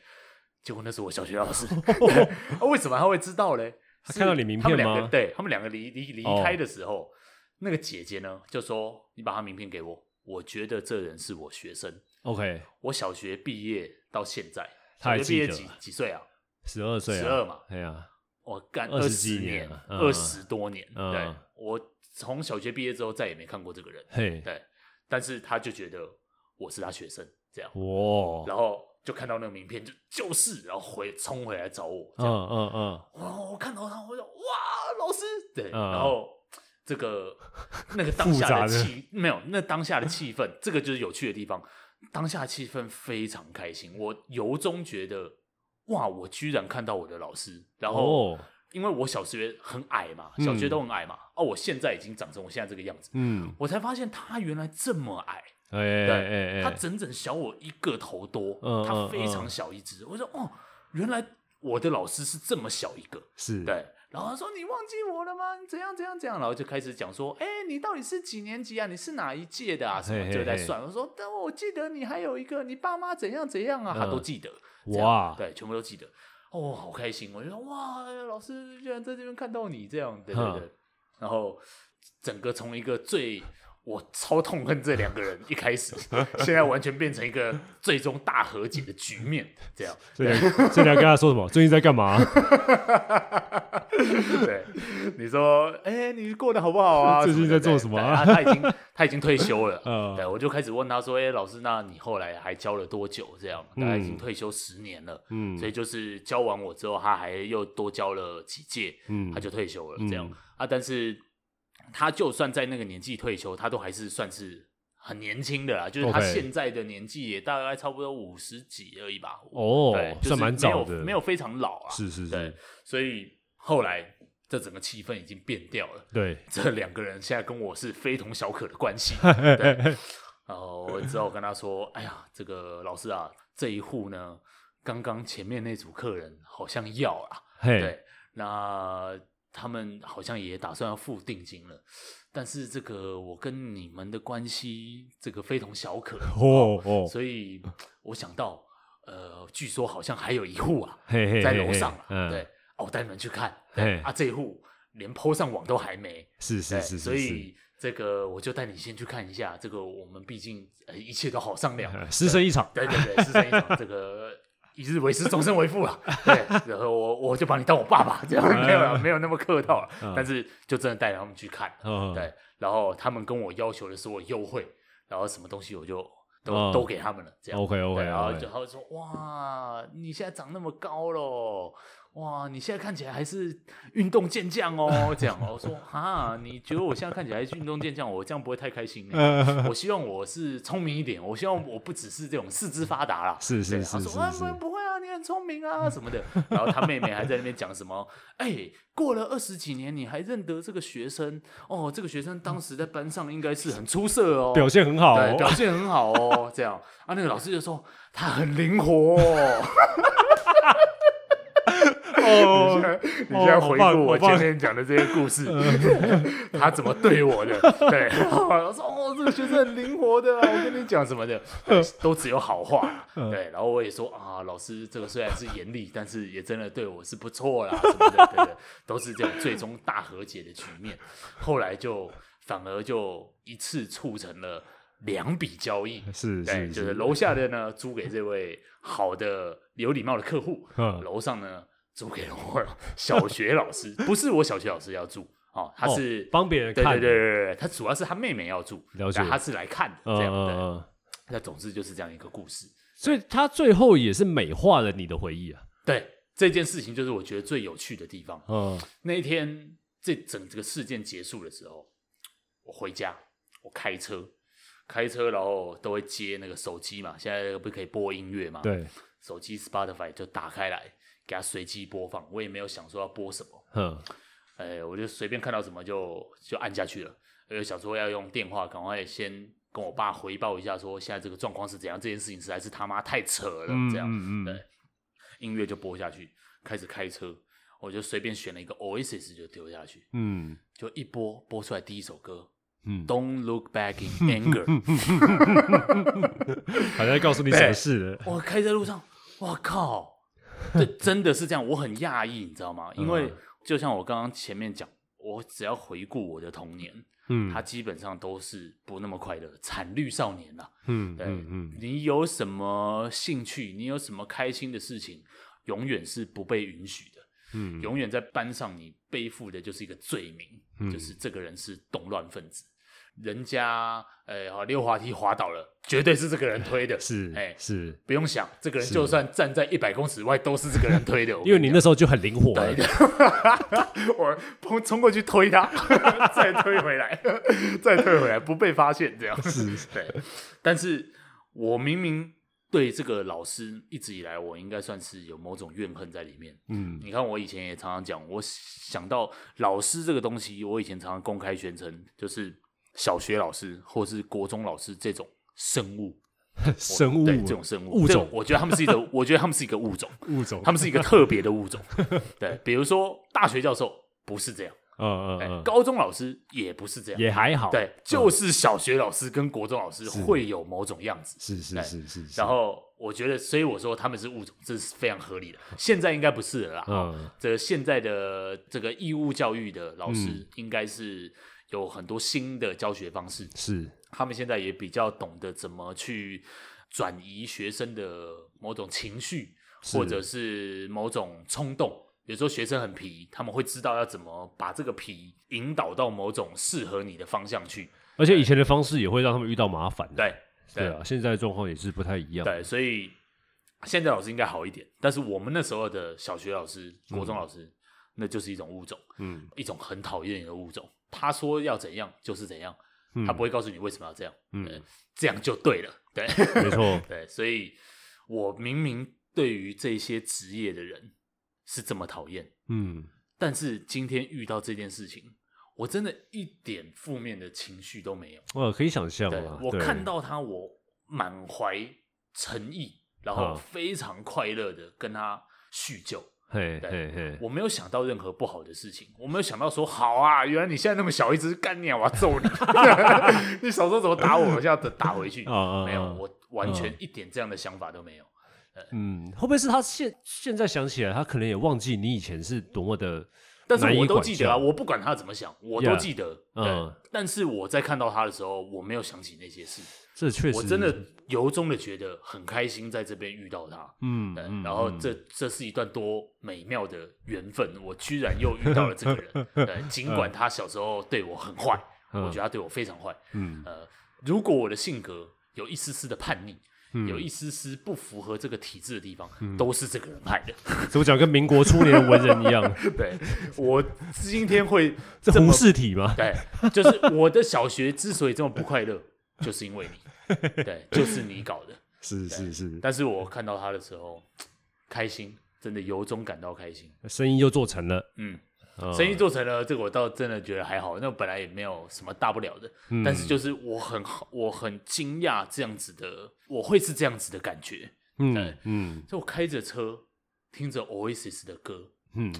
Speaker 2: 结果那是我小学老 师，对啊为什么他会知道嘞？
Speaker 3: 他
Speaker 2: 是
Speaker 3: 看到你名
Speaker 2: 他们
Speaker 3: 片
Speaker 2: 两个
Speaker 3: 吗
Speaker 2: 对他们两个离离离
Speaker 3: 哦
Speaker 2: 开的时候，那个姐姐呢就说：“你把他名片给我，我觉得这人是我学生，
Speaker 3: ，OK，
Speaker 2: 我小学毕业到现在，
Speaker 3: 他
Speaker 2: 小
Speaker 3: 还
Speaker 2: 学毕业
Speaker 3: 记
Speaker 2: 几
Speaker 3: 得
Speaker 2: 几岁啊？
Speaker 3: 十二岁啊，
Speaker 2: 12嘛
Speaker 3: 哎呀，
Speaker 2: 我哦干
Speaker 3: 20
Speaker 2: 十
Speaker 3: 几
Speaker 2: 年
Speaker 3: 年，嗯
Speaker 2: 二十多年。
Speaker 3: 嗯
Speaker 2: 对，我从小学毕业之后再也没看过这个人。
Speaker 3: 嘿，
Speaker 2: 对，但是他就觉得我是他学生，这样，
Speaker 3: 哇，
Speaker 2: 然后就看到那个名片，就就是，然后回冲回来找我，这
Speaker 3: 嗯
Speaker 2: 样。
Speaker 3: 嗯嗯，
Speaker 2: 我我看到他，我就哇，老师，对，
Speaker 3: 嗯
Speaker 2: 然后这 个那个当
Speaker 3: 复
Speaker 2: 下
Speaker 3: 杂
Speaker 2: 的
Speaker 3: 的
Speaker 2: 气没有，那当下的气氛，这个就是有趣的地方。当下的气氛非常开心，我由衷觉得哇，我居然看到我的老师。然后，
Speaker 3: 哦，
Speaker 2: 因为我小学很矮嘛，小学
Speaker 3: 嗯
Speaker 2: 都很矮嘛，哦，我现在已经长成我现在这个样子，
Speaker 3: 嗯，
Speaker 2: 我才发现他原来这么矮。
Speaker 3: 哎哎哎
Speaker 2: 对，它
Speaker 3: 哎，
Speaker 2: 整整小我一个头多
Speaker 3: 嗯，
Speaker 2: 它
Speaker 3: 嗯
Speaker 2: 非常
Speaker 3: 嗯
Speaker 2: 小一只。我说哦，原来我的老师是这么小一个，
Speaker 3: 是，
Speaker 2: 对。然后他说你忘记我了吗？你怎样怎样怎样？然后就开始讲说，哎，你到底是几年级啊？你是哪一届的啊？什
Speaker 3: 嘿
Speaker 2: 么
Speaker 3: 嘿
Speaker 2: 就在
Speaker 3: 嘿
Speaker 2: 算。我说，但我记得你还有一个，你爸妈怎样怎样啊？他都
Speaker 3: 嗯
Speaker 2: 记得。这样
Speaker 3: 哇，
Speaker 2: 对，全部都记得。哦，好开心！我就说哇，老师居然在这边看到你这样，对
Speaker 3: 哼
Speaker 2: 对对。然后整个从一个最我超痛恨这两个 人一开始，现在完全变成一个最终大和解的局面，这样
Speaker 3: 这两这两个跟 他说什么？最近在干嘛？
Speaker 2: 对。你说，哎、你过得好不好啊？
Speaker 3: 最近
Speaker 2: 的
Speaker 3: 在做什么
Speaker 2: 对
Speaker 3: 啊
Speaker 2: 对他他已经他已经退休了，
Speaker 3: 嗯
Speaker 2: 对我就开始问他说，哎、老师，那你后来还教了多久？这样，大概已经
Speaker 3: 嗯
Speaker 2: 退休十年了。
Speaker 3: 嗯
Speaker 2: 所以就是教完我之后，他还又多教了几届，
Speaker 3: 嗯
Speaker 2: 他就退休了
Speaker 3: 嗯
Speaker 2: 这样、啊。但是他就算在那个年纪退休，他都还是算是很年轻的啦，就是他
Speaker 3: OK
Speaker 2: 现在的年纪也大概差不多五十几而已吧。
Speaker 3: 哦
Speaker 2: 对，，就是
Speaker 3: 算蛮早
Speaker 2: 没
Speaker 3: 的，
Speaker 2: 有，没有非常老啊。
Speaker 3: 是是
Speaker 2: 对
Speaker 3: 是，，
Speaker 2: 所以后来这整个气氛已经变掉了。
Speaker 3: 对，
Speaker 2: 这两个人现在跟我是非同小可的关 系。对，然后我只好跟他说：“哎呀，这个老师啊，这一户呢，刚刚前面那组客人好像要啊，
Speaker 3: 嘿，
Speaker 2: 对，那他们好像也打算要付定金了，但是这个我跟你们的关系，这个非同小可，
Speaker 3: 哦哦，
Speaker 2: 所以我想到，呃，据说好像还有一户啊，
Speaker 3: 嘿嘿嘿，
Speaker 2: 在楼上啊，
Speaker 3: 嘿嗯，
Speaker 2: 对，哦，我带你们去看，
Speaker 3: 嘿
Speaker 2: 对啊，这一户连 PO 上网都还没。”
Speaker 3: 是是
Speaker 2: 对
Speaker 3: 是是，
Speaker 2: 所
Speaker 3: 是
Speaker 2: 以这个我就带你先去看一下。这个我们毕竟呃一切都好商量，
Speaker 3: 呃 师生一场，
Speaker 2: 对对对，师生一场，这个一日为师，终身为父了。对，然后我我就把你当我爸爸，这样 没有啦没有那么客套
Speaker 3: 嗯
Speaker 2: 了，但是就真的带他们去看，
Speaker 3: 嗯，
Speaker 2: 对，然后他们跟我要求的是我优惠，然后什么东西我就。
Speaker 3: 嗯
Speaker 2: 都都给他们了，这样
Speaker 3: OK，OK，
Speaker 2: 对然后
Speaker 3: OK
Speaker 2: 就哦他会说：“哇，你现在长那么高喽，哇，你现在看起来还是运动健将 哦。”这样，我说：“哈，你觉得我现在看起来还是运动健将，我这样不会太开心呢、
Speaker 3: 呃，
Speaker 2: 我希望我是聪明一点，我希望我不只是这种四肢发达啦。
Speaker 3: 是
Speaker 2: 对
Speaker 3: 是
Speaker 2: 他
Speaker 3: 是是
Speaker 2: 说啊，
Speaker 3: 是
Speaker 2: 不，不会啊，你很聪明啊什么 的。然后他妹妹还在那边讲什么，哎、过了二十几年，你还认得这个学生哦？这个学生当时在班上应该是很出色哦，
Speaker 3: 表现很好
Speaker 2: 对，
Speaker 3: 哦，
Speaker 2: 表现很好哦， 这样啊，那个老师就说他很灵活、哦。
Speaker 3: 哦
Speaker 2: 你现在你现在
Speaker 3: 哦好
Speaker 2: 回
Speaker 3: 棒
Speaker 2: 顾我
Speaker 3: 好棒
Speaker 2: 前面讲的这些故
Speaker 3: 哦
Speaker 2: 事， 他怎么对我的？对，然后我说哦，这个学生很灵活的啊，我跟你讲什么的， 对都只有好话。
Speaker 3: 嗯
Speaker 2: 对，然后我也说啊，老师这个虽然是严厉，但是也真的对我是不错啦，什么的，对 对，都是这种最终大和解的局面。后来就反而就一次促成了两笔交易，
Speaker 3: 是
Speaker 2: 对，
Speaker 3: 是
Speaker 2: 就是楼下的呢租给这位好的有礼貌的客户
Speaker 3: 嗯，
Speaker 2: 楼上呢租给了我小学老师，不是我小学老师要住哦，他
Speaker 3: 哦
Speaker 2: 是、
Speaker 3: 帮别人
Speaker 2: 对
Speaker 3: 看
Speaker 2: 对
Speaker 3: 的，
Speaker 2: 对对对，他主要是他妹妹要住，
Speaker 3: 了解
Speaker 2: 然后他是来看的
Speaker 3: 嗯，
Speaker 2: 这
Speaker 3: 嗯
Speaker 2: 样
Speaker 3: 嗯
Speaker 2: 的。
Speaker 3: 嗯，
Speaker 2: 那总之就是这样一个故事。
Speaker 3: 所以他最后也是美化了你的回忆啊，
Speaker 2: 对这件事情，就是我觉得最有趣的地方。
Speaker 3: 嗯，
Speaker 2: 那一天这整这个事件结束的时候，我回家，我开车，开车然后都会接那个手机嘛，现在不是可以播音乐嘛？。
Speaker 3: 对，
Speaker 2: 手机 Spotify 就打开来，给它随机播放。我也没有想说要播什么，
Speaker 3: 嗯，
Speaker 2: 哎，我就随便看到什么就就按下去了。我就想说要用电话，赶快先跟我爸回报一下，说现在这个状况是怎样。这件事情实在是他妈太扯了，这样。
Speaker 3: 嗯嗯嗯
Speaker 2: 对，音乐就播下去，开始开车，我就随便选了一个 Oasis 就丢下去，
Speaker 3: 嗯
Speaker 2: 就一播播出来第一首歌。
Speaker 3: 嗯
Speaker 2: Don't look back in anger。
Speaker 3: 好像告诉你什么事了，
Speaker 2: 我开在路上，我 靠，这真的是这样，我很讶异，你知道吗？因为
Speaker 3: 嗯
Speaker 2: 就像我刚刚前面讲，我只要回顾我的童年，
Speaker 3: 嗯，
Speaker 2: 它基本上都是不那么快乐，惨绿少年啦、
Speaker 3: 嗯
Speaker 2: 对，
Speaker 3: 嗯嗯，
Speaker 2: 你有什么兴趣，你有什么开心的事情，永远是不被允许的。
Speaker 3: 嗯
Speaker 2: 永远在班上你背负的就是一个罪名，
Speaker 3: 嗯
Speaker 2: 就是这个人是动乱分子。人家呃好溜滑梯滑倒了，绝对是这个人推的，
Speaker 3: 是
Speaker 2: 哎
Speaker 3: 是，
Speaker 2: 不用想，这个人
Speaker 3: 是
Speaker 2: 就算站在一百公尺外，都是这个人 推的。我
Speaker 3: 因为你那时候就很灵活
Speaker 2: 对
Speaker 3: 了，
Speaker 2: 的， 我冲冲过去推他， 再推回来， 再推回来，不被发现这样。
Speaker 3: 是
Speaker 2: 对，但是我明明对这个老师一直以来，我应该算是有某种怨恨在里面。
Speaker 3: 嗯
Speaker 2: 你看，我以前也常常讲，我想到老师这个东西，我以前常常公开宣称，就是小学老师或是国中老师这种生物，
Speaker 3: 生物
Speaker 2: 对这种生物
Speaker 3: 物
Speaker 2: 这
Speaker 3: 种
Speaker 2: 我觉得他们是一个，我觉得他们是一个物种，
Speaker 3: 物种，
Speaker 2: 他们是一个特别的物种。对，比如说大学教授不是这样，
Speaker 3: 嗯
Speaker 2: 哎
Speaker 3: 嗯嗯，
Speaker 2: 高中老师也不是这样，
Speaker 3: 也还好，嗯
Speaker 2: 对，就是小学老师跟国中老师
Speaker 3: 是
Speaker 2: 会有某种样子。
Speaker 3: 是是
Speaker 2: 哎
Speaker 3: 是是是，
Speaker 2: 然后我觉得，所以我说他们是物种，这是非常合理的。现在应该不是了啦。
Speaker 3: 嗯
Speaker 2: 这现在的这个义务教育的老师
Speaker 3: 嗯
Speaker 2: 应该是有很多新的教学方式，
Speaker 3: 是
Speaker 2: 他们现在也比较懂得怎么去转移学生的某种情绪，
Speaker 3: 是
Speaker 2: 或者是某种冲动。有时候学生很皮，他们会知道要怎么把这个皮引导到某种适合你的方向去。
Speaker 3: 而且以前的方式也会让他们遇到麻烦的。
Speaker 2: 对，
Speaker 3: 对啊，现在的状况也是不太一样。
Speaker 2: 对，所以现在老师应该好一点，但是我们那时候的小学老师、国中老师，那就是一种物种，
Speaker 3: 嗯，
Speaker 2: 一种很讨厌的物种。他说要怎样就是怎样，
Speaker 3: 嗯
Speaker 2: 他不会告诉你为什么要这样，
Speaker 3: 嗯
Speaker 2: 对，这样就对了，对，
Speaker 3: 没错
Speaker 2: 对，所以我明明对于这些职业的人是这么讨厌，
Speaker 3: 嗯，
Speaker 2: 但是今天遇到这件事情，我真的一点负面的情绪都没有。
Speaker 3: 我可以想象
Speaker 2: 对
Speaker 3: 啊，，
Speaker 2: 我
Speaker 3: 对
Speaker 2: 看到他，我满怀诚意，然后
Speaker 3: 嗯
Speaker 2: 非常快乐的跟他叙旧。
Speaker 3: 嘿
Speaker 2: 对
Speaker 3: 嘿嘿，
Speaker 2: 我没有想到任何不好的事情，我没有想到说好啊，原来你现在那么小一只，干你啊，我要揍你！ 你小时候怎么打我，我现在打回去。
Speaker 3: 啊啊
Speaker 2: 没有，
Speaker 3: 啊
Speaker 2: 我完全
Speaker 3: 嗯
Speaker 2: 一点这样的想法都没有。
Speaker 3: 嗯，会不会是他现现在想起来，他可能也忘记你以前是多么的，
Speaker 2: 但是我都记得啊，我不管他怎么想，我都
Speaker 3: Yeah，
Speaker 2: 记得。
Speaker 3: 嗯
Speaker 2: 对，但是我在看到他的时候，我没有想起那些事，
Speaker 3: 这确实
Speaker 2: 我真的，由衷的觉得很开心，在这边遇到他。
Speaker 3: 嗯
Speaker 2: 对，
Speaker 3: 嗯，
Speaker 2: 然后
Speaker 3: 嗯
Speaker 2: 这这是一段多美妙的缘分，我居然又遇到了这个 人。对，尽管他小时候对我很坏，我觉得他对我非常坏。
Speaker 3: 嗯
Speaker 2: 呃，如果我的性格有一丝丝的叛逆，
Speaker 3: 嗯
Speaker 2: 有一丝丝不符合这个体制的地方，都是这个人害 的。
Speaker 3: 怎么讲，跟民国初年的文人 一样，
Speaker 2: 对我今天会
Speaker 3: 这
Speaker 2: 这
Speaker 3: 胡
Speaker 2: 么
Speaker 3: 适体吗？
Speaker 2: 对，就是我的小学之所以这么不快乐，就是因为你，对，就是你搞的。
Speaker 3: 是是是，
Speaker 2: 但是我看到他的时候，开心，真的由衷感到开心。
Speaker 3: 生意又做成了，
Speaker 2: 嗯。
Speaker 3: 嗯
Speaker 2: 生意做成了，这个我倒真的觉得还好，那本来也没有什么大不了的，但是就是我很好，我很惊讶这样子的，我会是这样子的感觉。
Speaker 3: 嗯
Speaker 2: 对
Speaker 3: 嗯
Speaker 2: 所以我开着车，听着 Oasis 的歌，
Speaker 3: 嗯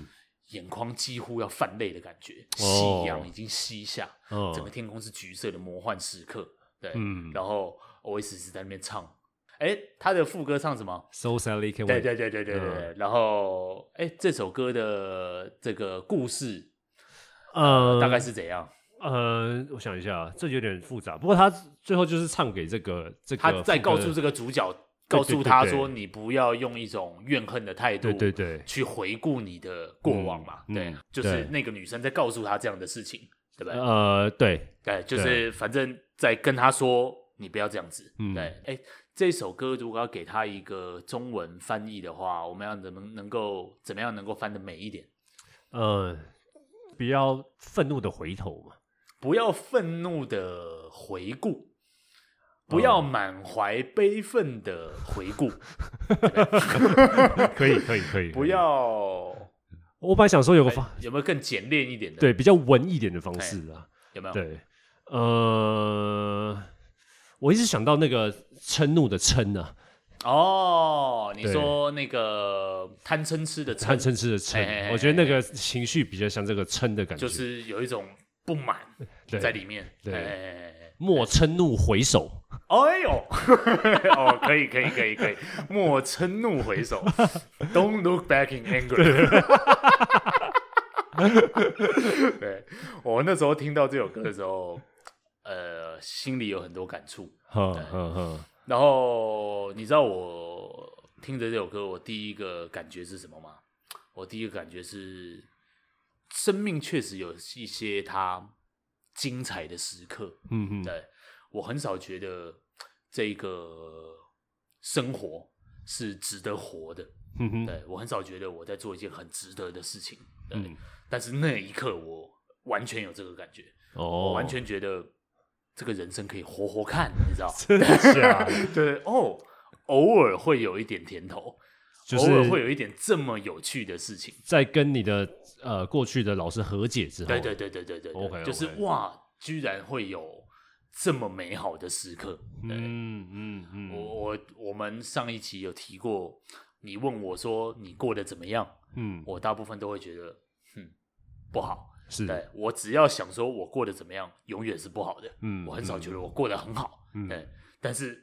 Speaker 2: 眼眶几乎要泛泪的感觉，
Speaker 3: 哦
Speaker 2: 夕阳已经西下，
Speaker 3: 哦
Speaker 2: 整个天空是橘色的魔幻时刻，对，
Speaker 3: 嗯
Speaker 2: 然后 Oasis 在那边唱，哎，他的副歌唱什么？
Speaker 3: ，So sadly can
Speaker 2: 对
Speaker 3: wait，
Speaker 2: 对对对对对，
Speaker 3: 嗯
Speaker 2: 然后哎，这首歌的这个故事
Speaker 3: 呃，
Speaker 2: 大概是怎样？
Speaker 3: 呃，我想一下，这有点复杂。不过他最后就是唱给这个这个
Speaker 2: 他在
Speaker 3: 副歌
Speaker 2: 告
Speaker 3: 的
Speaker 2: 诉这个主角，
Speaker 3: 对
Speaker 2: 告诉他
Speaker 3: 对对
Speaker 2: 说，你不要用一种怨恨的态度，
Speaker 3: 对对对
Speaker 2: 去回顾你的过往嘛。
Speaker 3: 嗯
Speaker 2: 对
Speaker 3: 嗯，
Speaker 2: 就是
Speaker 3: 对
Speaker 2: 那个女生在告诉他这样的事情，对不对？
Speaker 3: 呃，对，
Speaker 2: 对，哎就是反正在跟他说，你不要这样子。
Speaker 3: 嗯
Speaker 2: 对，哎，这首歌如果要给他一个中文翻译的话，我们要怎么能够怎么样能够翻的美一点？
Speaker 3: 呃，比较愤怒的回头 嘛，
Speaker 2: 不要愤怒的回顾，不要
Speaker 3: 哦
Speaker 2: 满怀悲愤的回 顾，
Speaker 3: 可以可以可以，
Speaker 2: 不。 要
Speaker 3: 我本来想说有个
Speaker 2: 哎
Speaker 3: 方，
Speaker 2: 有没有更简练一点的？，
Speaker 3: 对比较文一点的方式啊，
Speaker 2: 有没有？，
Speaker 3: 对，呃，我一直想到那个嗔怒的嗔啊，
Speaker 2: 哦，你
Speaker 3: 对
Speaker 2: 说那个贪嗔痴的
Speaker 3: 贪
Speaker 2: 嗔，
Speaker 3: 嗔痴的
Speaker 2: 哎哎哎
Speaker 3: 嗔，我觉得那个情绪比较像这个嗔的感觉，
Speaker 2: 就是有一种不满
Speaker 3: 对
Speaker 2: 在里面。
Speaker 3: 对
Speaker 2: 哎哎
Speaker 3: 莫嗔怒回首，
Speaker 2: 哎呦， 哦，可以，可以，可以，可以，莫嗔怒回 首，Don't look back in anger。对我那时候听到这首歌的时候，呃，心里有很多感触。
Speaker 3: 哼哼哼，
Speaker 2: 然后你知道我听着这首歌，我第一个感觉是什么吗？我第一个感觉是，生命确实有一些它精彩的时刻。
Speaker 3: 嗯嗯，
Speaker 2: 对我很少觉得这个生活是值得活的。
Speaker 3: 嗯哼，
Speaker 2: 对我很少觉得我在做一件很值得的事情。对，
Speaker 3: 嗯
Speaker 2: 但是那一刻我完全有这个感觉，
Speaker 3: 哦，
Speaker 2: 我完全觉得这个人生可以活活看，你知道？
Speaker 3: 真的啊假的？
Speaker 2: 对哦，偶尔会有一点甜头，
Speaker 3: 就是
Speaker 2: 偶尔会有一点这么有趣的事情。
Speaker 3: 在跟你的呃过去的老师和解之后，
Speaker 2: 对对对对对对对
Speaker 3: OK，OK
Speaker 2: 就是哇，居然会有这么美好的时刻。对，
Speaker 3: 嗯嗯嗯，
Speaker 2: 我我我们上一期有提过，你问我说你过得怎么样，
Speaker 3: 嗯
Speaker 2: 我大部分都会觉得，哼，不好。
Speaker 3: 是，
Speaker 2: 对我只要想说我过得怎么样，永远是不好的。
Speaker 3: 嗯
Speaker 2: 我很少觉
Speaker 3: 得，
Speaker 2: 得我过得很好。
Speaker 3: 嗯
Speaker 2: 对，但是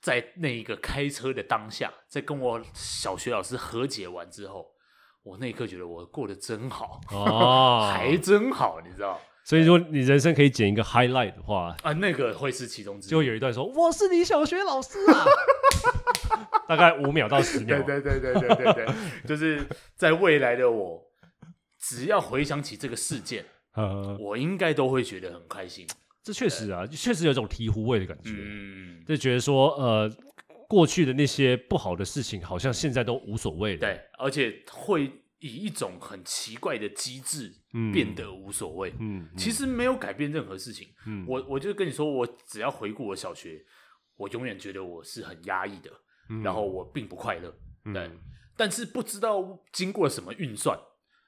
Speaker 2: 在那一个开车的当下，在跟我小学老师和解完之后，我那一刻觉得我过得真好，
Speaker 3: 哦
Speaker 2: 还真好，你知道
Speaker 3: 所以说你人生可以剪一个 highlight 的话，
Speaker 2: 啊？那个会是其中之一。
Speaker 3: 就有一段说我是你小学老师 啊，大概五秒到十秒
Speaker 2: 对，对对对对对对，就是在未来的我，只要回想起这个事件，
Speaker 3: 呃，
Speaker 2: 我应该都会觉得很开心。
Speaker 3: 这确实啊，确实有一种醍醐味的感觉，
Speaker 2: 嗯，
Speaker 3: 就觉得说呃，过去的那些不好的事情，好像现在都无所谓了，
Speaker 2: 对，而且会以一种很奇怪的机制
Speaker 3: 嗯
Speaker 2: 变得无所谓。
Speaker 3: 嗯，嗯，
Speaker 2: 其实没有改变任何事情。
Speaker 3: 嗯
Speaker 2: 我我就跟你说，我只要回顾我小学，我永远觉得我是很压抑的，
Speaker 3: 嗯
Speaker 2: 然后我并不快乐。
Speaker 3: 嗯
Speaker 2: 对，但是不知道经过了什么运算，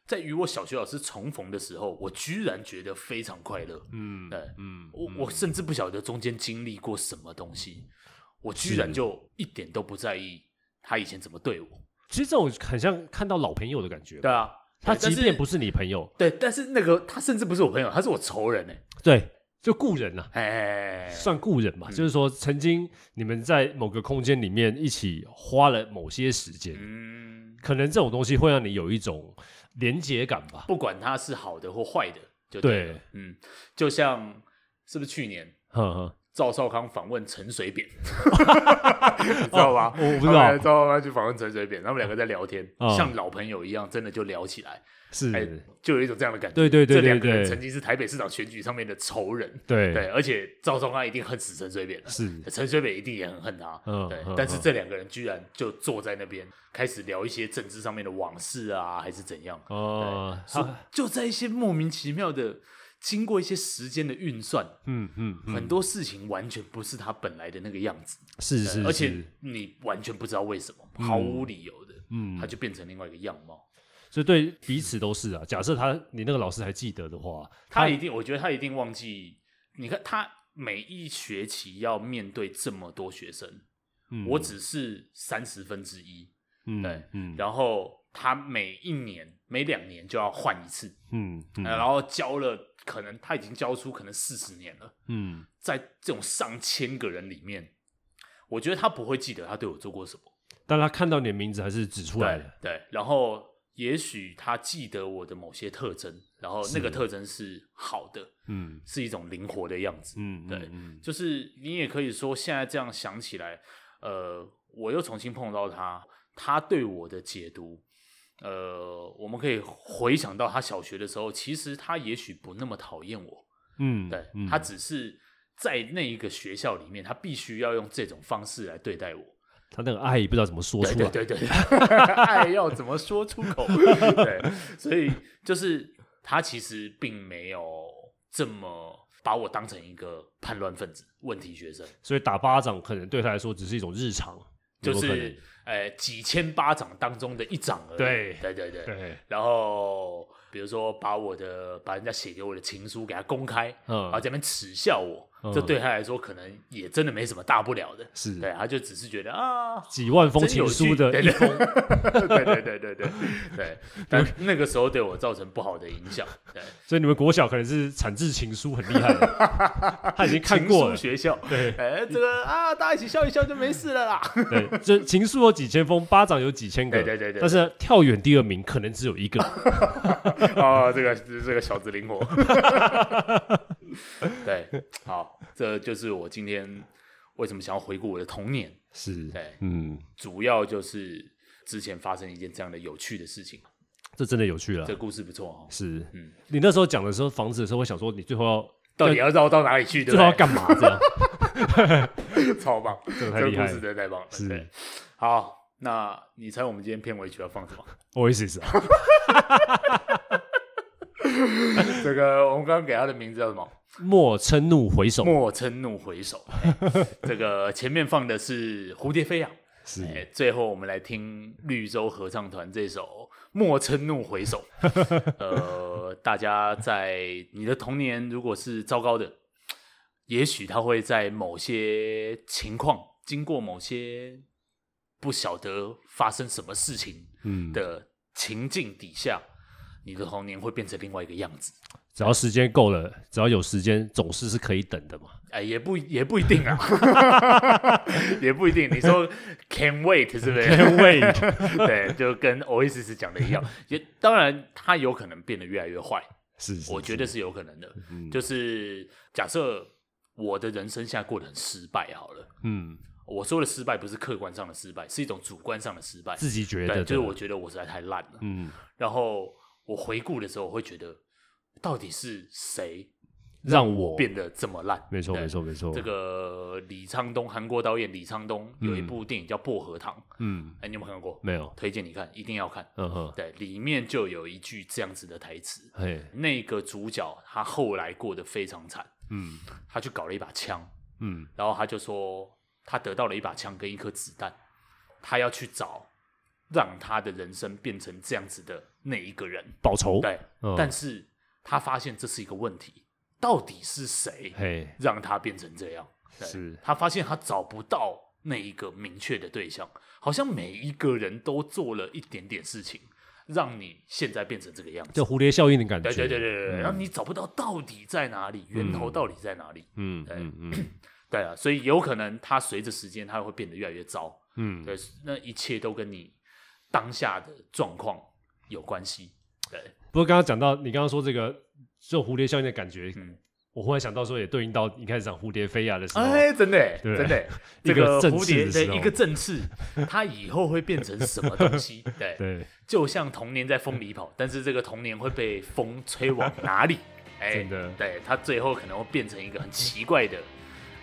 Speaker 2: 在与我小学老师重逢的时候，我居然觉得非常快乐。
Speaker 3: 嗯
Speaker 2: 对
Speaker 3: 嗯
Speaker 2: 我我甚至不晓得中间经历过什么东西，我居然就一点都不在意他以前怎么对我。
Speaker 3: 其实这种很像看到老朋友的感觉，
Speaker 2: 对啊，
Speaker 3: 他
Speaker 2: 对但
Speaker 3: 即
Speaker 2: 是
Speaker 3: 便不是你朋友，
Speaker 2: 对，但是那个他甚至不是我朋友，他是我仇人呢、欸
Speaker 3: 对，就故人呐、
Speaker 2: 哎哎，哎哎
Speaker 3: 算故人吧，就是说曾经你们在某个空间里面一起花了某些时间，
Speaker 2: 嗯，
Speaker 3: 可能这种东西会让你有一种连结感吧。
Speaker 2: 不管它是好的或坏的，就了
Speaker 3: 对
Speaker 2: 嗯，就像是不是去年
Speaker 3: 呵呵，
Speaker 2: 赵少康访问陈水扁， 你知道吗？
Speaker 3: 哦我不知道
Speaker 2: 他们赵少康去访问陈水扁，他们两个在聊天，
Speaker 3: 哦
Speaker 2: 像老朋友一样，真的就聊起来，
Speaker 3: 是，
Speaker 2: 哎，就有一种这样的感觉。
Speaker 3: 对对对
Speaker 2: 这两个
Speaker 3: 对对
Speaker 2: 人曾经是台北市长选举上面的仇人。
Speaker 3: 对，
Speaker 2: 对，而且赵少康一定恨死陈水扁了，
Speaker 3: 是，
Speaker 2: 陈水扁一定也很恨他，
Speaker 3: 嗯
Speaker 2: 对
Speaker 3: 嗯。
Speaker 2: 但是
Speaker 3: 嗯
Speaker 2: 这两个人居然就坐在那边，开始聊一些政治上面的往事啊，还是怎样？
Speaker 3: 哦，
Speaker 2: 所以
Speaker 3: 他
Speaker 2: 就在一些莫名其妙的，经过一些时间的运算，
Speaker 3: 嗯嗯，嗯
Speaker 2: 很多事情完全不是他本来的那个样子，呃
Speaker 3: 是是，
Speaker 2: 而
Speaker 3: 是
Speaker 2: 且你完全不知道为什么，毫无理由的，
Speaker 3: 嗯
Speaker 2: 他就变成另外一个样貌。
Speaker 3: 所以对彼此都是啊。假设他你那个老师还记得的话，
Speaker 2: 他一定，我觉得他一定忘记。你看，他每一学期要面对这么多学生，
Speaker 3: 嗯
Speaker 2: 我只是三十分之一，
Speaker 3: 嗯
Speaker 2: 对
Speaker 3: 嗯
Speaker 2: 然后他每一年、每两年就要换一次，
Speaker 3: 嗯嗯
Speaker 2: 呃然后教了，可能他已经教出可能四十年了。
Speaker 3: 嗯
Speaker 2: 在这种上千个人里面，我觉得他不会记得他对我做过什么。
Speaker 3: 但他看到你的名字还是指出来
Speaker 2: 对
Speaker 3: 了，
Speaker 2: 对，然后也许他记得我的某些特征，然后那个
Speaker 3: 是
Speaker 2: 特征是好的，
Speaker 3: 嗯
Speaker 2: 是一种灵活的样子。
Speaker 3: 嗯，
Speaker 2: 对
Speaker 3: 嗯
Speaker 2: 就是你也可以说，现在这样想起来，呃，我又重新碰到他，他对我的解读，呃，我们可以回想到他小学的时候，其实他也许不那么讨厌我，
Speaker 3: 嗯，
Speaker 2: 对
Speaker 3: 嗯
Speaker 2: 他只是在那一个学校里面，他必须要用这种方式来对待我。
Speaker 3: 他那个爱不知道怎么说
Speaker 2: 对
Speaker 3: 出来，啊
Speaker 2: 对对 对，爱要怎么说出口？对，所以就是他其实并没有这么把我当成一个叛乱分子、问题学生，
Speaker 3: 所以打巴掌可能对他来说只是一种日常，
Speaker 2: 就
Speaker 3: 有没有可
Speaker 2: 是
Speaker 3: 能
Speaker 2: 呃几千巴掌当中的一掌而已。
Speaker 3: 对
Speaker 2: 对对对。
Speaker 3: 对，
Speaker 2: 然后比如说把我的把人家写给我的情书给他公开，然后
Speaker 3: 嗯，
Speaker 2: 在那边耻笑我，
Speaker 3: 嗯
Speaker 2: 这对他来说可能也真的没什么大不了的。
Speaker 3: 是
Speaker 2: 对，他就只是觉得啊，
Speaker 3: 几万封
Speaker 2: 真有
Speaker 3: 情
Speaker 2: 趣
Speaker 3: 书的
Speaker 2: 对
Speaker 3: 一
Speaker 2: 对
Speaker 3: 封，
Speaker 2: 对对对对对对，但那个时候对我造成不好的影响。对，
Speaker 3: 所以你们国小可能是产制情书很厉害 的，他已经看
Speaker 2: 情
Speaker 3: 过
Speaker 2: 书
Speaker 3: 了。
Speaker 2: 学校，
Speaker 3: 对
Speaker 2: 哎，这个啊，大家一起笑一笑就没事了 啦。
Speaker 3: 对，这情书有几千封，巴掌有几千个，
Speaker 2: 对对对对对
Speaker 3: 但是跳远第二名可能只有一个，
Speaker 2: 哦，这个这个小子灵活。 对，好，这就是我今天为什么想要回顾我的童年。
Speaker 3: 是，
Speaker 2: 对
Speaker 3: 嗯，
Speaker 2: 主要就是之前发生一件这样的有趣的事情。
Speaker 3: 这真的有趣了
Speaker 2: 这，故事不错哦，
Speaker 3: 是，
Speaker 2: 嗯
Speaker 3: 你那时候讲的时候，房子的时候，会想说你最后要
Speaker 2: 到底要绕到哪里去？对
Speaker 3: 最
Speaker 2: 不
Speaker 3: 后要
Speaker 2: 对？
Speaker 3: 干嘛这样？
Speaker 2: 超棒，这
Speaker 3: 个太厉害
Speaker 2: 故事真的太棒了。
Speaker 3: 是
Speaker 2: 对，好，那你猜我们今天片尾曲要放什么？
Speaker 3: Oasis 啊，
Speaker 2: 这个我们刚刚给他的名字叫什么？
Speaker 3: 莫嗔怒回首，
Speaker 2: 莫嗔怒回首。哎这个前面放的是蝴蝶飞扬，
Speaker 3: 是
Speaker 2: 哎，最后我们来听绿洲合唱团这首《莫嗔怒回首》。 呃，大家在你的童年如果是糟糕的，也许他会在某些情况，经过某些不晓得发生什么事情
Speaker 3: 嗯，
Speaker 2: 的情境底下，你的童年会变成另外一个样子。
Speaker 3: 只要时间够了，只要有时间，总是是可以等的嘛。
Speaker 2: 哎，也不也不一定啊， 也不一定。你说 can wait 是不是
Speaker 3: Can wait
Speaker 2: 对，就跟 Oasis 讲的一样，也当然他有可能变得越来越坏，
Speaker 3: 是，是嗯
Speaker 2: 我觉得是有可能的。就是假设我的人生现在过得很失败好了，
Speaker 3: 嗯，
Speaker 2: 我说的失败不是客观上的失败，是一种主观上的失败。
Speaker 3: 自己觉得
Speaker 2: 对，
Speaker 3: 的
Speaker 2: 就是我觉得我实在太烂了。
Speaker 3: 嗯，
Speaker 2: 然后我回顾的时候，我会觉得到底是谁
Speaker 3: 让我
Speaker 2: 变得这么烂？
Speaker 3: 没错
Speaker 2: 对
Speaker 3: 没错没错，
Speaker 2: 这个李沧东，韩国导演李沧东有一
Speaker 3: 嗯
Speaker 2: 部电影叫《薄荷糖》，
Speaker 3: 嗯
Speaker 2: 哎、你有没有看过？
Speaker 3: 没有，
Speaker 2: 推荐你看，一定要看。
Speaker 3: 嗯哼，
Speaker 2: 对，里面就有一句这样子的台词，
Speaker 3: 嘿，
Speaker 2: 那个主角他后来过得非常惨，
Speaker 3: 嗯
Speaker 2: 他去搞了一把枪，
Speaker 3: 嗯
Speaker 2: 然后他就说他得到了一把枪跟一颗子弹，他要去找让他的人生变成这样子的那一个人。
Speaker 3: 报仇，
Speaker 2: 对，
Speaker 3: 嗯
Speaker 2: 但是他发现这是一个问题，到底是谁
Speaker 3: 嘿，
Speaker 2: 让他变成这样？对
Speaker 3: 是
Speaker 2: 他发现他找不到那一个明确的对象，好像每一个人都做了一点点事情，让你现在变成这个样子
Speaker 3: 就。蝴嗯蝶效应的感觉，
Speaker 2: 对对对对对，对然后你找不到到底在哪里，源头到底在哪里？
Speaker 3: 嗯
Speaker 2: 对
Speaker 3: 嗯嗯
Speaker 2: 对啊，所以有可能他随着时间，他会变得越来越糟。
Speaker 3: 嗯，
Speaker 2: 对，那一切都跟你当下的状况有关系。对，
Speaker 3: 不过刚刚讲到你刚刚说这个这种蝴蝶效应的感觉，
Speaker 2: 嗯
Speaker 3: 我忽然想到说也对应到一开始讲蝴蝶飞呀的时候，
Speaker 2: 哎，真的欸，
Speaker 3: 哦对
Speaker 2: 真的欸，
Speaker 3: 一
Speaker 2: 这
Speaker 3: 个
Speaker 2: 个
Speaker 3: 正
Speaker 2: 蝴
Speaker 3: 式
Speaker 2: 蝶
Speaker 3: 的
Speaker 2: 对
Speaker 3: 时候
Speaker 2: 一个振翅，它以后会变成什么东 西？对，
Speaker 3: 对，
Speaker 2: 就像童年在风里 跑，但是这个童年会被风吹往哪里？哎，
Speaker 3: 真的
Speaker 2: 对，它最后可能会变成一个很奇怪的，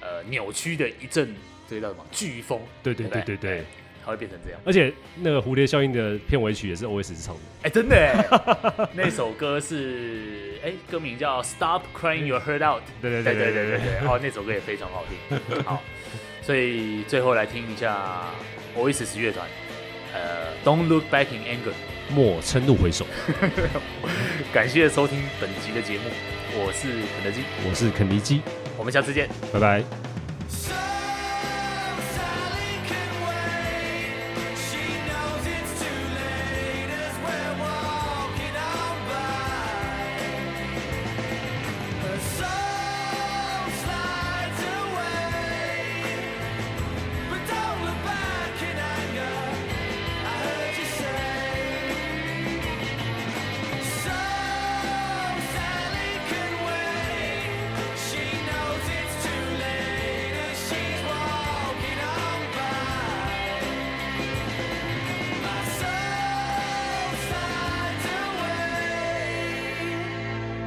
Speaker 2: 呃，扭曲的一阵，这个叫什么？飓风？
Speaker 3: 嗯对对
Speaker 2: 不对哎
Speaker 3: 对对对，
Speaker 2: 它会变成这样。
Speaker 3: 而且那个蝴蝶效应的片尾曲也是 OS 唱的，
Speaker 2: 哎，真的 欸，那首歌是哎，歌名叫《Stop Crying Your Heart Out》。
Speaker 3: 对对
Speaker 2: 对对
Speaker 3: 对
Speaker 2: 对对对，哦，那首歌也非常好 听。好，所以最后来听一下 Oasis 乐团，呃，《Don't Look Back in Anger
Speaker 3: 莫嗔怒 回首，》。
Speaker 2: 感谢收听本集的节目，我是肯德基，
Speaker 3: 我是肯尼基，
Speaker 2: 我们下次见。
Speaker 3: 拜拜。
Speaker 1: So Sally can wait. She knows it's too late as we're walking on by. Her soul slides away, but don't look back in anger. I heard you say. So Sally can wait. She knows it's too late and she's walking on by. My soul slides away,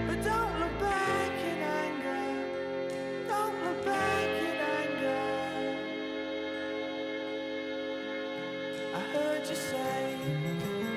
Speaker 1: but don't look back in anger. Don't look back in anger. I heard you say.